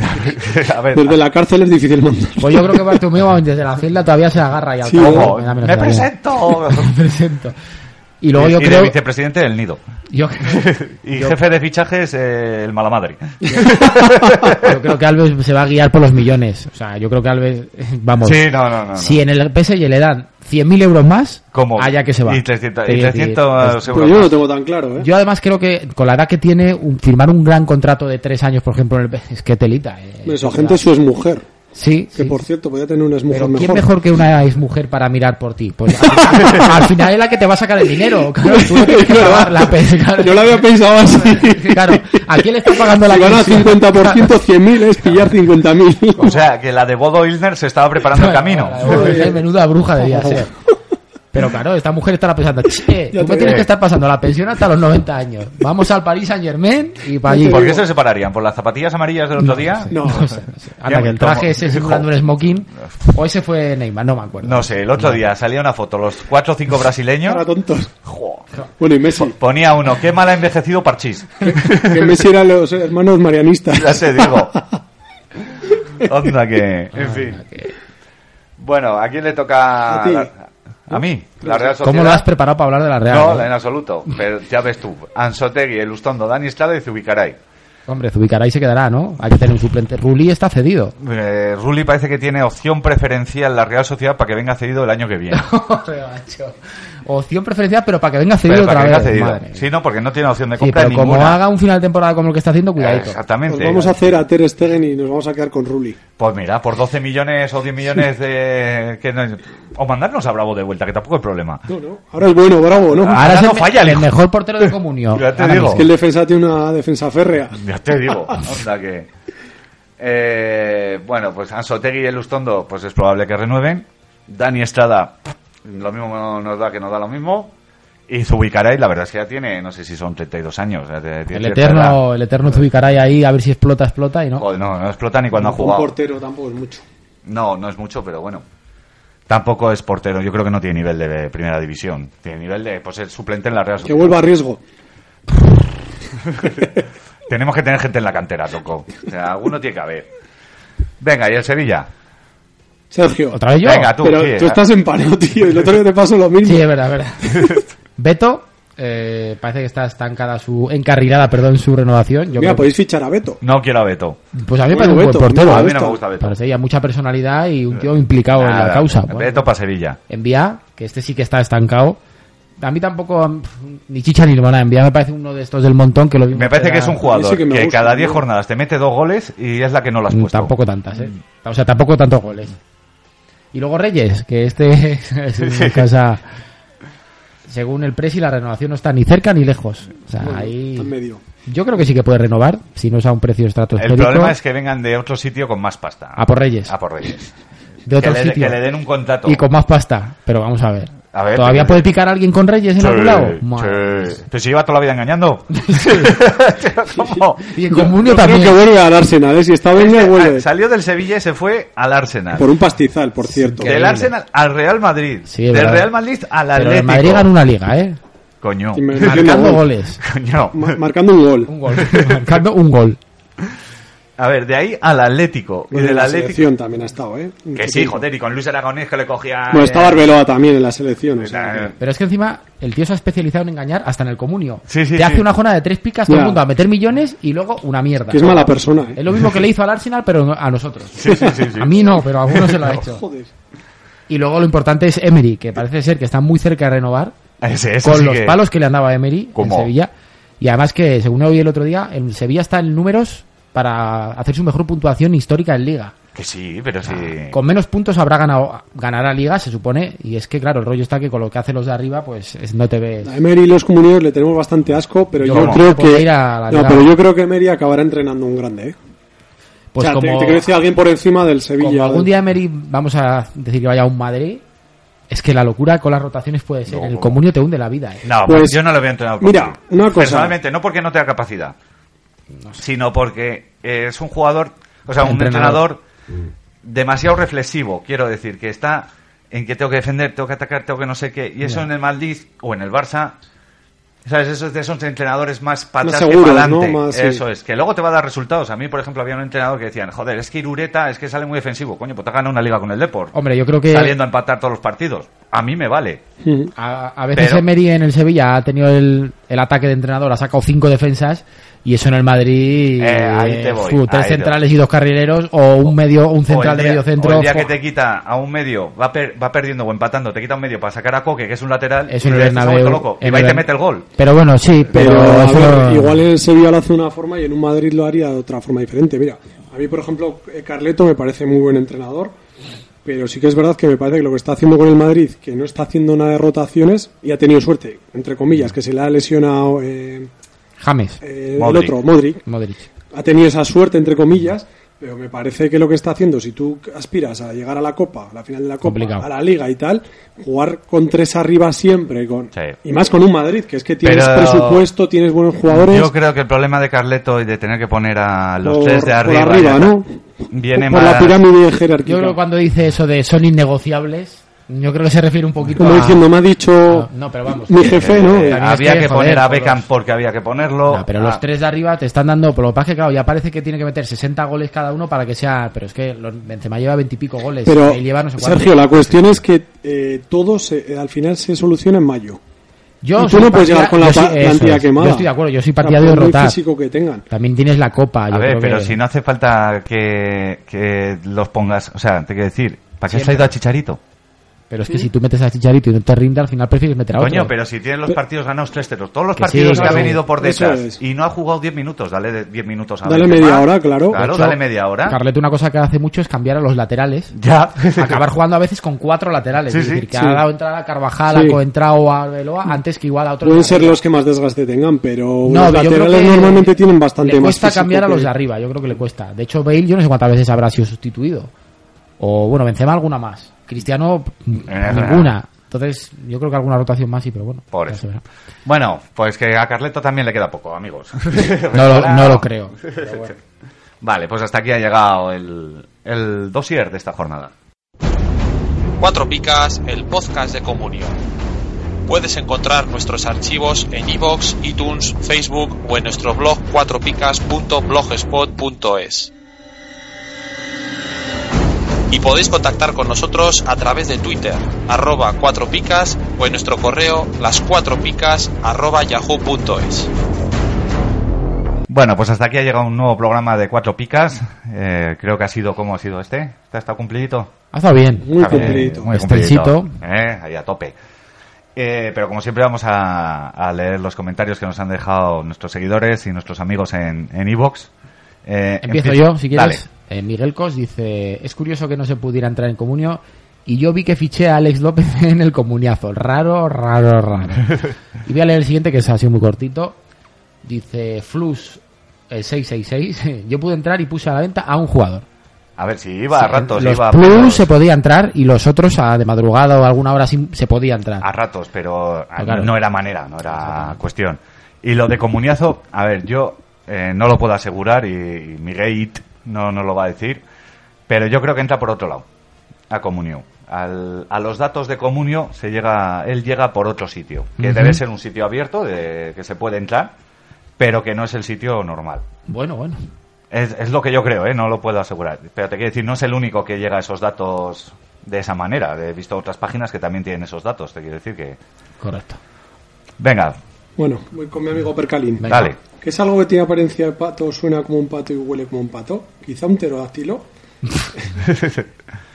C: A ver,
E: Desde la cárcel es difícil mandar.
D: Pues yo creo que Bartomeu aún desde la celda todavía se agarra y al
E: Sí,
D: cabo,
C: ojo,
D: me da
C: me,
D: menos rabia.
C: presento.
D: Me presento. Y luego
C: y,
D: yo
C: y de
D: creo.
C: vicepresidente del Nido.
D: Yo,
C: Y
D: Yo-
C: jefe de fichajes, eh, el Malamadri.
D: Pues yo creo que Alves se va a guiar por los millones. O sea, yo creo que Alves. Vamos.
C: Sí, no, no, no. no.
D: Si en el PSG le dan 100.000 euros más,
C: ¿Cómo?
D: allá que se va.
C: Y 300,
D: Te
C: y
D: quiero
C: 300
D: decir,
C: euros
E: Pues yo
C: más.
E: no tengo tan claro, ¿eh?
D: Yo además creo que con la edad que tiene, un- firmar un gran contrato de tres años, por ejemplo, en el, es que telita. eh.
E: Hombre, Su agente es su exmujer.
D: Sí, sí.
E: Que por cierto, podría tener una
D: Pero
E: exmujer
D: ¿quién
E: mejor.
D: mejor que una ex mujer para mirar por ti? Pues al, al final es la que te va a sacar el dinero. Claro, tú no tienes que pagar la pesca.
E: Yo lo había pensado así.
D: Claro, ¿a quién le está pagando la
E: Si gana
D: comisión?
E: 50%, 100.000 es pillar 50.000.
C: O sea, que la de Bodo Ilner se estaba preparando el camino.
D: Joder, eh, Menuda bruja debía ser. Pero claro, esta mujer estará pensando, che,
E: Ya
D: tú
E: te
D: me tienes
E: digo.
D: que estar pasando la pensión hasta los 90 años. Vamos al París Saint Germain y para allí.
C: ¿Por qué se separarían? ¿Por las zapatillas amarillas del otro día?
E: No,
D: No sé, no sé. Anda,
C: Ya,
D: que el
C: tomo.
D: traje ese simulando un smoking. O ese fue Neymar, no me acuerdo.
C: No sé, el otro día salía una foto, los cuatro o cinco brasileños.
E: Para tontos.
C: jo,
E: Bueno, y Messi.
C: Ponía uno, qué mal ha envejecido Parchís.
E: Que Messi eran los hermanos marianistas.
C: Ya sé, digo. Onda que. En fin. Bueno, ¿a quién le toca?
E: A ti.
C: la- a mí, la Real Sociedad.
D: ¿Cómo lo has preparado para hablar de la Real?
C: No,
D: eh?
C: en absoluto. Pero ya ves tú, Ansotegui, Elustondo, Dani Estrada y Zubicaray.
D: Hombre, Zubicaray se quedará, ¿no? Hay que tener un suplente. Rulli está cedido.
C: Eh, Rulli parece que tiene opción preferencial la Real Sociedad para que venga cedido el año que viene.
D: Joder, macho. Opción preferencial, pero para que venga cedido
C: Pero
D: otra
C: para que
D: vez.
C: venga cedido.
D: Madre.
C: Sí, no, porque no tiene opción de
D: Sí,
C: compra
D: pero como
C: ninguna.
D: haga un final de temporada como el que está haciendo, cuidadito.
C: Exactamente.
E: Nos vamos a hacer a Ter Stegen y nos vamos a quedar con Rulli.
C: Pues mira, por 12 millones o 10 millones de... Que no- O mandarnos a Bravo de vuelta, que tampoco es problema.
E: No, no. Ahora es bueno, bravo, ¿no?
C: Ah, Ahora
D: es
C: no
D: el-
C: falla,
D: el,
C: hijo.
D: mejor portero de comunión.
C: Ya te
D: Ahora
C: digo.
E: Es que el defensa tiene una defensa férrea.
C: Ya te digo, onda que... Eh, bueno, pues Ansotegui y el Lustondo, pues es probable que renueven. Dani Estrada, lo mismo nos da que nos da lo mismo. Y Zubicaray, la verdad es que ya tiene, no sé si son 32 años. ya tiene
D: El
C: cierta
D: eterno,
C: edad.
D: el eterno Zubikaray ahí, a ver si explota, explota y no.
C: Joder, no, no explota ni cuando ha
E: Un
C: jugado.
E: portero tampoco es mucho.
C: No, no es mucho, pero bueno. Tampoco es portero, yo creo que no tiene nivel de primera división. Tiene nivel de pues, ser suplente en la Real
E: Que
C: Sociedad.
E: vuelva a riesgo.
C: Tenemos que tener gente en la cantera, Toco. O sea, alguno tiene que haber. Venga, y el Sevilla.
E: Sergio.
D: ¿Otra vez yo?
C: Venga, tú.
E: pero
C: sí,
E: tú
C: eh.
E: estás en paro, tío. Y el otro día te paso lo mismo.
D: Sí, es verdad, es verdad. Beto, eh, parece que está estancada su. encarrilada, perdón, su renovación. Yo
E: Mira,
D: creo que-
E: podéis fichar a Beto.
C: No quiero a Beto.
D: Pues a mí me parece
E: Bueno,
D: un buen
E: Beto,
D: portero.
E: mira,
C: A
D: ¿eh?
C: mí no
E: Beto.
C: me gusta Beto. Eh,
D: Parecía mucha personalidad y un tío implicado en
C: Nada,
D: la causa. Bueno,
C: Beto para Sevilla.
D: Envía, que este sí que está estancado. A mí tampoco, mm, ni chicha ni limonada. Envía me parece uno de estos del montón que lo vimos
C: Me parece que
D: era-
C: es un jugador
E: sí que
C: que,
E: me gusta,
C: cada
E: ¿no?
C: 10 jornadas te mete dos goles y es la que no las has
D: Mm,
C: puesto. Mm.
D: Tampoco tantas, ¿eh? O sea, tampoco tantos goles. Y luego Reyes, que este es una cosa... Según el Presi, la renovación no está ni cerca ni lejos. O sea,
E: Bueno, está
D: ahí...
E: en medio.
D: Yo creo que sí que puede renovar, si no es a un precio estratosférico.
C: El problema es que vengan de otro sitio con más pasta.
D: A por Reyes.
C: A por Reyes.
D: de otro
C: que, le,
D: sitio.
C: que le den un contrato.
D: Y con más pasta. Pero vamos a ver.
C: A ver,
D: ¿Todavía
C: pero-
D: puede picar a alguien con Reyes en
C: Sí,
D: algún lado?
C: sí.
D: Madre.
C: Pero si lleva toda la vida engañando. ¿Cómo?
D: Y en Comunio
E: Yo creo
D: también.
E: que vuelve al Arsenal, ¿eh? Si está venga, vuelve.
C: Salió del Sevilla y se fue al Arsenal.
E: Por un pastizal, por cierto.
C: Del Arsenal al Real Madrid.
D: Sí, es
C: del
D: verdad.
C: Real Madrid al
D: Pero
C: Atlético.
D: el Madrid gana una liga, ¿eh?
C: Coño.
E: Y me-
D: Marcando
E: gol.
D: goles.
C: Coño.
E: Ma- marcando un gol.
D: Un gol. Marcando un gol.
C: A ver, de ahí al Atlético. Y
E: Bueno, en
C: del
E: la
C: Atlético.
E: selección también ha estado, ¿eh?
C: Que sí, joder, y con Luis Aragonés que le cogía.
E: Bueno, está
C: eh,
E: Arbeloa también en la selección. o sea,
C: eh,
D: Pero es que encima el tío se ha especializado en engañar hasta en el comunio.
C: Sí, sí,
D: Te
C: sí.
D: hace una jornada de tres picas, todo el
E: Ya.
D: mundo a meter millones y luego una mierda.
E: que es mala persona,
D: Es
E: ¿eh?
D: lo mismo que le hizo al Arsenal, pero a nosotros.
C: Sí, sí, sí, sí.
D: A mí no, pero a algunos se lo ha hecho.
E: Joder.
D: Y luego lo importante es Emery, que parece ser que está muy cerca de renovar
C: Ese- ese
D: con
C: sí
D: los
C: que-
D: palos que le andaba a Emery
C: ¿Cómo?
D: en Sevilla. Y además que, según oí el otro día, en Sevilla está en números para hacer su mejor puntuación histórica en Liga.
C: Que sí, pero sí.
D: Ah, Con menos puntos habrá ganado ganará Liga, se supone. Y es que, claro, el rollo está que con lo que hacen los de arriba, pues es- no te ves...
E: A Emery y los comunidores le tenemos bastante asco, pero
D: Yo
E: yo,
D: no,
E: creo
D: puede
E: que
D: ir a la
E: no,
D: liga.
E: pero yo creo que Emery acabará entrenando un grande, ¿eh?
D: Pues
E: o sea, te-
D: como,
E: te, quiero decir alguien por encima del
D: como
E: Sevilla. ¿eh?
D: algún día Emery, vamos a decir que vaya a un Madrid, es que la locura con las rotaciones puede ser.
C: No,
D: el
C: como-
D: comunio te hunde la vida, ¿eh?
C: No,
E: Pues,
C: yo no lo había entrenado. con
E: mira,
C: él.
E: una cosa.
C: Personalmente, no porque no tenga capacidad, sino porque eh, es un jugador, o sea, un
D: Entrenador.
C: entrenador demasiado reflexivo. Quiero decir, que está en que tengo que defender, tengo que atacar, tengo que no sé qué. Y eso en el Madrid o en el Barça. ¿Sabes? Eso es de esos entrenadores más para
E: Más
C: atrás que
E: seguros,
C: para adelante.
E: ¿no? Más, sí.
C: Eso es, que luego te va a dar resultados. A mí, por ejemplo, había un entrenador que decían, joder, es que Irureta es que sale muy defensivo. Coño, pues te ha ganado una liga con el Deport.
D: Hombre, yo creo que...
C: Saliendo a empatar todos los partidos. A mí me vale.
E: Ujú.
D: A, a veces
C: Pero-
D: Emery en el Sevilla ha tenido el, el ataque de entrenador, ha sacado cinco defensas y eso en el Madrid.
C: Eh, ahí te voy,
D: tres
C: ahí te
D: centrales y dos carrileros o un medio, un
C: O
D: central
C: el
D: de
C: día-
D: medio
C: o
D: centro.
C: el día que
D: ¡fua!
C: te quita a un medio, va, per- va perdiendo o empatando, te quita un medio para sacar a Coque, que es un lateral,
D: Es
C: y
D: en el
C: le dices, "Se ha
D: Bernabéu,
C: vuelto loco", y
D: en
C: va y te
D: el Bern-
C: mete el gol.
D: Pero bueno, sí, pero,
E: Pero, a
D: eso
E: ver,
D: no-
E: igual en el Sevilla lo hace de una forma y en un Madrid lo haría de otra forma diferente. Mira, a mí, por ejemplo, eh, Carleto me parece muy buen entrenador, pero sí que es verdad que me parece que lo que está haciendo con el Madrid, que no está haciendo nada de rotaciones, y ha tenido suerte, entre comillas, que se le ha lesionado eh,
D: James,
E: eh, el
C: Modric.
E: otro, Modric,
D: Modric.
E: ha tenido esa suerte, entre comillas, pero me parece que lo que está haciendo, si tú aspiras a llegar a la Copa, a la final de la Copa,
D: Complicado.
E: a la Liga y tal, jugar con tres arriba siempre, con,
C: Sí.
E: y más con un Madrid, que es que tienes
C: Pero-
E: presupuesto, tienes buenos jugadores.
C: Yo creo que el problema de Carleto y de tener que poner a los
E: Por-
C: tres de
E: por
C: arriba, eh, ya-
E: ¿no?
C: viene
E: por
C: más...
E: la pirámide
D: Yo
E: jerárquica.
D: creo que cuando dice eso de son innegociables, yo creo que se refiere un poquito
E: Como
D: a.
E: diciendo, me ha dicho
D: no, no, pero vamos.
E: mi jefe, ¿no?
C: eh,
D: también es
C: había
D: que,
C: que,
D: joder,
C: poner a
D: con los-
C: Beckham porque había que ponerlo.
D: No, pero
C: Ah,
D: los tres de arriba te están dando, por lo que pasa es que claro, ya parece que tiene que meter 60 goles cada uno para que sea, pero es que los- Benzema lleva 20 y pico goles,
E: Pero,
D: Bale lleva no sé cuántos.
E: Sergio, la cuestión es que eh, todo se- eh, al final se soluciona en mayo.
D: Yo
E: Y tú
D: soy
E: no puedes
D: partida-
E: llegar con la
D: yo
E: pa-
D: sí- eso
E: plantilla
D: es.
E: quemada.
D: Yo estoy de acuerdo, yo soy
E: O sea,
D: partidario de
E: por muy
D: rotar.
E: físico que tengan.
D: También tienes la copa. Yo
C: A ver,
D: creo
C: pero
D: que-
C: si no hace falta que, que los pongas... O sea, te quiero decir, ¿para qué has
D: Siempre.
C: traído a Chicharito?
D: Pero es que si tú metes a Chicharito y no te rinde, al final prefieres meter a otro.
C: Coño, pero si tienes los partidos ganados 3-0, todos los
D: Que sí,
C: partidos que ha
D: claro,
C: venido por
E: eso
C: detrás
E: es.
C: y no ha jugado 10 minutos, dale de- 10 minutos a
E: Dale
C: Benzema.
E: media hora, claro.
C: Claro,
D: De hecho,
C: dale media hora.
D: Carleto, una cosa que hace mucho es cambiar a los laterales.
C: Ya.
D: Acabar jugando a veces con cuatro laterales.
C: Sí,
D: es
C: sí,
D: decir, que
E: sí.
D: ha dado entrada a Carvajal,
E: Sí.
D: ha coentrado a Arbeloa antes que igual a otros.
E: Pueden ser los que más desgaste tengan, pero
D: No,
E: los
D: yo creo
E: laterales
D: que
E: normalmente tienen bastante
D: le
E: más.
D: cuesta
E: físico
D: cambiar a
E: que-
D: los de arriba, yo creo que le cuesta. De hecho, Bale, yo no sé cuántas veces habrá sido sustituido. O bueno, Benzema alguna más. Cristiano,
C: Eh,
D: ninguna. Entonces, yo creo que alguna rotación más sí, pero bueno.
C: Por
D: ya
C: eso.
D: se verá.
C: Bueno, pues que a Carleto también le queda poco, amigos.
D: No lo, no lo creo.
C: Vale, pues hasta aquí ha llegado el, el dossier de esta jornada.
A: Cuatro Picas, el podcast de comunión. Puedes encontrar nuestros archivos en iVoox, iTunes, Facebook o en nuestro blog cuatropicas.blogspot.es. Y podéis contactar con nosotros a través de Twitter, arroba cuatro picas o en nuestro correo las cuatro picas arroba yahoo.es.
C: Bueno, pues hasta aquí ha llegado un nuevo programa de Cuatro Picas. Eh, creo que ha sido, ¿cómo ha sido este? ¿Este ha estado cumplidito?
D: Ha estado bien.
E: Muy
C: Ah, bien,
E: cumplidito.
C: muy
D: Extensito.
C: cumplidito, eh, ahí a tope. Eh, pero como siempre vamos a, a leer los comentarios que nos han dejado nuestros seguidores y nuestros amigos en en iVoox. Eh,
D: Empiezo
C: empiezo-
D: yo, si
C: Dale.
D: quieres. Eh, Miguel Cos dice, es curioso que no se pudiera entrar en comunio y yo vi que fiché a Alex López en el comuniazo. Raro, raro, raro. Y voy a leer el siguiente que es así muy cortito. Dice Flus eh, 666, yo pude entrar y puse a la venta a un jugador.
C: A ver, si iba a
D: Sí,
C: ratos,
D: los
C: iba a
D: Plus
C: ratos,
D: se podía entrar y los otros a, de madrugada o alguna hora sí se podía entrar.
C: a ratos, pero ah,
D: claro.
C: no era manera, no era cuestión. Y lo de comuniazo, a ver, yo eh, no lo puedo asegurar y, y Miguel It no nos lo va a decir, pero yo creo que entra por otro lado, a comunio. Al- a los datos de comunio se llega, él llega por otro sitio, que
D: Ujú.
C: debe ser un sitio abierto, de, que se puede entrar, pero que no es el sitio normal.
D: Bueno, bueno.
C: Es, es lo que yo creo, ¿eh? no lo puedo asegurar. Pero te quiero decir, no es el único que llega a esos datos de esa manera. He visto otras páginas que también tienen esos datos. Te quiero decir que.
D: Correcto.
C: Venga,
E: Bueno, voy con mi amigo Percalín.
D: Venga.
C: dale.
E: Que es algo que tiene apariencia de pato, suena como un pato y huele como un pato. Quizá un pterodáctilo.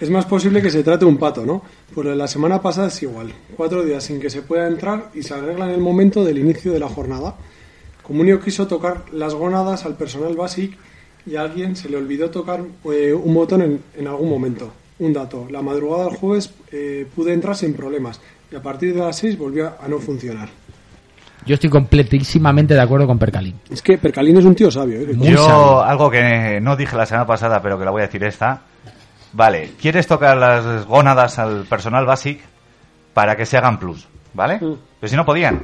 E: es más posible que se trate de un pato, ¿no? Pues lo de la semana pasada es igual. Cuatro días sin que se pueda entrar y se arregla en el momento del inicio de la jornada. Comunio quiso tocar las gonadas al personal basic y a alguien se le olvidó tocar eh, un botón en, en algún momento. Un dato, la madrugada del jueves eh, pude entrar sin problemas y a partir de las 6 volvió a no funcionar.
D: Yo estoy completísimamente de acuerdo con Percalín.
E: Es que Percalín es un tío sabio. ¿eh?
D: Muy
C: yo,
D: sabio.
C: algo que no dije la semana pasada, pero que la voy a decir esta. Vale, ¿quieres tocar las gónadas al personal basic para que se hagan plus? ¿Vale?
E: Mm.
C: Pero si no podían.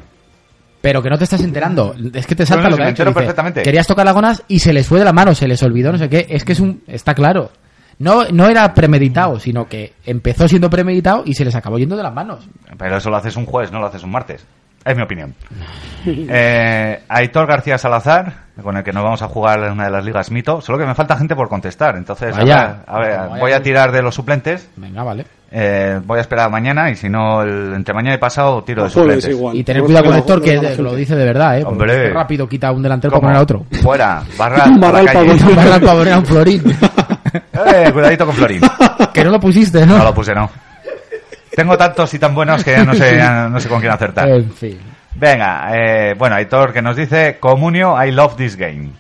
D: Pero que no te estás enterando. Es que te salta
C: No, no,
D: lo
C: si
D: que ha
C: me
D: hecho.
C: entero
D: Dice,
C: perfectamente.
D: Querías tocar las gonas y se les fue de la mano, se les olvidó, no sé qué. Es que es un... Está claro. No, no era premeditado, sino que empezó siendo premeditado y se les acabó yendo de las manos.
C: Pero eso lo haces un jueves, no lo haces un martes. Es mi opinión. Eh, Aitor García Salazar, con el que nos vamos a jugar en una de las ligas mito. Solo que me falta gente por contestar. Entonces,
D: Vaya.
C: a ver, a ver,
D: Vaya.
C: voy a tirar de los suplentes.
D: Venga, vale.
C: eh, voy a esperar a mañana y si no, el- entre mañana y pasado tiro de
E: El jueves
C: suplentes.
E: igual.
D: Y tener
E: Vamos
D: cuidado
E: a
D: con
E: la-
D: Héctor,
E: la-
D: Pues que
E: la-
D: de- que lo dice de verdad, ¿eh? Porque
C: Hombre.
D: es que rápido quita un delantero
C: ¿Cómo?
D: para poner a otro.
C: Fuera, barra,
E: Barra
C: a
E: al
C: la calle.
E: pavón.
D: Para el pavón era un florín.
C: Eh, cuidadito con Florín.
D: que no lo pusiste, ¿no?
C: No lo puse, no. Tengo tantos y tan buenos que ya no sé, ya no sé con quién acertar.
D: en fin.
C: Venga, eh, bueno, Aitor que nos dice, Comunio, I love this game.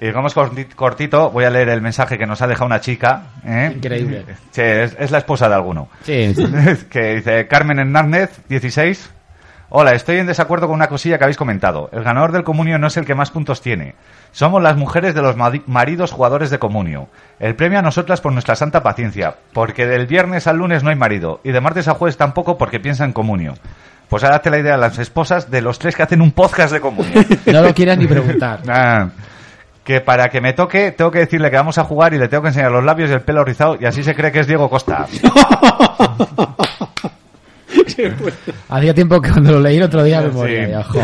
C: Y como es corti- cortito, voy a leer el mensaje que nos ha dejado una chica. ¿eh?
D: Increíble.
C: Sí, es, es la esposa de alguno.
D: Sí, sí.
C: que dice, Carmen Hernández, 16. Hola, estoy en desacuerdo con una cosilla que habéis comentado. El ganador del comunio no es el que más puntos tiene. Somos las mujeres de los madi- maridos jugadores de comunio. El premio a nosotras por nuestra santa paciencia, porque del viernes al lunes no hay marido, y de martes a jueves tampoco porque piensa en comunio. Pues ahora hazte la idea a las esposas de los tres que hacen un podcast de comunio.
D: No lo quieras ni preguntar.
C: Ah, que para que me toque, tengo que decirle que vamos a jugar y le tengo que enseñar los labios y el pelo rizado, y así se cree que es Diego Costa.
D: Hacía tiempo que cuando lo leí el otro día me
C: Sí.
D: moría. ya, jo.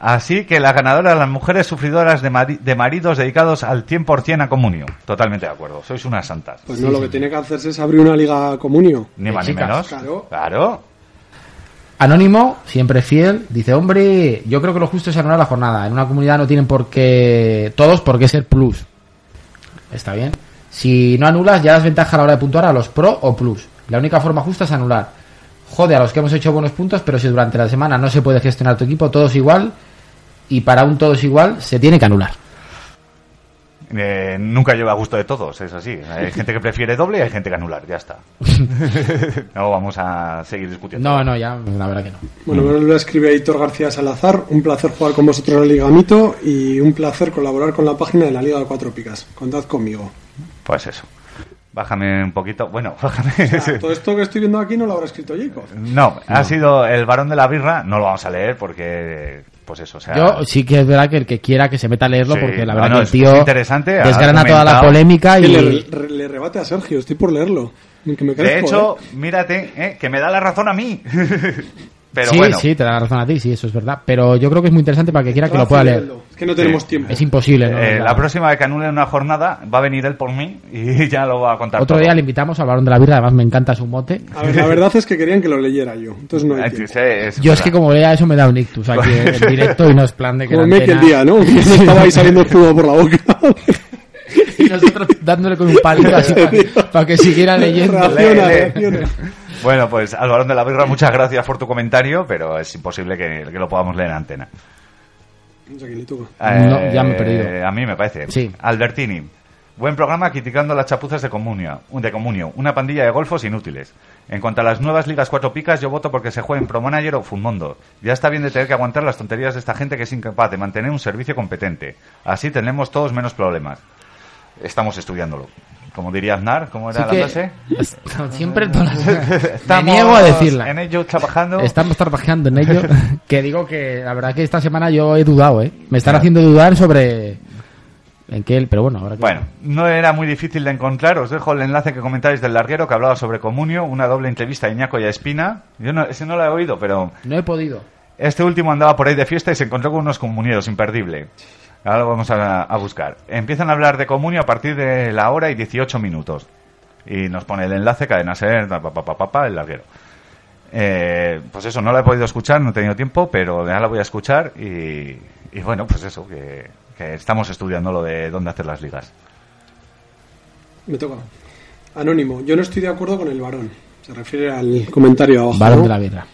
C: Así que la ganadora, las mujeres sufridoras de, mari- de maridos dedicados al 100% a comunio. Totalmente de acuerdo, sois unas santas.
E: Pues no, lo que tiene que hacerse es abrir una liga comunio.
C: Ni
D: Eh,
C: más ni
D: chicas,
C: menos.
E: claro.
C: Claro.
D: Anónimo, siempre fiel, dice, hombre, yo creo que lo justo es anular la jornada. En una comunidad no tienen por qué, todos, por qué ser plus. Está bien. Si no anulas, ya das ventaja a la hora de puntuar a los pro o plus. La única forma justa es anular. Jode a los que hemos hecho buenos puntos, pero si durante la semana no se puede gestionar tu equipo, todos igual, y para un todos igual, se tiene que anular.
C: Eh, nunca lleva a gusto de todos, es así. Hay gente que prefiere doble y hay gente que anular, ya está. no vamos a seguir discutiendo.
D: No, no, ya, la verdad que no.
C: Mm.
E: Bueno, me lo escribe Aitor García Salazar. Un placer jugar con vosotros al Ligamito y un placer colaborar con la página de la Liga de Cuatro Picas. Contad conmigo.
C: Pues eso. Bájame un poquito. Bueno, bájame.
E: Ah, todo esto que estoy viendo aquí no lo habrá escrito Jacob.
C: No, ha sido el varón de la birra. No lo vamos a leer porque, pues eso, o sea.
D: Yo sí que es verdad que el que quiera que se meta a leerlo,
C: Sí,
D: porque
C: no,
D: la verdad
C: no,
D: que el
C: es-
D: tío
C: es interesante, ha
D: desgrana toda la
C: argumentado.
D: polémica
E: Que le,
D: y...
E: re- le rebate a Sergio, estoy por leerlo. Que me
C: de
E: crezco,
C: hecho,
E: ¿eh?
C: mírate, eh, que me da la razón a mí. Pero
D: sí,
C: bueno,
D: sí, te da la razón a ti, sí, eso es verdad. Pero yo creo que es muy interesante para que quiera que lo pueda leer.
E: Es que no tenemos
C: Sí.
E: tiempo.
D: Es imposible, ¿no?
C: eh,
D: Ya.
C: la próxima vez que anule una jornada va a venir él por mí y ya lo va a contar.
D: Otro
C: todo.
D: día le invitamos al varón de la birra, además me encanta su mote.
E: A ver, la verdad es que querían que lo leyera yo. Entonces no hay
C: Eh,
E: tiempo.
C: sí, es
D: Yo es
C: verdad.
D: que como vea eso me da un ictus aquí en directo y no es plan de que la
E: Como me que el
D: antena-
E: día, ¿no? Que no estaba ahí saliendo fuego por la boca.
D: Y nosotros dándole con un palito así para que, para que siguiera leyendo.
E: Reacciona,
C: Lee, lee.
E: reacciona.
C: Bueno, pues al varón de la birra, muchas gracias por tu comentario, pero es imposible que, que lo podamos leer en antena.
E: No sé quién le toca.
D: No, ya me he perdido.
C: Eh, A mí me parece.
D: Sí.
C: Albertini. Buen programa criticando las chapuzas de Comunio, de Comunio, una pandilla de golfos inútiles. En cuanto a las nuevas ligas cuatro picas, yo voto porque se jueguen Pro Manager o Fumondo. Ya está bien de tener que aguantar las tonterías de esta gente que es incapaz de mantener un servicio competente. Así tenemos todos menos problemas. Estamos estudiándolo. Como diría Aznar, ¿cómo era
D: Así
C: la
D: que-
C: frase?
D: Siempre todas las- Me
C: Estamos
D: niego a decirla.
C: En ello trabajando.
D: Estamos trabajando en ello. Que digo que la verdad que esta semana yo he dudado, ¿eh? Me están haciendo dudar sobre. En qué él, pero bueno, ahora que.
C: Bueno, no era muy difícil de encontrar. Os dejo el enlace que comentáis del larguero que hablaba sobre Comunio, una doble entrevista a Iñaco y a Espina. Yo no, ese no lo he oído, pero
D: No he podido.
C: este último andaba por ahí de fiesta y se encontró con unos comunieros, imperdible. Ahora lo vamos a, a buscar. Empiezan a hablar de Comunio a partir de la hora y 18 minutos. Y nos pone el enlace, cadena ser, pa, pa, pa, pa, pa, pa, el larguero. Eh, pues eso, no la he podido escuchar, no he tenido tiempo, pero ya la voy a escuchar y, y bueno, pues eso, que, que estamos estudiando lo de dónde hacer las ligas.
E: Me toca. Anónimo, yo no estoy de acuerdo con el varón. Se refiere al comentario abajo.
D: Varón
E: ¿no?
D: de la birra.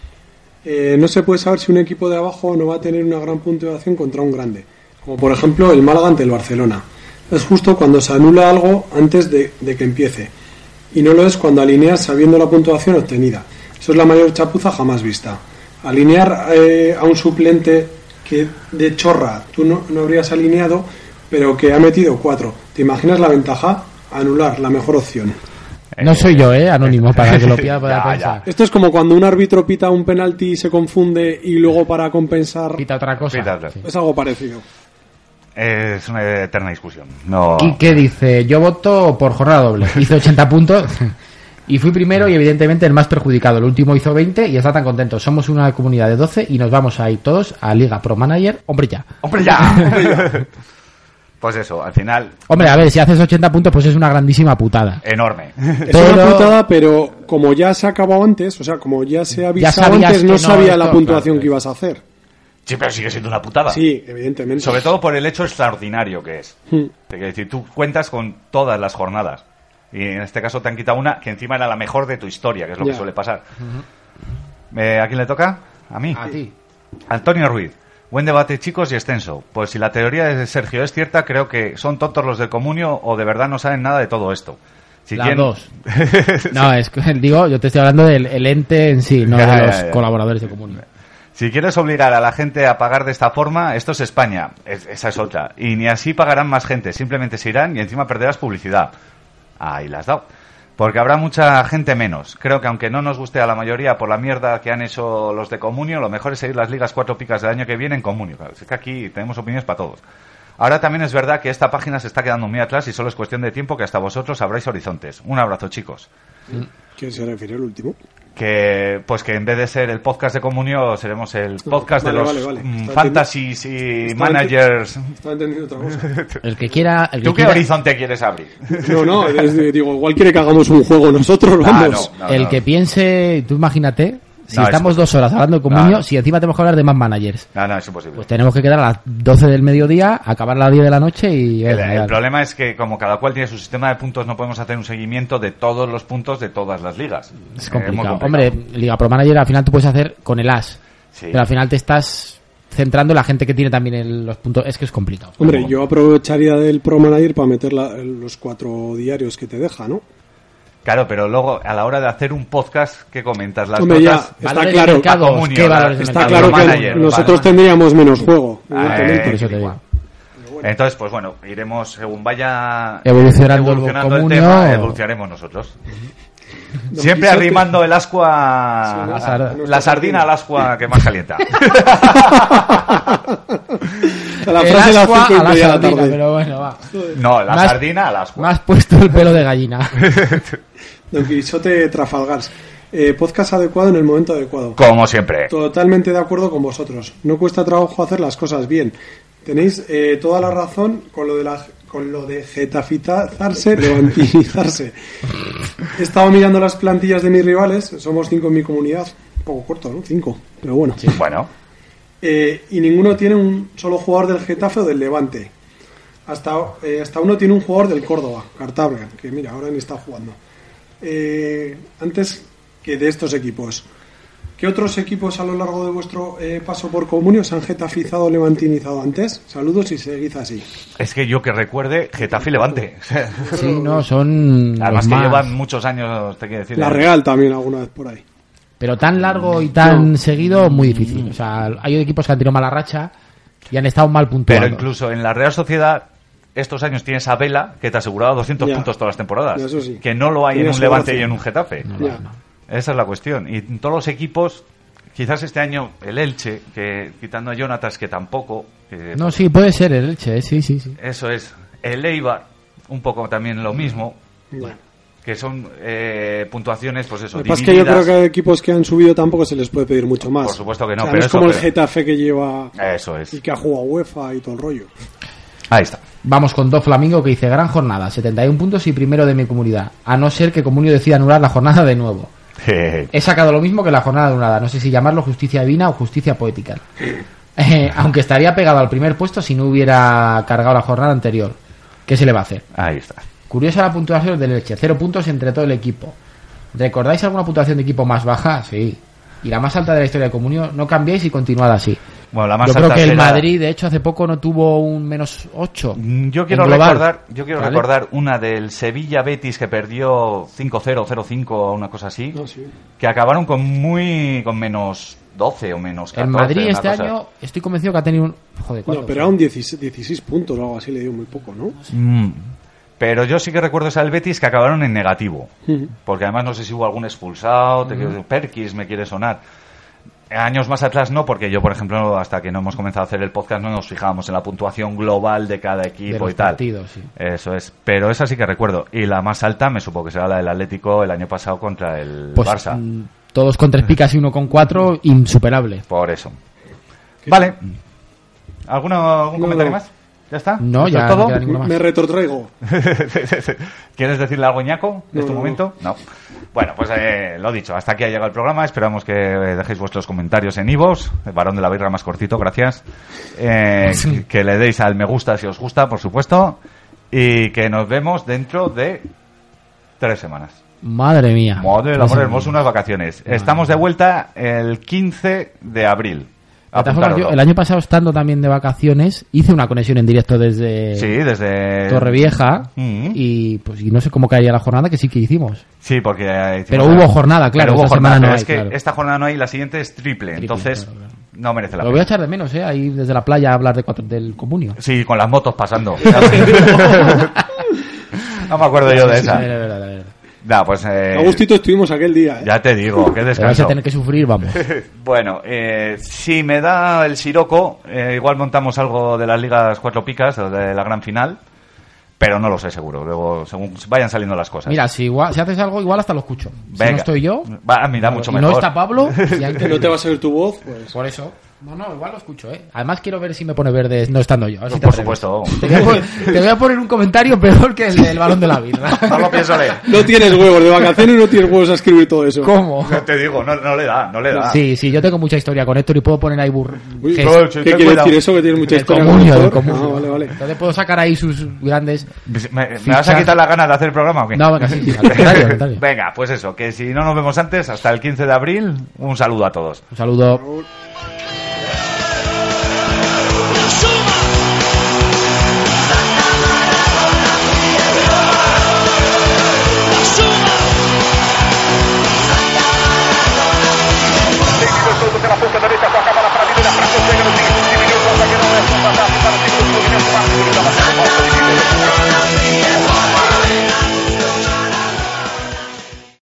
E: Eh, no se puede saber si un equipo de abajo no va a tener una gran puntuación contra un grande, como por ejemplo el Málaga ante el Barcelona. Es justo cuando se anula algo antes de, de que empiece, y no lo es cuando alineas sabiendo la puntuación obtenida. Eso es la mayor chapuza jamás vista. Alinear eh, a un suplente que de chorra tú no, no habrías alineado, pero que ha metido cuatro. ¿Te imaginas la ventaja? Anular la mejor opción.
D: No soy yo, ¿eh? Anónimo, para que lo pida para
C: Ya,
D: pensar.
E: Esto es como cuando un árbitro pita un penalti y se confunde y luego para compensar
D: Pita otra cosa.
C: Pita otra.
D: Sí.
E: es algo parecido.
C: Es una eterna discusión. No.
D: Y que dice, yo voto por jornada doble. Hice 80 puntos y fui primero y evidentemente el más perjudicado. El último hizo 20 y está tan contento. Somos una comunidad de 12 y nos vamos a ir todos a Liga Pro Manager. Hombre, ya.
C: ¡Hombre, ya! pues eso, al final,
D: Hombre, a ver, si haces 80 puntos, pues es una grandísima putada.
C: enorme.
E: Es una
D: Pero-
E: putada, pero como ya se ha acabado antes, o sea, como ya se ha avisado
D: sabías
E: antes,
D: que
E: no,
D: no,
E: sabía la
D: esto,
E: puntuación
D: claro,
E: que ibas a hacer.
C: sí, pero sigue siendo una putada.
E: Sí, evidentemente.
C: Sobre todo por el hecho extraordinario que es.
E: Hmm.
C: Te quiero decir, tú cuentas con todas las jornadas. Y en este caso te han quitado una que encima era la mejor de tu historia, que es lo
E: Ya.
C: que suele pasar. Eh, ¿A quién le toca? A mí.
D: A ti.
C: Antonio Ruiz. Buen debate, chicos, y extenso. Pues si la teoría de Sergio es cierta, creo que son tontos los del comunio o de verdad no saben nada de todo esto. Si
D: Las
C: quieren-
D: dos. No, es que digo, yo te estoy hablando del el ente en sí, no
C: Ya,
D: de
C: ya,
D: los
C: ya.
D: colaboradores de comunidad.
C: Si quieres obligar a la gente a pagar de esta forma, esto es España. Es- esa es otra. Y ni así pagarán más gente. Simplemente se irán y encima perderás publicidad. Ahí las has dado. Porque habrá mucha gente menos. Creo que aunque no nos guste a la mayoría por la mierda que han hecho los de Comunio, lo mejor es seguir las ligas cuatro picas del año que viene en Comunio. Claro, Es que aquí tenemos opiniones para todos. Ahora también es verdad que esta página se está quedando muy atrás y solo es cuestión de tiempo que hasta vosotros abráis horizontes. Un abrazo, chicos.
E: ¿Quién se refiere el último?
C: que pues que en vez de ser el podcast de comunio seremos el podcast
E: vale,
C: de los
E: vale, vale.
C: mm,
E: Está
C: fantasies y
E: Está
C: managers.
E: Estaba entendiendo otra cosa.
D: El que quiera. El que
C: ¿Tú qué
D: quiera-
C: horizonte quieres abrir?
E: No, no, es de- digo, igual quiere que hagamos un juego nosotros,
C: Ah,
E: vamos.
C: no, no,
D: el
C: no.
D: que piense, tú imagínate, si
C: No, es-
D: estamos dos horas hablando de Comunio,
C: Claro.
D: si encima tenemos que hablar de más managers,
C: No, no, es imposible.
D: pues tenemos que quedar a las 12 del mediodía, acabar a las 10 de la noche y...
C: El,
D: venga,
C: el
D: ya.
C: problema es que como cada cual tiene su sistema de puntos, no podemos hacer un seguimiento de todos los puntos de todas las ligas.
D: es
C: Eh,
D: complicado.
C: muy
D: Hombre, Liga Pro Manager al final tú puedes hacer con el as,
C: Sí.
D: pero al final te estás centrando en la gente que tiene también el- los puntos. Es que es complicado.
E: Hombre, yo aprovecharía del Pro Manager para meter la- los cuatro diarios que te deja, ¿no?
C: Claro, pero luego a la hora de hacer un podcast que comentas las
E: Hombre, ya,
C: notas,
E: está
D: Valores de
E: claro,
D: mercado,
C: a Comunio,
D: ¿qué
C: la-
D: valores de
E: Está
D: mercado?
E: claro que
C: manager,
E: nosotros
C: vale.
E: tendríamos menos juego,
C: Ah,
E: evidentemente.
D: por eso te
C: eh,
D: digo.
C: Entonces, pues bueno, iremos según vaya
D: Evolucionando el
C: el
D: Comunio.
C: tema, evolucionaremos nosotros. Siempre
E: Quijote.
C: arrimando el ascua,
E: Sí,
C: la,
E: la
D: sar-
C: sardina, al ascua que más calienta.
E: A la
D: El
E: frase de las
D: ascua
E: cinco y
D: a la
E: media de la
D: sardina,
E: tarde.
D: pero bueno, va.
C: No, la
D: Más-
C: sardina al ascua.
D: Me has puesto el pelo de gallina.
E: Don Quijote Trafalgar. Eh, podcast adecuado en el momento adecuado.
C: Como siempre.
E: Totalmente de acuerdo con vosotros. No cuesta trabajo hacer las cosas bien. Tenéis eh, toda la razón con lo de la con lo de getafitazarse, levantinizarse. He estado mirando las plantillas de mis rivales, somos cinco en mi comunidad, un poco corto, ¿no? Cinco, pero bueno.
C: Bueno,
E: Eh, y ninguno tiene un solo jugador del Getafe o del Levante. Hasta, eh, hasta uno tiene un jugador del Córdoba, Cartabria, que mira, ahora ni está jugando. Eh, antes que de estos equipos, ¿qué otros equipos a lo largo de vuestro eh, paso por Comunio se han getafizado o levantinizado antes? Saludos y seguid así.
C: es que yo que recuerde, Getafe y Levante.
D: Sí, no, son.
C: Además
D: los
C: que
D: más.
C: llevan muchos años, te quiero decir.
E: La
C: eh,
E: Real también alguna vez por ahí.
D: Pero tan largo y tan seguido, muy difícil. O sea, hay equipos que han tirado mala racha y han estado mal puntuados.
C: Pero incluso en la Real Sociedad, estos años tienes a Vela, que te aseguraba 200
E: Ya.
C: puntos todas las temporadas.
E: Ya, eso sí.
C: Que no lo hay
E: Tiene
C: en un
E: su
C: Levante
E: gracia.
C: y en un Getafe.
E: Ya.
C: Esa es la cuestión. Y en todos los equipos, quizás este año el Elche, que quitando a Jonatas, que tampoco. que-
D: No, sí, puede ser el Elche, eh, sí, sí, sí.
C: Eso es. El Eibar, un poco también lo mismo.
E: Bueno.
C: Que son eh, puntuaciones, pues eso.
E: Lo que pasa es que yo creo
C: divididas.
E: que equipos que han subido tampoco se les puede pedir mucho más.
C: Por supuesto que no,
E: O sea,
C: pero
E: es
C: eso,
E: como el
C: pero- Eh,
E: Getafe que lleva
C: Eso
E: y
C: es.
E: que ha jugado UEFA y todo el rollo.
C: Ahí está.
D: Vamos con dos Flamingo que dice: Gran jornada, 71 puntos y primero de mi comunidad. A no ser que Comunio decida anular la jornada de nuevo. He sacado lo mismo que la jornada anulada. No sé si llamarlo justicia divina o justicia poética. Eh, aunque estaría pegado al primer puesto si no hubiera cargado la jornada anterior. ¿Qué se le va a hacer?
C: Ahí está.
D: Curiosa la puntuación del Leche, cero puntos entre todo el equipo. ¿Recordáis alguna puntuación de equipo más baja? Sí. Y la más alta de la historia de Comunio, no cambiéis y continuad así.
C: Bueno, la más
D: Yo creo
C: alta
D: que el
C: será-
D: Madrid, de hecho, hace poco no tuvo un menos 8.
C: Mm, Yo quiero
D: en global,
C: recordar, yo quiero
D: ¿vale?
C: recordar una del Sevilla Betis que perdió 5-0, 0-5 o una cosa así,
E: No, sí.
C: que acabaron con muy con menos 12 o menos 14.
D: El Madrid
C: una
D: este
C: cosa.
D: año, estoy convencido que ha tenido un. Joder, ¿cuántos?
E: No, pero era un 16, 16 puntos o algo así, le dio muy poco, ¿no?
C: Mm. Pero yo sí que recuerdo esa del Betis que acabaron en negativo, porque además no sé si hubo algún expulsado, te quiero- Perkis me quiere sonar. Años más atrás no, porque yo, por ejemplo, hasta que no hemos comenzado a hacer el podcast no nos fijábamos en la puntuación global de cada
D: De
C: equipo
D: los
C: y tal.
D: partidos, sí.
C: Eso es, pero esa sí que recuerdo. Y la más alta me supo que será la del Atlético el año pasado contra el
D: Pues,
C: Barça.
D: mm, Todos con tres picas y uno con cuatro, insuperable.
C: Por eso. Vale. ¿Alguno, ¿Algún
E: No,
C: comentario
E: no.
C: más? ¿Ya está?
D: No,
C: ¿Esto
D: ya
C: es
D: no
C: todo?
D: queda ninguno más.
E: Me retrotraigo.
C: ¿Quieres decirle algo, Ñaco, en
E: No,
C: este
E: no,
C: momento? No. Bueno, pues eh, lo dicho, hasta aquí ha llegado el programa. Esperamos que eh, dejéis vuestros comentarios en Ivos. El varón de la birra más cortito, gracias. Eh, que- que le deis al me gusta si os gusta, por supuesto. Y que nos vemos dentro de tres semanas.
D: Madre mía.
C: Madre del
D: Pues,
C: amor
D: eh,
C: hermoso, unas vacaciones. Estamos de vuelta el 15 de abril.
D: de todas formas, yo
C: Apuntároslo.
D: el año pasado, estando también de vacaciones, hice una conexión en directo desde.
C: Sí, desde...
D: Torrevieja
C: Mm.
D: y pues y no sé cómo caía la jornada que sí que hicimos.
C: Sí, porque... eh, hicimos
D: Pero
C: la-
D: hubo jornada, claro.
C: Pero hubo
D: esta
C: jornada, pero
D: semana no hay,
C: es que
D: claro.
C: esta jornada no hay, la siguiente es triple,
D: Triple,
C: entonces
D: claro, claro.
C: no merece la
D: Lo voy
C: pena.
D: a echar de menos, ¿eh? Ahí desde la playa a hablar de cuatro, del comunio.
C: Sí, con las motos pasando. no me acuerdo yo de
D: A ver,
C: esa.
D: a ver, a ver, a ver.
C: Nah, pues... eh,
E: A gustito estuvimos aquel día, ¿eh?
C: ya te digo, qué
D: Pero vais
C: descanso.
D: a tener que sufrir, vamos.
C: Bueno, eh, si me da el siroco, eh, igual montamos algo de las ligas cuatro picas, o de la gran final, pero no lo sé seguro. Luego, según vayan saliendo las cosas.
D: Mira, si, igual, si haces algo, igual hasta lo escucho. Si
C: Venga.
D: no estoy yo,
C: Va, mira, mucho
D: y
C: mejor.
D: no está Pablo, y hay
E: Que
D: que-
E: no te va a salir tu voz, pues.
D: Por eso. No, no, igual lo escucho, ¿eh? Además quiero ver si me pone verde no estando yo. a ver si te
C: Por
D: atreves.
C: supuesto.
D: Te voy, a pon- te voy a poner un comentario peor que el del balón de la birra.
C: No lo pienso leer.
E: No tienes huevos de vacaciones, no tienes huevos a escribir todo eso.
D: ¿Cómo?
C: No te digo, no, no le da, no le da.
D: Sí, sí, yo tengo mucha historia con Héctor y puedo poner ahí burro.
E: Uy,
D: que-
C: bro,
E: ¿Qué quiere
C: Cuidado.
E: decir eso? Que tienes mucha
D: del
E: historia.
D: comunio,
E: con
D: del
E: el autor?
D: comunio.
E: Ah, vale, vale.
D: Entonces puedo sacar ahí sus grandes...
C: ¿Me, me- me vas a quitar las ganas de hacer el programa o qué?
D: No, venga, sí, sí, al contrario, al contrario.
C: Venga, pues eso, que si no nos vemos antes, hasta el 15 de abril, un saludo a todos.
D: Un saludo.